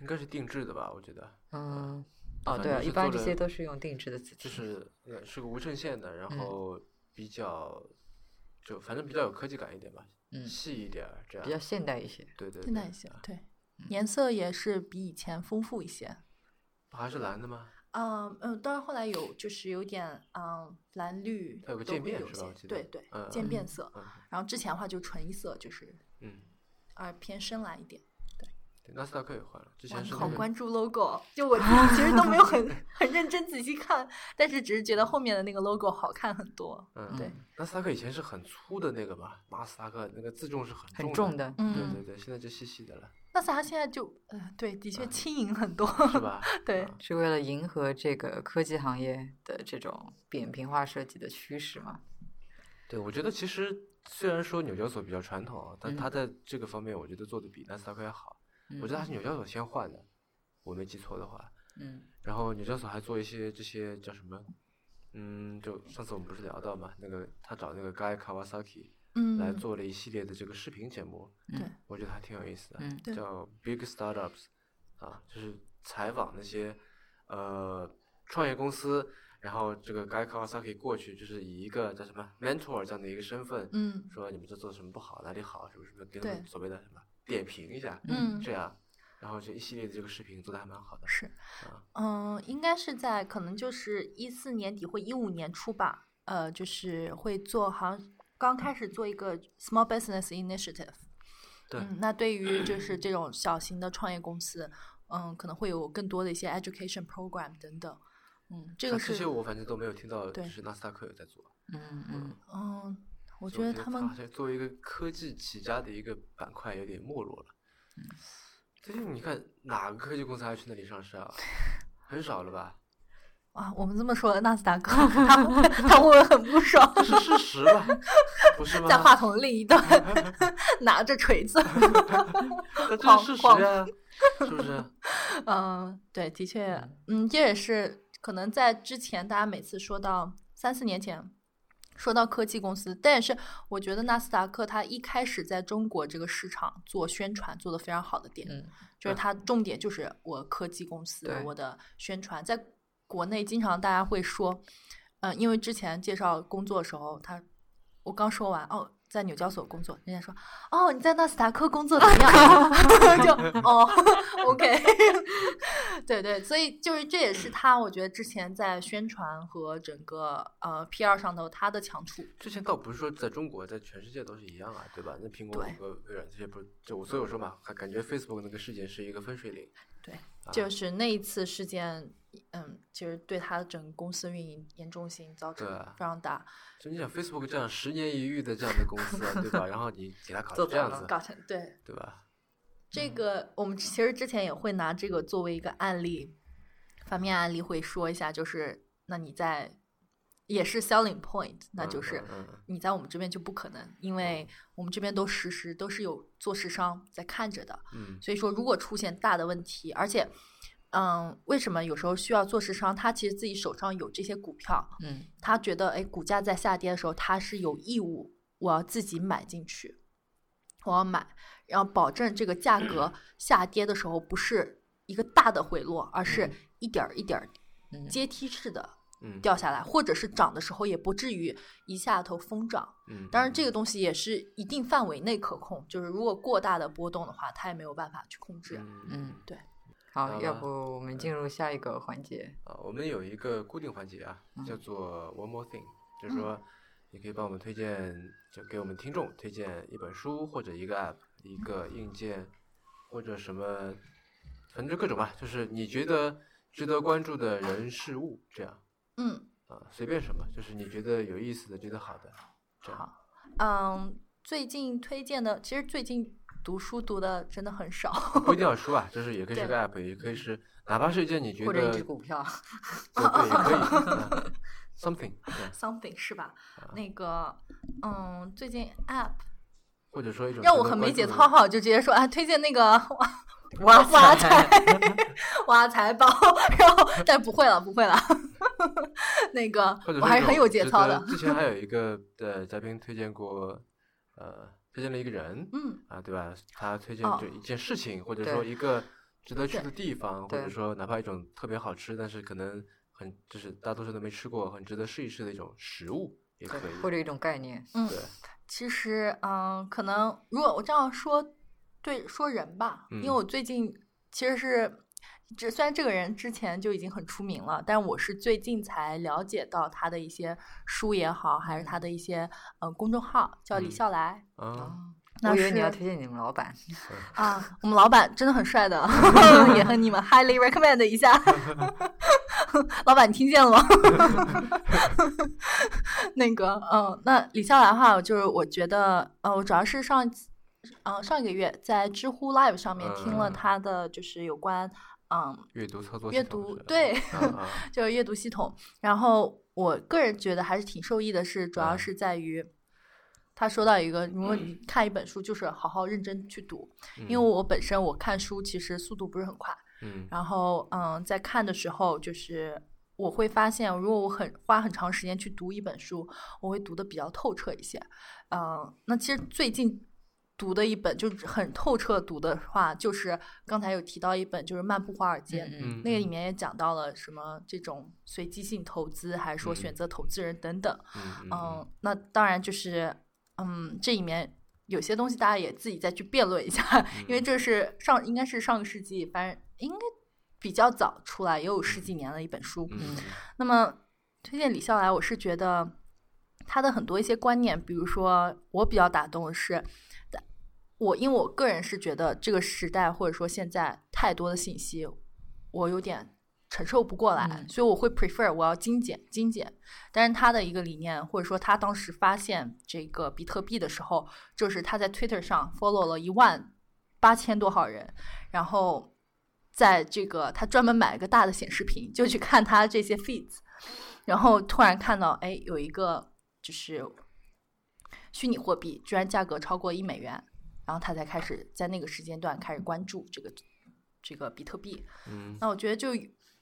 Speaker 1: 应该是定制的吧？我觉得
Speaker 2: 嗯，
Speaker 1: 反
Speaker 2: 哦对啊，
Speaker 1: 正
Speaker 2: 一
Speaker 1: 是
Speaker 2: 般
Speaker 1: 做
Speaker 2: 这些
Speaker 1: 的
Speaker 2: 都是用定制的字体。
Speaker 1: 就是呃是个无衬线的，然
Speaker 2: 嗯
Speaker 1: 后比较就反正比较有科技感一点吧，
Speaker 2: 嗯，
Speaker 1: 细一点儿这样。
Speaker 2: 比较现代一些。
Speaker 1: 对对，
Speaker 3: 现在
Speaker 1: 对
Speaker 3: 一些
Speaker 1: 啊，
Speaker 3: 对，颜色也是比以前丰富一些。
Speaker 1: 还是蓝的吗？
Speaker 3: 嗯嗯，当然后来有就是有点嗯蓝绿
Speaker 1: 它有个
Speaker 3: 都
Speaker 1: 渐
Speaker 3: 会
Speaker 1: 变
Speaker 3: 有
Speaker 1: 是
Speaker 3: 些
Speaker 1: 吧我记得
Speaker 3: 对对
Speaker 1: 嗯，
Speaker 3: 渐
Speaker 1: 嗯
Speaker 3: 变色。
Speaker 1: 嗯
Speaker 3: 然后之前的话就纯一色，就是
Speaker 1: 嗯，
Speaker 3: 呃偏深蓝一点。
Speaker 1: 对，纳斯达克也换了，之
Speaker 3: 哇，
Speaker 1: 前
Speaker 3: 你
Speaker 1: 是
Speaker 3: 好
Speaker 1: 那个
Speaker 3: 关注 logo，就我自己其实都没有很很认真仔细看，但是只是觉得后面的那个 logo 好看很多。
Speaker 1: 嗯
Speaker 3: 对，
Speaker 1: 纳斯达克以前是很粗的那个吧，纳斯达克那个自重是很
Speaker 2: 很
Speaker 1: 重
Speaker 2: 重的
Speaker 1: 对
Speaker 3: 嗯
Speaker 1: 对对，现在就细细的了，
Speaker 3: 那啥现在就呃对，的确
Speaker 1: 嗯
Speaker 3: 轻盈很多。 <laughs>
Speaker 1: 是吧？
Speaker 3: 对
Speaker 1: 啊
Speaker 2: 是为了迎合这个科技行业的这种扁平化设计的趋势嘛？
Speaker 1: 对，我觉得其实虽然说纽交所比较传统啊，但
Speaker 2: 嗯
Speaker 1: 它在这个方面我觉得做的比纳斯达克要好。我觉得它是纽交所先换的，我没记错的话。
Speaker 2: 嗯
Speaker 1: 然后纽交所还做一些这些叫什么？嗯，就上次我们不是聊到嘛，那个他找那个 Guy Kawasaki
Speaker 3: 嗯，
Speaker 1: 来做了一系列的这个视频节目，
Speaker 2: 嗯
Speaker 3: 对
Speaker 1: 我觉得还挺有意思的。
Speaker 2: 嗯
Speaker 3: 对
Speaker 1: 叫 Big Startups，啊，就是采访那些呃创业公司，然后这个 Guy Kawasaki 过去就是以一个叫什么 mentor 这样的一个身份，
Speaker 3: 嗯
Speaker 1: 说你们这做的什么不好，哪里好，什么什么，给他
Speaker 3: 对
Speaker 1: 们所谓的什么点评一下，
Speaker 3: 嗯
Speaker 1: 这样，然后这一系列的这个视频做的还蛮好的，
Speaker 3: 是，
Speaker 1: 啊
Speaker 3: 嗯，应该是在可能就是一四年底或一五年初吧，呃，就是会做好像刚开始做一个 small business initiative。
Speaker 1: 对
Speaker 3: 嗯，那对于就是这种小型的创业公司，嗯，可能会有更多的一些 education program 等等。嗯，这
Speaker 1: 这
Speaker 3: 个
Speaker 1: 这些
Speaker 3: 是，
Speaker 1: 我反正都没有听到，就
Speaker 3: 对
Speaker 1: 是纳斯达克有在做，
Speaker 2: 嗯嗯，
Speaker 3: 嗯，我
Speaker 1: 我
Speaker 3: 觉得他们
Speaker 1: 好像作为一个科技起家的一个板块有点没落了。
Speaker 3: 嗯
Speaker 1: 最近你看哪个科技公司还去那里上市啊？很少了
Speaker 3: <laughs>
Speaker 1: 吧？
Speaker 3: 啊，我们这么说，纳斯达克他会他会不会很不爽，
Speaker 1: 这是事实吧？不是吗？
Speaker 3: 在话筒的另
Speaker 1: <laughs>
Speaker 3: 一端拿着锤子。
Speaker 1: 那这
Speaker 3: 狂
Speaker 1: 是事实
Speaker 3: 狂
Speaker 1: 呀，是不是？啊
Speaker 3: 嗯，对，的确，嗯，这也是可能在之前大家每次说到三四年前说到科技公司，但也是我觉得纳斯达克它一开始在中国这个市场做宣传做得非常好的点，
Speaker 2: 嗯
Speaker 3: 就是它重点就是我科技公司
Speaker 2: 对
Speaker 3: 我的宣传，在国内经常大家会说，嗯，因为之前介绍工作的时候，他我刚说完哦。在纽交所工作，人家说哦，你在纳斯达克工作怎么样？ <laughs> 就哦，OK，对对，所以就是这也是他，我觉得之前在宣传和整个呃 PR 上头他的强处。
Speaker 1: 之前倒不是说在中国，在全世界都是一样啊，对吧？那苹果、
Speaker 3: 对
Speaker 1: 谷歌、微软这些不是，就我所以我说嘛，还感觉 Facebook 那个事件是一个分水岭。
Speaker 3: 对，
Speaker 1: 啊
Speaker 3: 就是那一次事件，嗯，就是对他整个公司运营严重性造成
Speaker 1: 对啊
Speaker 3: 非常大，
Speaker 1: 就你想 Facebook 这样十年一遇的这样的公司，对
Speaker 3: <laughs>
Speaker 1: 吧？然后你给它搞啊成这样子，嗯
Speaker 3: 搞成对
Speaker 1: 对吧？
Speaker 3: 这个，我们其实之前也会拿这个作为一个案例，反面案例会说一下，就是那你在也是 selling point，那
Speaker 1: 嗯
Speaker 3: 就是。
Speaker 1: 嗯嗯
Speaker 3: 你在我们这边就不可能，因为我们这边都实时都是有做市商在看着的，
Speaker 1: 嗯
Speaker 3: 所以说，如果出现大的问题，而且，嗯，为什么有时候需要做市商？他其实自己手上有这些股票，
Speaker 2: 嗯
Speaker 3: 他觉得哎，股价在下跌的时候，他是有义务我要自己买进去，我要买，然后保证这个价格下跌的时候不是一个大的回落，而是一点儿一点儿
Speaker 2: 嗯
Speaker 3: 阶梯式的
Speaker 1: 嗯
Speaker 3: 掉下来，或者是涨的时候也不至于一下头疯涨。
Speaker 1: 嗯，
Speaker 3: 当然，这
Speaker 1: 个
Speaker 3: 个东西也是一定范围内可控，就是如果过大的波动的话，它也没有办法去控制。
Speaker 2: 嗯，
Speaker 3: 对。
Speaker 2: 好，
Speaker 1: 好嗯
Speaker 2: 要
Speaker 1: 吧
Speaker 2: 不我们进入下一个环节？
Speaker 1: 啊，我们有一个固定环节啊，
Speaker 3: 嗯
Speaker 1: 叫做 One More Thing，就是说你可以帮我们推荐，就给我们听众推荐一本书或者一个 App、一个硬件或者什么，反正就各种吧，就是你觉得值得关注的人事物这样
Speaker 3: 嗯，
Speaker 1: 啊，随便什么，就是你觉得有意思的、觉得好的这样。
Speaker 3: 好，嗯，最近推荐的，其实最近读书读的真的很少，
Speaker 1: 不一定要书啊，就是也可以是
Speaker 3: <laughs> 对
Speaker 1: 个 app，也可以是哪怕是一件你觉得
Speaker 2: 或者一只股
Speaker 3: <laughs>
Speaker 2: 票？
Speaker 1: 对对也可以嗯 something，对
Speaker 3: something 是吧？
Speaker 1: 啊
Speaker 3: 那个，嗯，最近 app
Speaker 1: 或者说一种
Speaker 3: 让
Speaker 1: 值
Speaker 3: 我
Speaker 1: 得
Speaker 3: 很没
Speaker 1: 关注
Speaker 3: 节
Speaker 1: 的
Speaker 3: 操，哈，我就直接说啊，推荐那个 <laughs> 挖
Speaker 2: 哇
Speaker 3: 挖财挖财宝，然后但不会了，不会了， <laughs> 那个
Speaker 1: 或者
Speaker 3: 我
Speaker 1: 是
Speaker 3: 还
Speaker 1: 一
Speaker 3: 是很
Speaker 1: 种
Speaker 3: 有节
Speaker 1: 值
Speaker 3: 操
Speaker 1: 得
Speaker 3: 的，
Speaker 1: 之前还有一个呃嘉宾推荐过，呃，推荐了一个人
Speaker 3: 嗯。
Speaker 1: 啊，对吧？他推荐
Speaker 3: 哦
Speaker 1: 就一件事情，或者
Speaker 2: 对
Speaker 1: 说一个值得去
Speaker 3: 对
Speaker 1: 的地方，或
Speaker 2: 对
Speaker 1: 者说哪怕一种特别好吃，但是可能很就是大多数都没吃过，很值得试一试的一种食物也可
Speaker 2: 或
Speaker 1: 以。
Speaker 2: 者一种概念？
Speaker 3: 嗯
Speaker 1: 对，
Speaker 3: 其实，嗯，可能如果我这样说，对，说人吧，因为
Speaker 1: 嗯
Speaker 3: 我最近其实是，这虽然这个人之前就已经很出名了，但我是最近才了解到他的一些书也好，还是他的一些呃公众号，叫李
Speaker 1: 嗯
Speaker 3: 笑来、
Speaker 1: 啊，
Speaker 2: 哦
Speaker 3: <laughs> 那
Speaker 2: 我以为你要
Speaker 3: 是
Speaker 2: 推荐你们老板。
Speaker 3: 啊，我们老板真的很帅的，也和你们 highly recommend 一下。 <laughs> 老板，你听见了吗？ <laughs> 那个，嗯，那李笑来的话，就是我觉得，呃，我主要是上一次，嗯、上一个月在知乎 Live 上面听了
Speaker 1: 嗯
Speaker 3: 他的，就是有关，嗯，
Speaker 1: 阅读操作系
Speaker 3: 阅
Speaker 1: 统
Speaker 3: 读
Speaker 1: 是吧
Speaker 3: 对 <laughs>
Speaker 1: 啊啊
Speaker 3: 就是阅读系统。然后我个人觉得还是挺受益的是，主要
Speaker 1: 嗯
Speaker 3: 是在于，他说到一个，如果你看一本书，就是好好认真去读，因为我本身我看书其实速度不是很快，
Speaker 1: 嗯
Speaker 3: 然后嗯，在看的时候就是我会发现，如果我很花很长时间去读一本书，我会读的比较透彻一些。嗯，那其实最近读的一本就是很透彻读的话，就是刚才有提到一本就是《漫步华尔街》。
Speaker 2: 嗯
Speaker 1: 嗯，
Speaker 3: 那个里面也讲到了什么这种随机性投资，还是说
Speaker 1: 嗯
Speaker 3: 选择投资人等等。
Speaker 1: 嗯，嗯嗯
Speaker 3: 嗯，那当然就是，嗯，这里面有些东西大家也自己再去辩论一下，
Speaker 1: 嗯
Speaker 3: <laughs> 因为这是上应该是上个世纪，反正应该比较早出来，也有十几年了一本书。
Speaker 1: 嗯嗯
Speaker 3: 那么推荐李笑来，我是觉得他的很多一些观念，比如说我比较打动的是，我因为我个人是觉得这个时代或者说现在太多的信息，我有点承受不过来，
Speaker 2: 嗯
Speaker 3: 所以我会 prefer 我要精简精简。但是他的一个理念，或者说他当时发现这个比特币的时候，就是他在 Twitter 上 follow 了一万八千多号人，然后在这个他专门买了个大的显示屏，就去看他这些 feeds，然后突然看到，哎，有一个就是虚拟货币居然价格超过一美元，然后他才开始在那个时间段开始关注这个这个比特币。
Speaker 1: 嗯
Speaker 3: 那我觉得就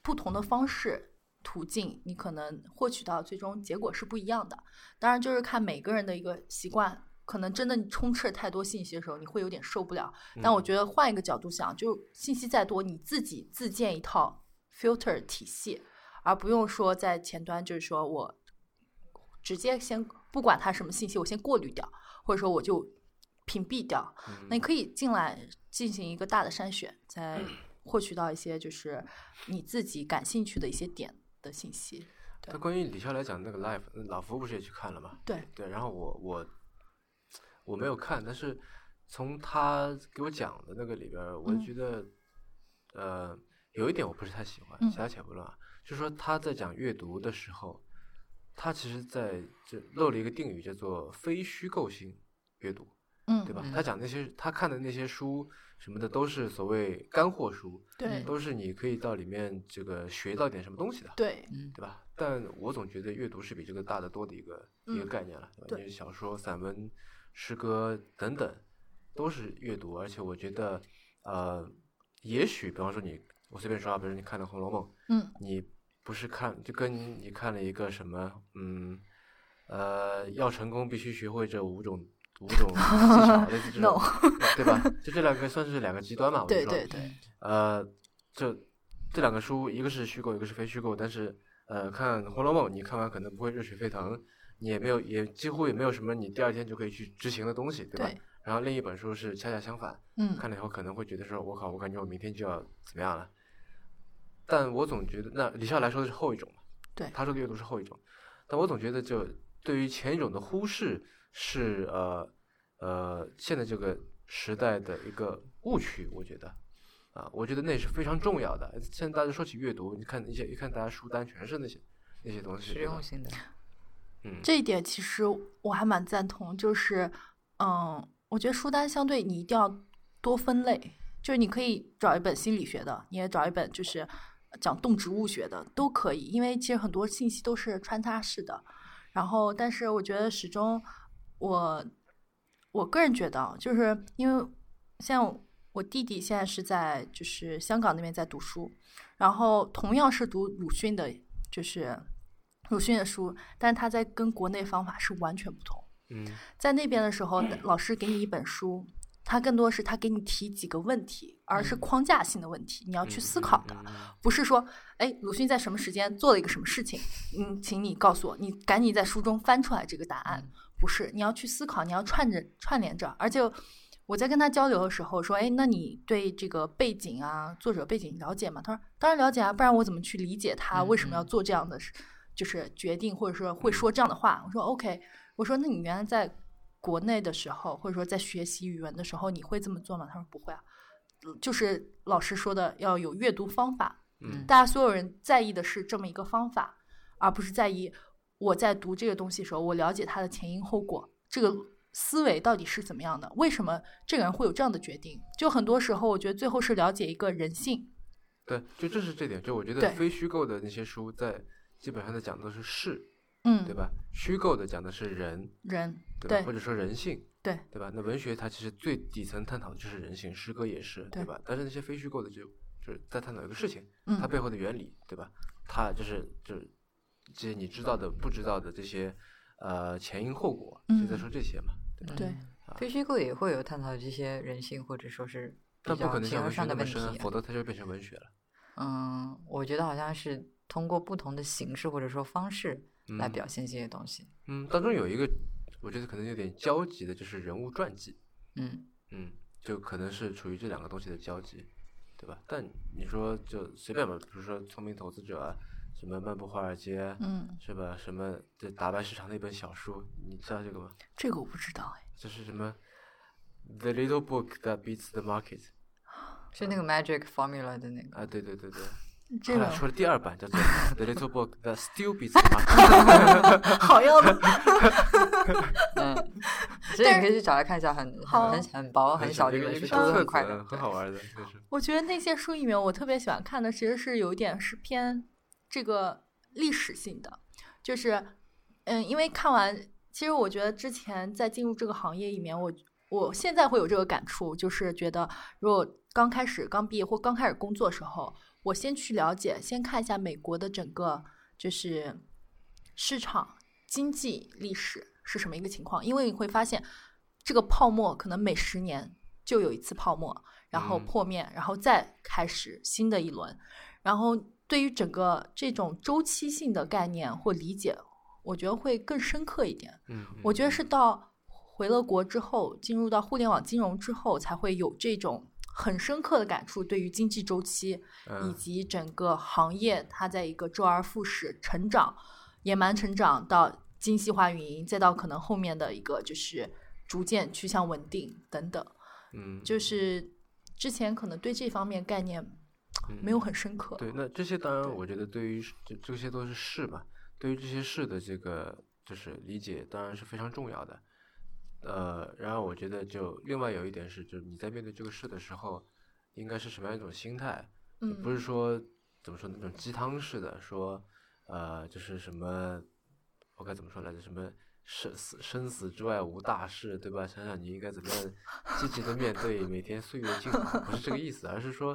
Speaker 3: 不同的方式。途径，你可能获取到最终结果是不一样的。当然，就是看每个人的一个习惯，可能真的你充斥太多信息的时候，你会有点受不了。但
Speaker 1: 嗯
Speaker 3: 我觉得换一个角度想，就信息再多，你自己自建一套 filter 体系，而不用说在前端就是说我直接先不管它什么信息，我先过滤掉，或者说我就屏蔽掉。
Speaker 1: 嗯
Speaker 3: 那你可以进来进行一个大的筛选，再
Speaker 1: <clears throat>
Speaker 3: 获取到一些就是你自己感兴趣的一些点的信息。
Speaker 1: 那关于李笑来讲那个 live，老福不是也去看了吗？
Speaker 3: 对，
Speaker 1: 对，然后我我我没有看，但是从他给我讲的那个里边儿，我
Speaker 3: 嗯
Speaker 1: 觉得、呃有一点我不是太喜欢，
Speaker 3: 嗯
Speaker 1: 其他且不论啊，就是说他在讲阅读的时候，他其实在这漏了一个定语，叫做非虚构性阅读，
Speaker 3: 嗯，
Speaker 1: 对吧？
Speaker 2: 嗯
Speaker 1: 他讲那些他看的那些书什么的，都是所谓干货书，
Speaker 3: 对
Speaker 1: 都是你可以到里面这个学到点什么东西的。
Speaker 3: 对，
Speaker 2: 嗯
Speaker 1: 对吧？但我总觉得阅读是比这个大得多的一个、一个
Speaker 3: 嗯
Speaker 1: 概念了，对吧？
Speaker 3: 对
Speaker 1: 因为小说、散文、诗歌等等都是阅读，而且我觉得，呃，也许比方说你，我随便说啊，比如你看了《红楼梦》，
Speaker 3: 嗯
Speaker 1: 你不是看，就跟你看了一个什么，嗯，呃，要成功必须学会这五种五种技巧，类似这
Speaker 3: <laughs>
Speaker 1: 种对吧？就这两个算是两个极端嘛，我就
Speaker 3: 对
Speaker 1: 说
Speaker 3: 对对，
Speaker 1: 呃，这这两个书，一个是虚构，一个是非虚构，但是呃，看《红楼梦》，你看完可能不会热血沸腾，你也没有，也几乎也没有什么你第二天就可以去执行的东西，对吧？
Speaker 3: 对
Speaker 1: 然后另一本书是恰恰相反，
Speaker 3: 嗯
Speaker 1: 看了以后可能会觉得说，我靠，我感觉我明天就要怎么样了。但我总觉得，那李笑来说的是后一种嘛，
Speaker 3: 对
Speaker 1: 他说的阅读是后一种，但我总觉得就对于前一种的忽视是呃呃现在这个时代的一个误区，我觉得啊，我觉得那是非常重要的。现在大家说起阅读，你看一些一看大家书单全是那些那些东西，
Speaker 2: 实
Speaker 1: 对吧
Speaker 2: 用性的，
Speaker 1: 嗯，
Speaker 3: 这一点其实我还蛮赞同，就是，嗯，我觉得书单相对你一定要多分类，就是你可以找一本心理学的，你也找一本就是讲动植物学的都可以，因为其实很多信息都是穿插式的。然后，但是我觉得始终我我个人觉得啊，就是因为像我弟弟现在是在就是香港那边在读书，然后同样是读鲁迅的，就是鲁迅的书，但是他在跟国内方法是完全不同。
Speaker 1: 嗯
Speaker 3: 在那边的时候，老师给你一本书，他更多是他给你提几个问题，而是框架性的问题，你要去思考的。
Speaker 1: 嗯嗯
Speaker 3: 不是说，哎，鲁迅在什么时间做了一个什么事情，嗯，请你告诉我，你赶紧在书中翻出来这个答案
Speaker 2: 嗯。
Speaker 3: 不是，你要去思考，你要串着串联着。而且我在跟他交流的时候说，哎，那你对这个背景啊，作者背景了解吗？他说当然了解啊，不然我怎么去理解他
Speaker 2: 嗯
Speaker 3: 为什么要
Speaker 2: 嗯
Speaker 3: 做这样的事，就是决定，或者说会说这样的话？我说 OK，我说那你原来在国内的时候，或者说在学习语文的时候，你会这么做吗？他说不会啊。嗯就是老师说的，要有阅读方法，
Speaker 1: 嗯
Speaker 3: 大家所有人在意的是这么一个方法，而不是在意我在读这个东西的时候，我了解它的前因后果，这个思维到底是怎么样的？为什么这个人会有这样的决定？就很多时候，我觉得最后是了解一个人性。
Speaker 1: 对，就这是这点，就我觉得
Speaker 3: 对
Speaker 1: 非虚构的那些书在基本上在讲的是事，
Speaker 3: 嗯，
Speaker 1: 对吧？虚构的讲的是人，
Speaker 3: 人
Speaker 1: 对吧？
Speaker 3: 对
Speaker 1: 或者说人性，
Speaker 3: 对
Speaker 1: 对吧？那文学它其实最底层探讨的就是人性，诗歌也是，对
Speaker 3: 对
Speaker 1: 吧？但是那些非虚构的就就是在探讨一个事情，
Speaker 3: 嗯
Speaker 1: 它背后的原理，对吧？它就是就是这些你知道的、不知道的这些呃前因后果，就在
Speaker 3: 嗯
Speaker 1: 说这些嘛，对啊吧？
Speaker 3: 对
Speaker 2: 嗯，非虚构也会有探讨这些人性或者说是比
Speaker 1: 但不可
Speaker 2: 较
Speaker 1: 能
Speaker 2: 形
Speaker 1: 像
Speaker 2: 而
Speaker 1: 文学
Speaker 2: 上
Speaker 1: 那
Speaker 2: 的
Speaker 1: 么
Speaker 2: 问题
Speaker 1: 深啊，
Speaker 2: 啊。
Speaker 1: 否则它就变成文学了。
Speaker 2: 嗯，我觉得好像是通过不同的形式或者说方式来
Speaker 1: 嗯
Speaker 2: 表现这些东西。
Speaker 1: 嗯，当中有一个我觉得可能有点交集的，就是人物传记。
Speaker 2: 嗯
Speaker 1: 嗯，就可能是处于这两个东西的交集，对吧？但你说就随便吧，比如说《聪明投资者》啊，什么《漫步华尔街》，啊
Speaker 3: 嗯，
Speaker 1: 是吧？什么这打败市场的一本小书，你知道这个吗？
Speaker 3: 这个我不知道哎，
Speaker 1: 就是什么《The Little Book That Beats the Market》
Speaker 2: 是那个 Magic Formula 的那个，
Speaker 1: 啊，对对对对，
Speaker 3: 这
Speaker 1: 后
Speaker 3: 个
Speaker 1: 来出了第二版叫做《The Little Book That Still Beats the Market》
Speaker 3: <laughs> 好样的，
Speaker 2: 嗯，其实你可以去找来看一下，很很很很
Speaker 3: 哦
Speaker 1: <laughs>
Speaker 2: 薄很小的
Speaker 1: 一
Speaker 2: 一
Speaker 1: 个
Speaker 2: 本
Speaker 1: 一
Speaker 2: 书，
Speaker 1: 个
Speaker 2: 读
Speaker 1: 小
Speaker 2: 的
Speaker 1: 册
Speaker 2: 很
Speaker 1: 子
Speaker 2: 快的，
Speaker 1: 很好玩的，就是
Speaker 3: 我觉得那些书里面，我特别喜欢看的其实是有一点是偏这个历史性的，就是嗯，因为看完，其实我觉得之前在进入这个行业里面，我我现在会有这个感触，就是觉得如果刚开始刚毕业或刚开始工作时候，我先去了解，先看一下美国的整个就是市场经济历史是什么一个情况，因为你会发现这个泡沫可能每十年就有一次泡沫，然后
Speaker 1: 嗯
Speaker 3: 破灭，然后再开始新的一轮，然后对于整个这种周期性的概念或理解，我觉得会更深刻一点。
Speaker 1: 嗯，
Speaker 3: 我觉得
Speaker 1: 嗯
Speaker 3: 是到回了国之后，进入到互联网金融之后，才会有这种很深刻的感触，对于经济周期以
Speaker 1: 嗯
Speaker 3: 及整个行业它在一个周而复始成长、野蛮成长到精细化运营，再到可能后面的一个就是逐渐趋向稳定等等，
Speaker 1: 嗯
Speaker 3: 就是之前可能对这方面概念
Speaker 1: 嗯
Speaker 3: 没有很深刻。
Speaker 1: 对，那这些当然，
Speaker 3: 对
Speaker 1: 我觉得对于是这这些都是事嘛，对于这些事的这个就是理解，当然是非常重要的。呃，然后我觉得就另外有一点是，就是你在面对这个事的时候，应该是什么样一种心态？就
Speaker 3: 嗯，
Speaker 1: 不是说怎么说那种鸡汤式的说，呃，就是什么，我该怎么说来着？什么生死生死之外无大事，对吧？想想你应该怎么样积极的面对每天岁月静好，不是这个意思，而是说，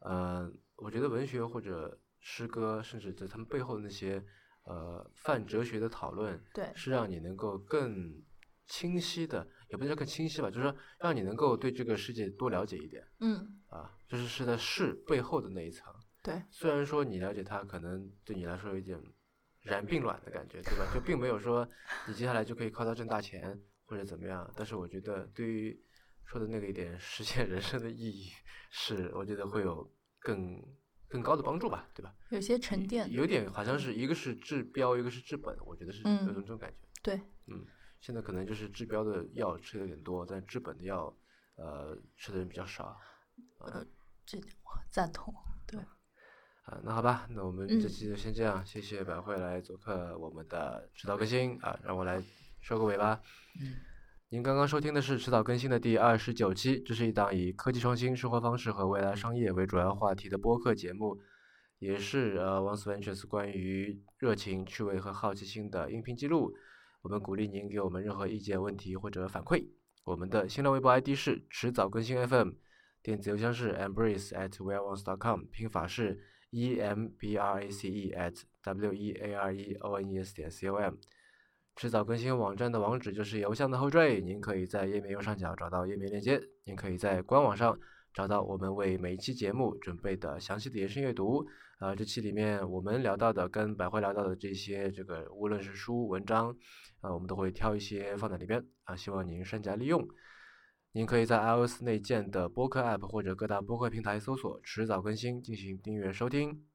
Speaker 1: 呃，我觉得文学或者诗歌，甚至在他们背后的那些呃泛哲学的讨论，
Speaker 3: 对，
Speaker 1: 是让你能够更清晰的，也不是说更清晰吧，就是说让你能够对这个世界多了解一点。
Speaker 3: 嗯，
Speaker 1: 啊，就是是在事背后的那一层。
Speaker 3: 对，
Speaker 1: 虽然说你了解它，可能对你来说有一点然并卵的感觉，对吧？就并没有说你接下来就可以靠它挣大钱或者怎么样。但是我觉得，对于说的那个一点实现人生的意义，是我觉得会有更更高的帮助吧，对吧？
Speaker 3: 有些沉淀。
Speaker 1: 有点好像是一个是治标，一个是治本，我觉得是有
Speaker 3: 嗯
Speaker 1: 种这种感觉。
Speaker 3: 对，
Speaker 1: 嗯，现在可能就是治标的药吃的有点多，但治本的药，呃，吃的人比较少。
Speaker 3: 这我赞同。
Speaker 1: 啊，那好吧，那我们
Speaker 3: 嗯
Speaker 1: 这期就先这样，谢谢百惠来做客我们的迟早更新啊，让我来收个尾吧。
Speaker 2: 嗯
Speaker 1: 您刚刚收听的是迟早更新的第二十九期，这是一档以科技创新、生活方式和未来商业为主要话题的播客节目，也是呃 Once Ventures 关于热情、趣味和好奇心的音频记录。我们鼓励您给我们任何意见、问题或者反馈。我们的新浪微博 ID 是迟早更新 FM，电子邮箱是 embrace at whereones.com，拼法是 e m b r a c e at w e a r e o n e s 点 c o m。迟早更新网站的网址就是邮箱的后缀，您可以在页面右上角找到页面链接，您可以在官网上找到我们为每一期节目准备的详细的延伸阅读。呃，这期里面我们聊到的跟百惠聊到的这些，这个无论是书、文章，呃，我们都会挑一些放在里边啊，希望您善加利用。您可以在 iOS 内建的播客 App 或者各大播客平台搜索“迟早更新”进行订阅收听。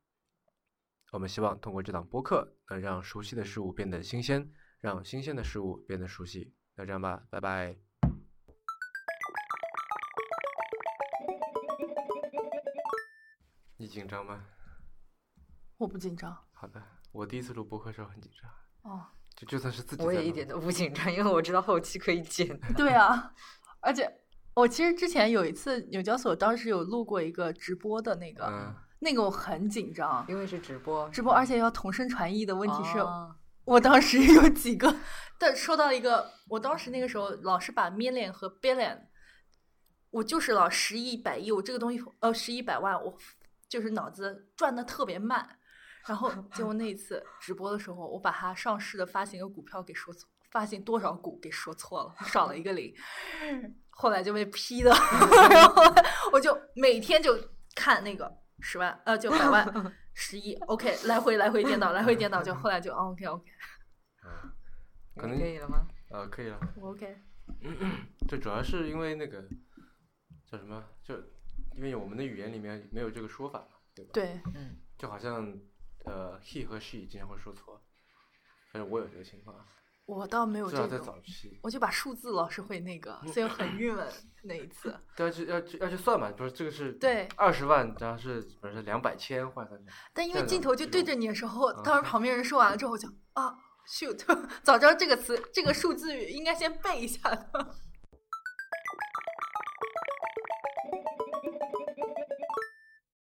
Speaker 1: 我们希望通过这档播客，能让熟悉的事物变得新鲜，让新鲜的事物变得熟悉。那这样吧，拜拜。你紧张吗？
Speaker 3: 我不紧张。
Speaker 1: 好的，我第一次录播客时候很紧张，
Speaker 3: 哦，
Speaker 1: 就就算是自己
Speaker 2: 我
Speaker 1: 在
Speaker 2: 也一
Speaker 1: 录
Speaker 2: 点都不紧张，因为我知道后期可以剪。
Speaker 3: 对啊，而且我其实之前有一次纽交所当时有录过一个直播的那个，
Speaker 1: 嗯
Speaker 3: 那个我很紧张。
Speaker 2: 因为是直播，
Speaker 3: 直播，而且要同声传译的问题是，
Speaker 2: 哦
Speaker 3: 我当时有几 <laughs> 个，但说到一个，我当时那个时候老是把 million 和 billion，我就是老十亿、百亿，我这个东西呃十亿、百万，我就是脑子转的特别慢。然后结果那一次直播的时候，我把它上市的发行的股票给说错，发行多少股给说错了，少了一个零，后来就被批的。 <laughs> 然后我就每天就看那个十万呃就百 <laughs> 万十亿，OK 来回来回颠倒，来回颠倒，就后来就哦 OK OK
Speaker 1: 嗯，
Speaker 2: 你
Speaker 1: 可能
Speaker 2: 可以了吗？
Speaker 1: 呃，可以了。
Speaker 3: 我 OK，
Speaker 1: 这主要是因为那个叫什么，就因为我们的语言里面没有这个说法嘛，对吧？
Speaker 3: 对，
Speaker 2: 嗯，
Speaker 1: 就好像呃，he 和 she 经常会说错，反正我有这个情况，
Speaker 3: 我倒没有
Speaker 1: 至
Speaker 3: 这
Speaker 1: 少
Speaker 3: 种。
Speaker 1: 在早期，
Speaker 3: 我就把数字老是会那个，所以很郁
Speaker 1: <laughs>
Speaker 3: 闷那一次。
Speaker 1: 要去要去要去算嘛，不是这个是
Speaker 3: 对，
Speaker 1: 二十万，然后是比如说两百千换算成，
Speaker 3: 但因为镜头就对着你的时候，
Speaker 1: 嗯
Speaker 3: 当时旁边人说完 <laughs> 了之后我就啊 shoot，早知道这个词这个数字语应该先背一下的。